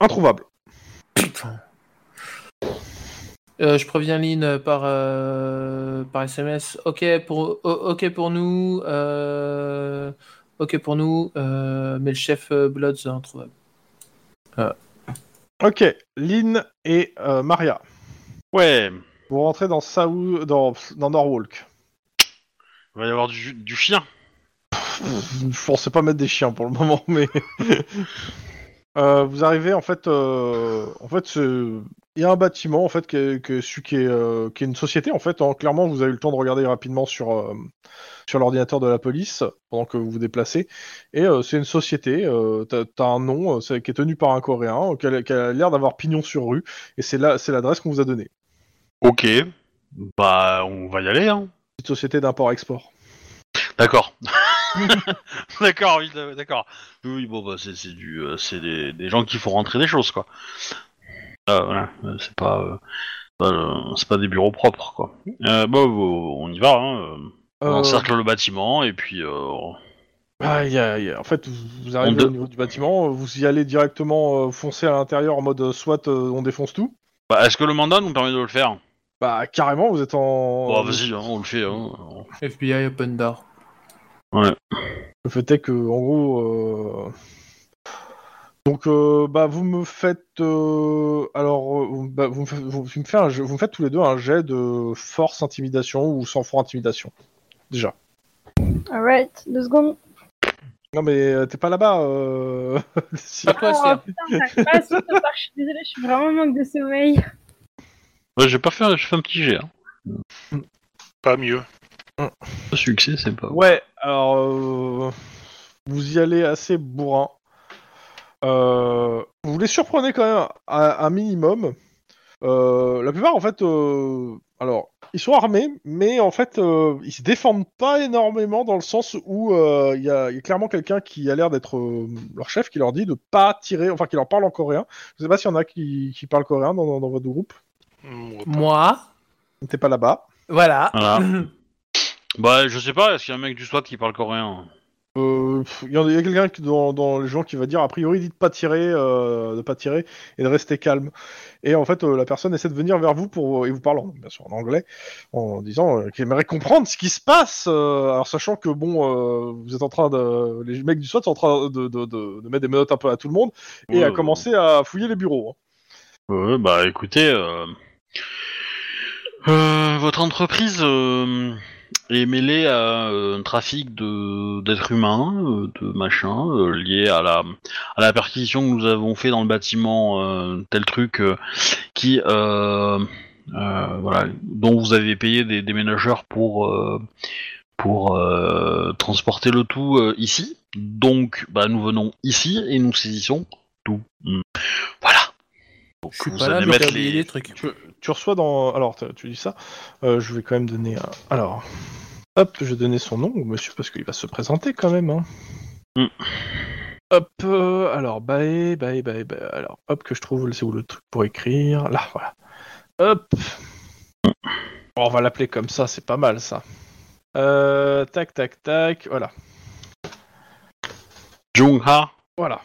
S1: Introuvable.
S4: Putain. Euh, je préviens Lynn par, euh, par SMS. Ok pour, o- ok pour nous. euh, ok pour nous. euh, mais le chef euh, Blood, c'est introuvable.
S1: Ok, Lynn et euh, Maria,
S2: Ouais, il
S1: vous rentrez dans, Saou- dans, dans Norwalk.
S2: va y avoir du, du chien.
S1: Je pensais pas mettre des chiens pour le moment, mais... Euh, vous arrivez, en fait... euh, En fait, c'est- il y a un bâtiment, en fait, qui est, qui est, celui qui est, euh, qui est une société, en fait. hein. Clairement, vous avez eu le temps de regarder rapidement sur, euh, sur l'ordinateur de la police, pendant que vous vous déplacez. Et euh, c'est une société, euh, t'as t'as un nom euh, c'est- qui est tenu par un Coréen, euh, qui a, qui a l'air d'avoir pignon sur rue, et c'est là- c'est l'adresse qu'on vous a donnée.
S2: Ok, bah on va y aller. Hein.
S1: Petite société d'import-export.
S2: D'accord. d'accord, oui, euh, d'accord. Oui, oui, bon, bah, c'est c'est du, euh, c'est des, des gens qui font rentrer des choses, quoi. Euh, voilà, euh, c'est pas, euh, pas, euh, c'est pas des bureaux propres, quoi. Euh, bah, bon, on y va. Hein. euh, On
S1: Euh,
S2: encercle le bâtiment et puis. euh,
S1: Ah, il y a- il y a- En fait, vous, vous arrivez
S2: On de-
S1: au niveau du bâtiment, euh, vous y allez directement euh, foncer à l'intérieur en mode euh, SWAT, euh, on défonce tout.
S2: bah, Est-ce que le mandat nous permet de le faire
S1: Bah carrément, vous êtes en.
S2: Bah, Vas-y, hein, on le fait. Hein.
S4: FBI Open Door.
S1: Le fait est que, en gros. euh, Donc, euh, bah, vous me faites. euh, Alors, euh, bah, vous, me fa- vous- vous me faites un jet- vous me faites tous les deux un jet de force intimidation ou sans froid intimidation. Déjà.
S5: Alright, deux secondes.
S1: Non, mais euh, t'es pas là-bas. euh, si.
S4: Pas toi,
S5: oh
S1: Ah,
S4: Sire.
S5: putain, j'arrive pas à sauter par- je suis désolée, je suis vraiment en manque de sommeil.
S2: Ouais, j'ai pas fait, j'ai fait un petit jet. Hein.
S3: Pas mieux.
S2: Le succès, c'est pas.
S1: Ouais, alors euh, vous y allez assez bourrin. Euh, vous les surprenez quand même à- un minimum. Euh, la plupart, en fait, euh, alors ils sont armés, mais en fait, euh, ils se défendent pas énormément dans le sens où euh, il y, a il y a clairement quelqu'un qui a l'air d'être euh, leur chef qui leur dit de pas tirer, enfin qui leur parle en coréen. Je sais pas s'il y en a qui, qui parlent coréen dans, dans- dans votre groupe.
S3: Mm,
S4: Moi.
S1: T'es pas là-bas.
S4: Voilà.
S2: Voilà. bah, je sais pas, est-ce qu'il y a un mec du SWAT qui parle coréen
S1: Euh, pff, Il y en a, il y a quelqu'un qui- dans, dans les gens qui va dire a priori dites pas tirer, euh, de pas tirer et de rester calme. Et en fait euh, la personne essaie de venir vers vous pour et vous parle en- bien sûr en anglais en disant euh, qu'elle aimerait comprendre ce qui se passe. euh, alors sachant que bon euh, vous êtes en train de les mecs du SWAT sont en train de, de- de- de mettre des menottes un peu à tout le monde et
S2: Ouais,
S1: à
S2: ouais.
S1: commencer à fouiller les bureaux. hein.
S2: Ouais, bah écoutez, euh, euh, votre entreprise euh, est mêlée à euh, un trafic de d'êtres humains, euh, de machins, euh, lié à la à la perquisition que nous avons fait dans le bâtiment, euh, tel truc euh, qui euh, euh, voilà, dont vous avez payé des déménageurs pour euh, pour euh, transporter le tout euh, ici. Donc, bah, nous venons ici et nous saisissons tout. Mm. Voilà. Donc,
S4: Je suis
S2: vous
S4: pas là,
S2: allez
S4: mais
S2: mettre
S4: t'as oublié
S2: les-
S4: des trucs.
S1: tu, tu reçois dans. Alors, t'as- tu dis ça. euh, je vais quand même donner un. Alors. Hop, je vais donner son nom au monsieur parce qu'il va se présenter quand même. hein.
S2: Mm.
S1: Hop, euh, alors, bae, bae, bae, bae. Alors, hop, que je trouve, c'est où le truc pour écrire Là, voilà. Hop Bon, On va l'appeler comme ça, c'est pas mal ça. Euh, tac, tac, tac, voilà.
S2: Jung-ha.
S1: Voilà.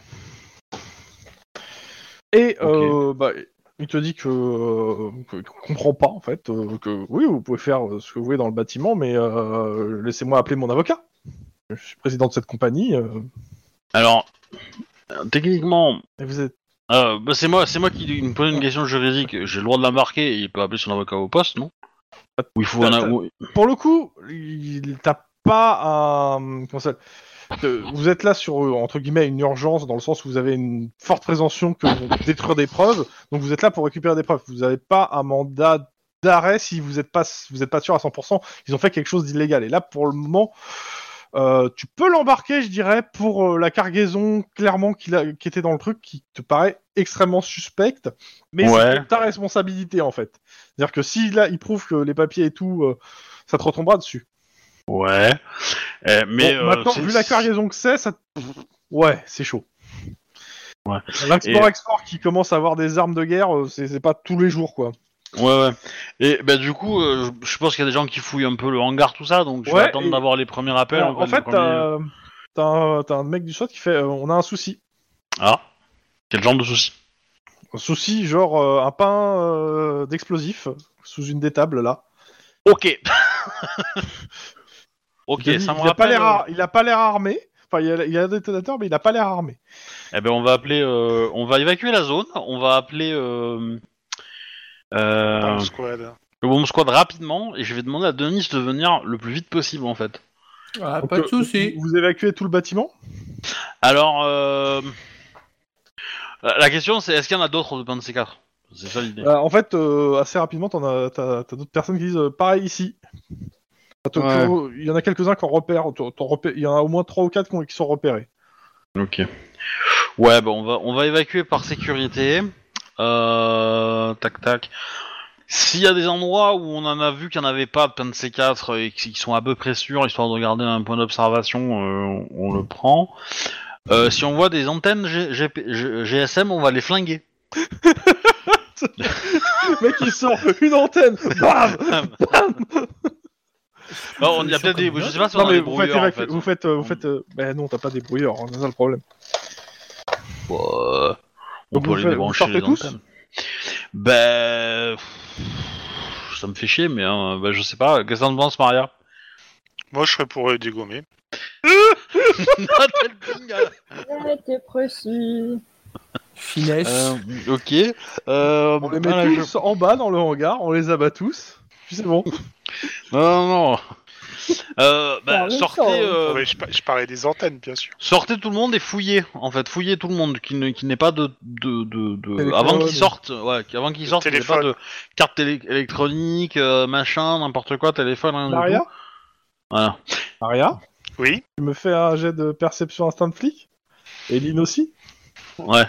S1: Et
S2: Ok.
S1: euh, bah, il te dit que euh, que- qu'on comprend pas en fait euh, que oui vous pouvez faire euh, ce que vous voulez dans le bâtiment mais euh, laissez-moi appeler mon avocat. Je suis président de cette compagnie euh,
S2: Alors, euh, techniquement,
S1: et vous êtes
S2: euh, bah, c'est moi, c'est moi qui lui- me pose une question juridique. J'ai le droit de la marquer. et Il peut appeler son avocat au poste, non Ou il faut un.
S1: T'as-
S2: ou-
S1: pour le coup il t'as pas un comment ça euh, vous êtes là sur euh, entre guillemets une urgence dans le sens où vous avez une forte présomption que vont détruire des preuves donc vous êtes là pour récupérer des preuves vous n'avez pas un mandat d'arrêt si vous n'êtes pas vous êtes pas sûr à 100% ils ont fait quelque chose d'illégal et là pour le moment euh, tu peux l'embarquer je dirais pour euh, la cargaison clairement qu'il a- qui, était dans le truc qui te paraît extrêmement suspecte mais
S2: Ouais.
S1: c'est ta responsabilité en fait c'est à dire que si là il prouve que les papiers et tout euh, ça te retombera dessus
S2: Ouais. Eh, mais
S1: Bon,
S2: euh,
S1: maintenant
S2: c'est-
S1: vu la cargaison que c'est ça te- ouais c'est chaud L'import export qui commence à avoir des armes de guerre, euh, c'est c'est pas tous les jours quoi.
S2: Ouais, ouais. Et bah, du coup, euh, je je pense qu'il y a des gens qui fouillent un peu le hangar, tout ça, donc je
S1: Ouais,
S2: vais attendre
S1: et-
S2: d'avoir les premiers appels.
S1: Alors, en
S2: les
S1: fait, euh,
S2: premiers-
S1: t'as t'as un, t'as un mec du SWAT qui fait euh, on a un souci.
S2: Ah Quel genre de souci
S1: Un souci genre euh, un pain euh, d'explosif sous une des tables là.
S2: Ok Ok,
S1: il,
S2: ça me
S1: il a pas
S2: rappelle... euh,
S1: l'air ar- il a pas l'air armé. Enfin, il a, il a un détonateur, mais il a pas l'air armé.
S2: Eh ben, on va appeler... euh, on va évacuer la zone, on va appeler... euh,
S3: Dans
S2: euh,
S3: le squad.
S2: le bomb squad rapidement, et je vais demander à Denis de venir le plus vite possible, en fait.
S4: Voilà,
S1: Donc,
S4: Ah, pas de
S1: euh,
S4: souci.
S1: Vous, vous évacuez tout le bâtiment
S2: Alors, euh, la la question c'est est-ce qu'il y en a d'autres de pain de ces quatre C'est ça l'idée.
S1: Euh, En fait, euh, assez rapidement, t'en as, t'as, t'as d'autres personnes qui disent euh, pareil ici. À Tokyo, il y en a quelques-uns qui en repèrent. t'en- t'en repères- Il y en a au moins trois ou quatre qui ont- qui sont repérés.
S2: Ok. Ouais, bah on va, on va évacuer par sécurité. Euh, tac tac. S'il y a des endroits où on en a vu qu'il n'y en avait pas de pain de ces quatre et qui qui sont à peu près sûrs, histoire de garder un point d'observation, euh, on, on le prend. Euh, si on voit des antennes G- GP G- GSM, on va les flinguer.
S1: Le mec, il sort une antenne Bam
S2: Bon, on y a peut-être des, je sais pas si on
S1: Non,
S2: a
S1: mais
S2: des
S1: vous faites,
S2: brouilleurs en
S1: évacuer-
S2: fait.
S1: vous faites, euh, vous faites, euh, ben non, t'as pas des brouilleurs, hein, c'est ça le problème.
S2: Bah, on
S1: Donc
S2: peut
S1: vous
S2: les
S1: faites-
S2: débrancher
S1: vous
S2: les
S1: sortez tous
S2: antennes. Ben, ça me fait chier, mais hein, ben, je sais pas. Qu'est-ce que t'en penses, Maria
S3: Moi, je serais pour euh, dégommer.
S2: Non, t'as le bingo.
S5: Ouais, t'es précis.
S4: Finesse.
S2: Euh, Ok. Euh,
S1: On les met
S2: voilà, je-
S1: tous en bas dans le hangar, on les abat tous, puis c'est bon.
S2: Non, non, non. Euh, ben,
S5: Bah, en même
S2: sortez,
S5: temps,
S2: euh,
S3: Ouais, je, par- je parlais des antennes, bien sûr.
S2: sortez tout le monde et fouillez. En fait, fouillez tout le monde qui ne- qui n'ait pas de, de, de, de-
S1: Téléphone.
S2: avant qu'ils sortent, ouais, qui- avant qu'ils
S3: Le
S2: sortent, qu'il n'ait pas
S3: téléphone.
S2: de carte télé- électronique, euh, machin, n'importe quoi, téléphone, rien du
S1: Maria
S2: tout. Voilà.
S1: Maria
S3: Oui.
S1: Tu me fais un jet de perception instinct de flic Et Lynn aussi
S2: Ouais.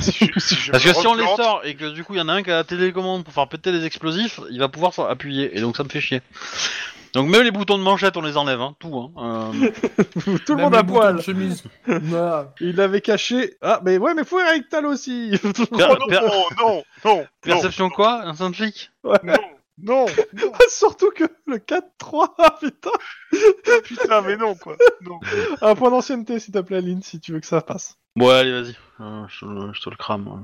S3: Si je- si je
S2: Parce
S3: me
S2: que si on les
S3: replante-
S2: sort et que du coup il y en a un qui a la télécommande pour faire péter les explosifs, il va pouvoir s'appuyer et donc ça me fait chier. Donc même les boutons de manchette on les enlève, hein, tout. Hein. Euh,
S1: Tout le
S4: Même
S1: monde
S4: les
S1: à
S4: boutons
S1: poil
S4: de chemise. Voilà.
S1: Il l'avait caché. Ah, mais ouais, mais faut rectal aussi
S2: per-
S3: Oh, non,
S2: per-
S3: non, non, non,
S2: perception quoi Un saint flic
S3: non, non, non,
S1: Surtout que le 4-3, ah, putain
S3: putain, mais non, quoi. Non.
S1: Un point d'ancienneté, s'il te plaît, Lynn, si tu veux que ça passe.
S2: Ouais allez vas-y, Euh, je, te le- je te le crame. ouais.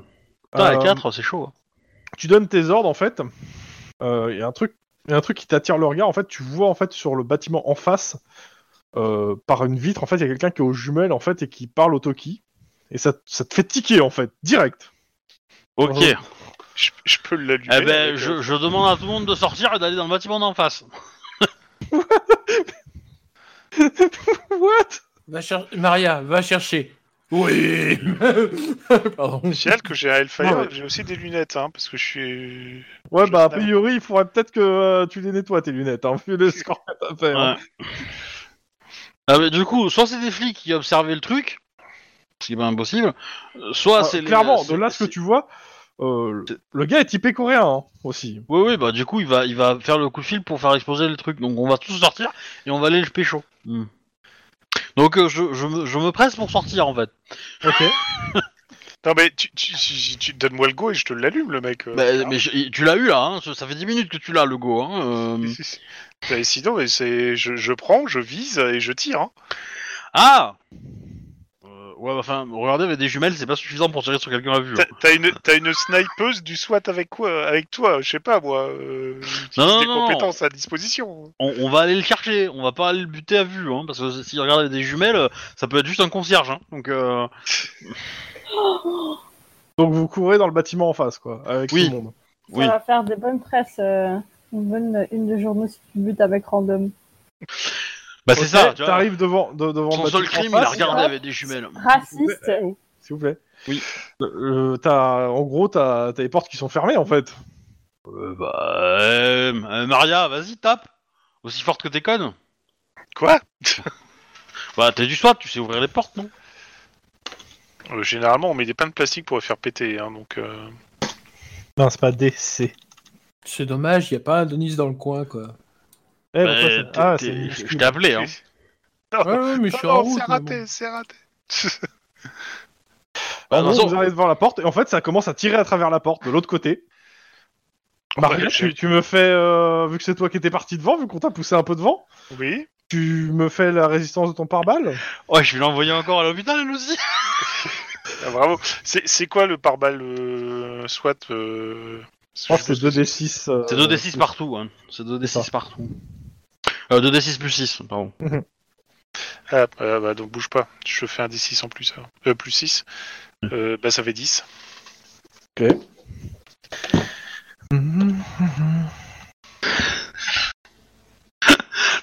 S2: Putain,
S1: Euh,
S2: à 4 c'est chaud. hein.
S1: tu donnes tes ordres en fait. Euh, Il y a un truc, il y a un truc qui t'attire le regard. En fait, tu vois en fait sur le bâtiment en face, euh, par une vitre, en fait, il y a quelqu'un qui est aux jumelles en fait et qui parle au Toki. Et ça, ça te fait tiquer en fait, direct.
S2: Ok,
S1: Euh,
S3: Je, je peux l'allumer.
S2: eh ben
S3: avec, euh,
S2: je, je demande à tout le monde de sortir et d'aller dans le bâtiment d'en face.
S1: What
S4: Va cher- Maria, va chercher. Oui. Pardon.
S3: C'est elle que j'ai un Hellfire,
S1: Ouais.
S3: j'ai aussi des lunettes, hein, parce que je suis. euh,
S1: Ouais,
S3: Je
S1: bah a
S3: savais.
S1: priori, il faudrait peut-être que euh, tu les nettoies tes lunettes, hein, vu le score que t'as fait. hein.
S2: Ah, mais du coup, soit c'est des flics qui observaient le truc, ce qui est pas impossible, euh, soit
S1: Euh,
S2: c'est les-
S1: clairement, de
S2: c'est-
S1: là ce que
S2: c'est-
S1: tu vois, euh, le- le gars est typé coréen hein, aussi.
S2: Oui, oui, bah du coup, il va, il va faire le coup de fil pour faire exploser le truc. Donc on va tous sortir et on va aller le pécho. Donc euh, je, je, me, je me presse pour sortir en fait.
S1: Ok.
S3: Non, mais tu, tu, tu- tu- donne-moi le go et je te l'allume, le mec. euh.
S2: Bah, mais je- tu l'as eu là, hein, ça ça fait 10 minutes que tu l'as le go. Hein, euh.
S3: Bah, sinon, mais c'est, je, je prends, je vise et je tire. Hein.
S2: Ah Euh, Ouais, bah, enfin, regardez, avec des jumelles, c'est pas suffisant pour tirer sur quelqu'un à vue. hein.
S3: T'as, t'as une, t'as une snipeuse du SWAT avec quoi, avec toi, je sais pas moi. Euh,
S2: Non, non,
S3: des
S2: non.
S3: compétences à disposition.
S2: On, on va aller le chercher, on va pas aller le buter à vue, hein, parce que s'il regarde avec des jumelles, euh, ça peut être juste un concierge. Hein, donc euh,
S1: Donc vous courez dans le bâtiment en face, quoi, avec
S2: Oui.
S1: tout le monde.
S5: Ça
S2: Oui.
S5: va faire des bonnes presses. euh, Une bonne une de journaux si tu butes avec random.
S2: bah c'est
S1: Ok,
S2: ça. Tu vois,
S1: T'arrives devant, de- devant
S2: son
S1: le
S2: seul
S1: bâtiment en
S2: crime, il a
S1: face.
S2: regardé avec des jumelles.
S5: Raciste.
S1: Ouais, oh, S'il vous plaît.
S2: Oui.
S1: Euh, t'as- en gros, t'as t'as les portes qui sont fermées en fait.
S2: Euh, bah, euh, euh, Maria, vas-y, tape. Aussi forte que t'es conne.
S3: Quoi
S2: Bah, t'es du SWAT, tu sais ouvrir les portes, non
S3: Euh, Généralement, on met des pains de plastique pour les faire péter, hein, donc. euh,
S1: Non, c'est pas D, C.
S4: C'est dommage, il y a pas un Denis dans le coin quoi.
S2: Bah,
S1: Eh, pourquoi
S2: t'es-
S1: c'est- ah,
S2: t'es-
S1: c'est Ah
S2: Je
S1: minuscule.
S2: t'ai appelé, hein.
S1: Ah
S4: Ouais, ouais, mais je
S3: Non,
S4: suis en
S3: non,
S4: route.
S3: c'est
S4: mais
S3: raté,
S4: bon.
S3: c'est raté.
S1: En
S2: Bah,
S1: gros,
S2: non,
S1: vous
S2: non.
S1: arrivez devant la porte et en fait, ça commence à tirer à travers la porte de l'autre côté. Mario,
S3: gâcher.
S1: tu, tu me fais, euh, vu que c'est toi qui étais parti devant, vu qu'on t'a poussé un peu devant,
S3: Oui.
S1: tu me fais la résistance de ton pare-balles.
S2: Ouais, je vais l'envoyer encore à l'hôpital, elle aussi.
S1: Euh,
S3: Ah, bravo. C'est c'est quoi le pare-balles euh, SWAT euh...
S1: Je pense que c'est 2d6. euh,
S2: C'est 2d6 partout, hein. C'est 2d6 partout. Euh, 2d6 plus 6, pardon.
S3: Ah, bah, bah, donc bouge pas. Je fais un D6 en plus. hein. Euh, plus 6.
S2: Mm.
S3: Euh, bah ça fait 10.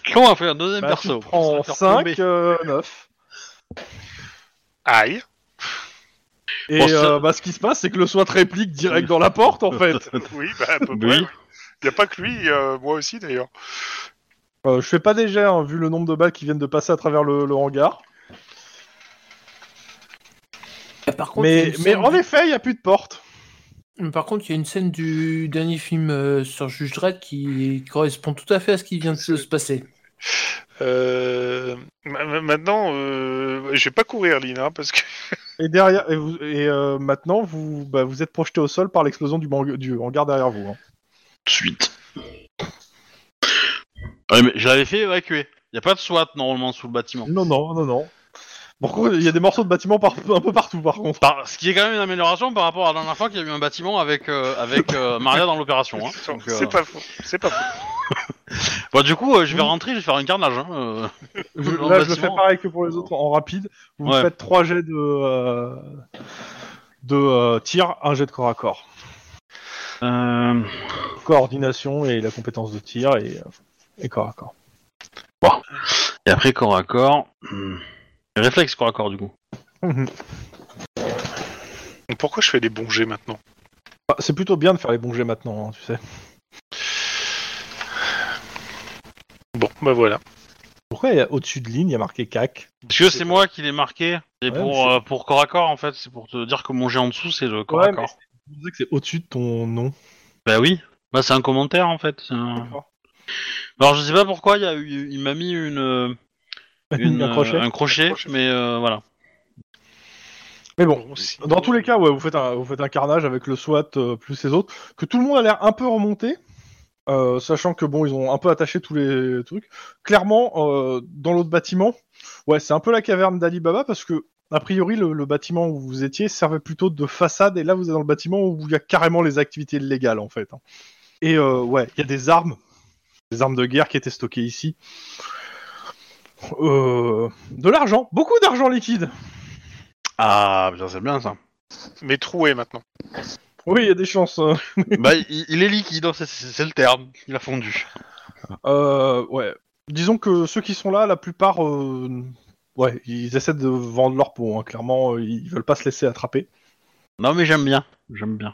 S2: Clon a fait un deuxième
S1: Bah, tu
S2: perso.
S1: prends euh,
S2: Ça va faire
S1: 5,
S2: tomber.
S1: 9.
S3: Aïe.
S1: Et
S2: Bon, ça-
S1: euh, bah, ce qui se passe, c'est que le SWAT réplique direct dans la porte en fait.
S3: Oui, bah à peu
S2: Oui.
S3: près. Il n'y a pas que lui, euh, moi aussi d'ailleurs.
S1: Euh, je fais pas déjà, hein, vu le nombre de balles qui viennent de passer à travers le, le hangar.
S4: Euh, Par contre, il y a
S1: mais
S4: une
S1: mais
S4: scène
S1: en
S4: du-
S1: effet, il n'y a plus de porte.
S4: Mais Par contre, il y a une scène du dernier film euh, sur Juge Dredd qui correspond tout à fait à ce qui vient de se se passer.
S3: Euh, ma- ma- maintenant, euh, je vais pas courir, Lina, parce que
S1: Et derrière, et, vous- et, euh, maintenant, vous, bah, vous êtes projeté au sol par l'explosion du, mang- du hangar derrière vous. hein.
S2: de suite. Ouais, Ah mais je l'avais fait évacuer. Y a pas de SWAT normalement sous le bâtiment.
S1: Non, non, non, non. Par contre, il y a des morceaux de bâtiment par- un peu partout, par contre.
S2: Par- Ce qui est quand même une amélioration par rapport à la dernière fois qu'il y a eu un bâtiment avec, euh, avec euh, Maria dans l'opération. hein.
S3: c'est
S2: Donc, euh,
S3: pas faux. C'est pas faux.
S2: Bon, du coup, euh, je vais rentrer, je vais faire un carnage. Hein. euh.
S1: Je-
S2: Dans le
S1: là, je le fais
S2: bâtiment.
S1: pareil que pour les autres, en rapide. Vous me
S2: Ouais.
S1: faites trois jets de, euh, de euh, tir, un jet de corps à corps.
S2: Euh,
S1: Coordination et la compétence de tir et, euh, et corps à corps.
S2: Et après, corps à corps. hmm. Réflexe corps à corps, du coup.
S3: Pourquoi je fais des bons jets maintenant
S1: Bah, C'est plutôt bien de faire les bons jets maintenant, hein, tu sais.
S3: Bon, bah voilà.
S1: Pourquoi il y a- au-dessus de ligne, il y a marqué CAC
S2: Parce que c'est moi qui l'ai marqué. C'est
S1: Ouais,
S2: pour,
S1: mais
S2: euh, pour corps à corps, en fait. C'est pour te dire que mon jet en dessous, c'est le corps
S1: Ouais,
S2: à
S1: mais-
S2: corps.
S1: Je disais que c'est au-dessus de ton nom.
S2: Bah oui. Bah, c'est un commentaire, en fait. c'est un- Alors, je sais pas pourquoi, il, y a eu- il m'a mis une, euh, une,
S1: Un crochet.
S2: euh, un crochet, mais euh, voilà.
S1: Mais bon,
S3: Bon, si-
S1: Dans tous les cas, ouais, vous faites un, vous faites un carnage avec le SWAT euh, plus les autres, que tout le monde a l'air un peu remonté, euh, sachant que bon, ils ont un peu attaché tous les trucs. Clairement, euh, dans l'autre bâtiment, ouais, c'est un peu la caverne d'Ali Baba parce que a priori le, le bâtiment où vous étiez servait plutôt de façade et là vous êtes dans le bâtiment où il y a carrément les activités légales en fait. hein. Et euh, ouais, il y a des armes, des armes de guerre qui étaient stockées ici. Euh, de l'argent, beaucoup d'argent liquide.
S2: Ah, bien, c'est bien ça.
S3: Mais troué maintenant.
S1: Oui, il y a des chances. euh.
S2: bah, il, il est liquide, c'est, c'est- c'est le terme. Il a fondu.
S1: Euh, ouais. Disons que ceux qui sont là, la plupart, euh, ouais, ils essaient de vendre leur peau. hein. Clairement, euh, ils veulent pas se laisser attraper.
S2: Non, mais j'aime bien. J'aime bien.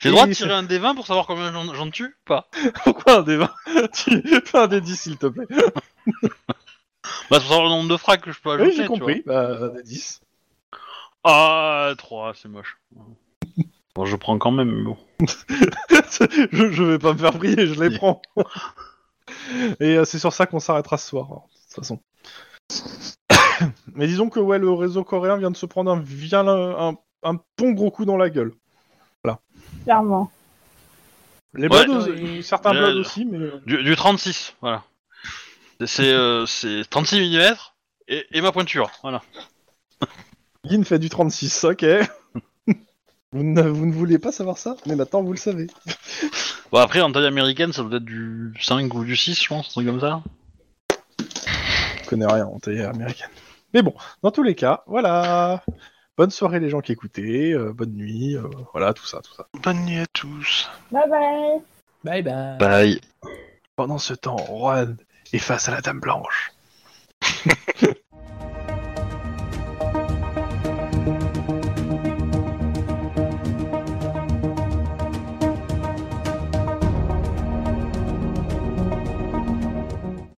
S2: J'ai
S1: Et
S2: le droit de
S1: c'est-
S2: tirer un des 20 pour savoir combien j'en, j'en tue ou pas
S1: Pourquoi un des 20 Tu- Fais un des 10, s'il te plaît.
S2: Bah, c'est pour savoir le nombre de frags que je peux ajouter.
S1: oui, j'ai
S2: tu vois.
S1: compris. Bah, un des 10.
S2: Ah, 3, c'est moche. Bon, je prends quand même, mais bon.
S1: je, je vais pas me faire prier, je les
S2: Oui.
S1: prends. Et euh, c'est sur ça qu'on s'arrêtera ce soir, hein, de toute façon. Mais disons que ouais, le réseau coréen vient de se prendre un, vilain- un, un bon gros coup dans la gueule.
S5: clairement.
S1: Les
S2: Ouais.
S1: Bloods,
S4: Oui.
S1: certains
S2: Ouais.
S1: bloods aussi, mais euh,
S2: Du, du 36, voilà. C'est euh, c'est 36 mm et, et ma pointure, voilà.
S1: Lynn fait du 36, ok. vous, ne, vous ne vouliez pas savoir ça, mais maintenant vous le savez.
S2: Bon, après, en taille américaine, ça doit être du 5 ou du 6, je pense, un truc comme ça.
S1: Je connais rien en télé américaine. Mais bon, dans tous les cas, voilà. Bonne soirée les gens qui écoutaient, euh, bonne nuit, euh, voilà, tout ça, tout ça.
S3: Bonne nuit à tous.
S5: Bye
S4: Bye
S5: bye.
S4: bye.
S2: Bye.
S1: Pendant ce temps, Juan est face à la Dame Blanche.